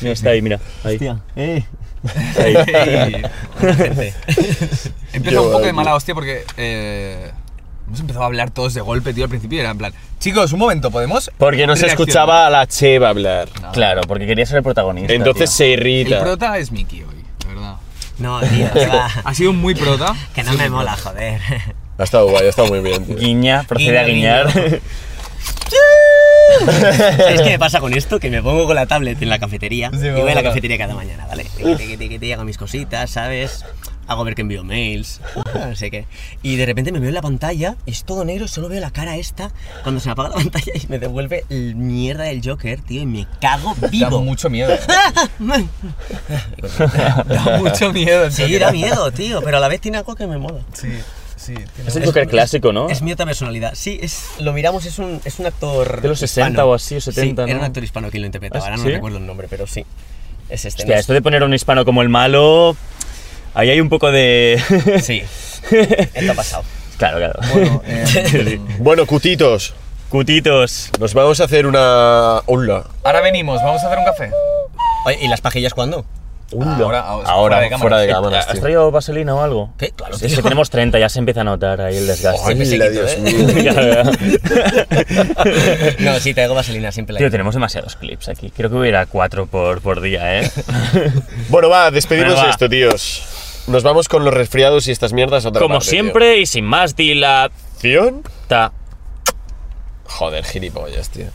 mira, está ahí, mira. Ahí.
eh.
Miki. Ey.
gente.
Empieza un
Qué
poco de
guay,
mala hostia porque eh, hemos empezado a hablar todos de golpe, tío, al principio y era en plan, chicos, un momento, ¿podemos?
Porque no se
reaccionar?".
escuchaba a la Cheva hablar.
Claro, porque quería ser el protagonista.
Entonces
tío.
se
El
irrita.
prota es Miki hoy, de verdad.
No, tío, que va.
Ha sido muy prota.
Que no me mola, joder.
Ha estado guay, ha estado muy bien, tío.
guiña, procede a
Guiño,
guiñar.
¿Sabes qué me pasa con esto? Que me pongo con la tablet en la cafetería. y voy a la cafetería cada mañana, ¿vale? Tiqui, tiqui, tiqui, tiqui, hago mis cositas, ¿sabes? Hago ver que envío mails, no sé qué. Y de repente me veo en la pantalla, es todo negro, solo veo la cara esta. Cuando se me apaga la pantalla y me devuelve el mierda del Joker, tío, y me cago
Da
vivo.
mucho miedo.
da
Da mucho miedo.
Sí, da miedo, tío, pero a la vez tiene algo que me mola.
Sí, sí. tiene-
es el Joker clásico, ¿no?
Es mi otra personalidad. Sí, es, lo miramos, es un, es un actor.
De los 60
hispano.
o así, o 70,
Sí, Era
¿no?
un actor hispano quien lo interpretaba,
¿Ah,
ahora no
sí?
recuerdo el nombre, pero sí. Es este.
Hostia,
¿no?
esto de poner a un hispano como el malo. Ahí hay un poco de.
Sí, esto ha pasado.
claro, claro.
Bueno, eh,
Bueno, cutitos,
Cutitos.
nos vamos a hacer una. Hola.
ahora venimos, vamos a hacer un café.
Oye, ¿y las pajillas cuándo?
Ahora,
Ahora,
cámara.
fuera de
Eh,
cámaras,
¿Has
tío.
traído vaselina o algo?
¿Qué? Claro,
Sí, Es
tío.
que tenemos 30, ya se empieza a ¿eh? notar ahí el desgaste.
Hola, Dios mío.
No, sí, traigo vaselina, siempre la
Tío, tenemos demasiados clips aquí. Creo que hubiera cuatro por, por día, ¿eh?
Bueno, va, despedimos
Bueno, va.
esto, tíos. Nos vamos con los resfriados y estas mierdas a otra
Como
parte, tío.
siempre y sin más dilata.
¿Acción? Joder, gilipollas, tío.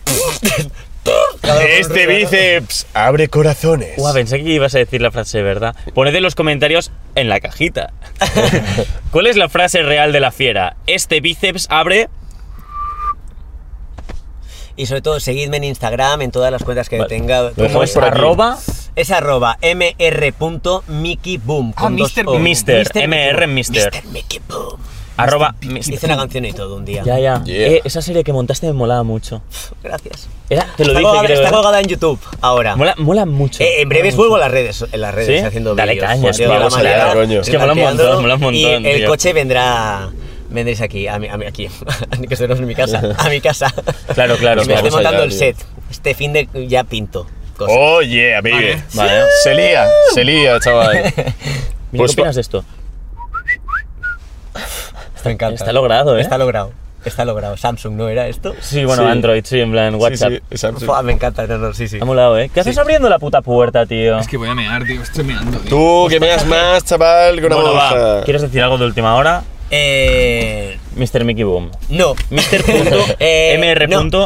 este bíceps abre corazones.
Guau, pensé que ibas a decir la frase, ¿verdad? Poned en los comentarios en la cajita. ¿Cuál es la frase real de la fiera? Este bíceps abre...
Y sobre todo, seguidme en Instagram, en todas las cuentas que
Vale.
tenga.
Lo
¿Cómo
dejamos
es?
por aquí.
Arroba...
Es arroba mr.mickeyboom.
Ah,
con dos
Mr.
O.
Mister,
Mr.
MR Mister.
Mr. Mickey Boom.
Arroba...
Hice una canción y todo un día.
Ya, ya.
Yeah.
Eh, esa serie que montaste me molaba mucho.
Gracias.
Era, te lo
está
dije,
colgada,
creo,
está
¿verdad?
colgada en YouTube ahora.
Mola, mola mucho.
Eh, en breves vuelvo a las redes, en las redes
¿Sí?
haciendo
Dale
vídeos.
caña, tío,
Volteo a la
vamos allá,
madera,
coño.
Es que mola un montón,
planteándolo,
mola un montón,
Y el
tío.
coche vendrá, vendréis aquí, a mi, a mi- aquí, que esto no es mi casa, a mi casa.
Claro, claro,
Me
claro.
estoy
Vamos allá,
montando el
tío.
set. Este fin de ya pinto.
cosas.
Oh yeah, baby.
Vale.
Se lía, se lía, chaval.
Mira, ¿Qué
Pues
opinas de esto?
Me encanta.
está logrado, ¿eh?
Está logrado. Está logrado. Samsung, ¿no era esto?
Sí, bueno,
Sí.
Android, sí, en plan
Sí,
WhatsApp.
sí, Samsung.
Fua, me encanta, no, no, sí, sí.
Ha molado, ¿eh? ¿Qué haces abriendo la puta puerta, tío?
Es que voy a mear, tío. Estoy meando, tío.
Tú, que meas más, chaval, que una
Bueno, va.
bolsa.
¿Quieres decir algo de última hora?
Eh,
Mr. Mickey Boom.
no.
Mr. Punto,
Eh,
MR.
no.
Punto,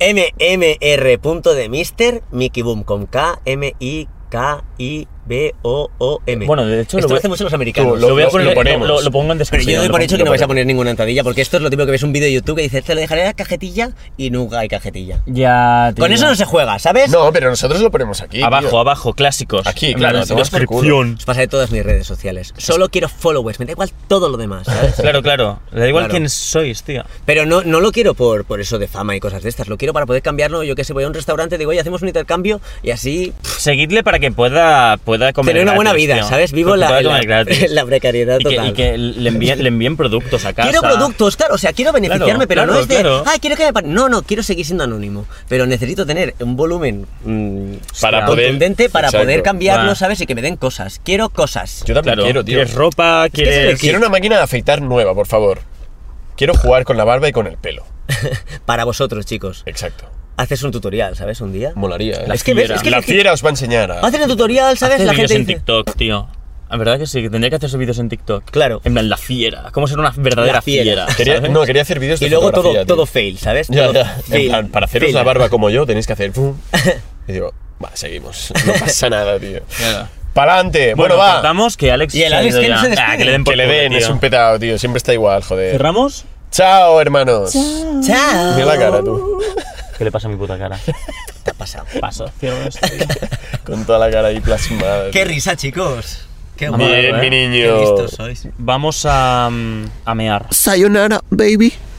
MMR. punto de Mister Mickey Boom con K M I K I B O O M.
Bueno, de hecho, lo
esto lo,
voy-
hacen mucho los americanos.
Lo-
lo voy a
lo-
poner,
lo ponemos.
lo, lo pongo en
Pero
descripción.
yo doy
lo
por
pongo-
hecho
lo
que no vais a
pongo.
poner ninguna entradilla, porque esto es lo típico que ves un vídeo de YouTube que dices, te lo dejaré la cajetilla y nunca hay cajetilla.
Ya, tío.
Con eso no se juega, ¿sabes?
No, pero nosotros lo ponemos aquí.
Abajo,
tío.
abajo, clásicos.
Aquí,
En plan,
claro, te vas por culo.
descripción.
Os pasaré todas mis redes sociales. Solo quiero followers, me da igual todo lo demás, ¿sabes?
Claro, claro. Le da igual
Claro.
quién sois, tío.
Pero no, no lo quiero por, por eso de fama y cosas de estas, lo quiero para poder cambiarlo, yo que sé, voy a un restaurante, digo, oye, hacemos un intercambio y así
Seguidle para que pueda, pueda comer
tener una buena
gratis,
vida,
tío.
¿sabes? Vivo
Que
la,
pueda
la,
comer gratis.
la precariedad
Y que,
total.
y que le, envíen, le envíen productos a casa.
Quiero productos, claro, o sea, quiero beneficiarme,
Claro,
pero no
claro,
es de,
claro.
ay, quiero que me... pa-". No, no, quiero seguir siendo anónimo, pero necesito tener un volumen mm,
Para poder-
contundente para
Exacto.
poder cambiarlo,
Va.
¿sabes? Y que me den cosas. Quiero cosas.
Yo también
Claro.
quiero, tío.
Quieres ropa,
es lo
quieres...
que-
Eh, Quiero una máquina de afeitar nueva, por favor. Quiero jugar con la barba y con el pelo.
Para vosotros, chicos.
Exacto.
Haces un tutorial, ¿sabes? Un día.
Molaría, ¿eh?
es que ves,
fiera.
es que
la
ves que-
fiera os va a enseñar a...
Hacen un tutorial, ¿sabes?
Hace
la
vídeos
gente
en
dice,
TikTok, tío. La verdad que sí, que tendría que hacerse vídeos en TikTok.
Claro.
En plan, la fiera. ¿Cómo ser una verdadera
La fiera.
fiera?
Quería-
¿sabes?
no, quería hacer vídeos de
Y luego todo,
fotografía, tío.
todo fail, ¿sabes?
Ya,
Todo
ya. En
fail,
plan, para haceros
fail.
la barba como yo tenéis que hacer... pum. Y digo, va, seguimos. No pasa nada, tío. ¡Pa'lante! Bueno, va.
cortamos, Eh, que Alex.
Y el
se ha
Alex
ido
que no
ya.
se despide.
Ah, que le den por
Que le
culo,
den,
tío.
es un petado, tío. Siempre está igual, joder.
¿Cerramos?
Chao, hermanos.
Chao.
Mira la cara, tú.
¿Qué le pasa a mi puta cara?
Te ha pasado.
Paso, cierro esto.
Con toda la cara ahí plasmada.
Qué risa, chicos. Qué
Bien,
guay.
Bien, mi
Qué
niño.
listos sois.
Vamos a. mm, a mear.
Sayonara, baby.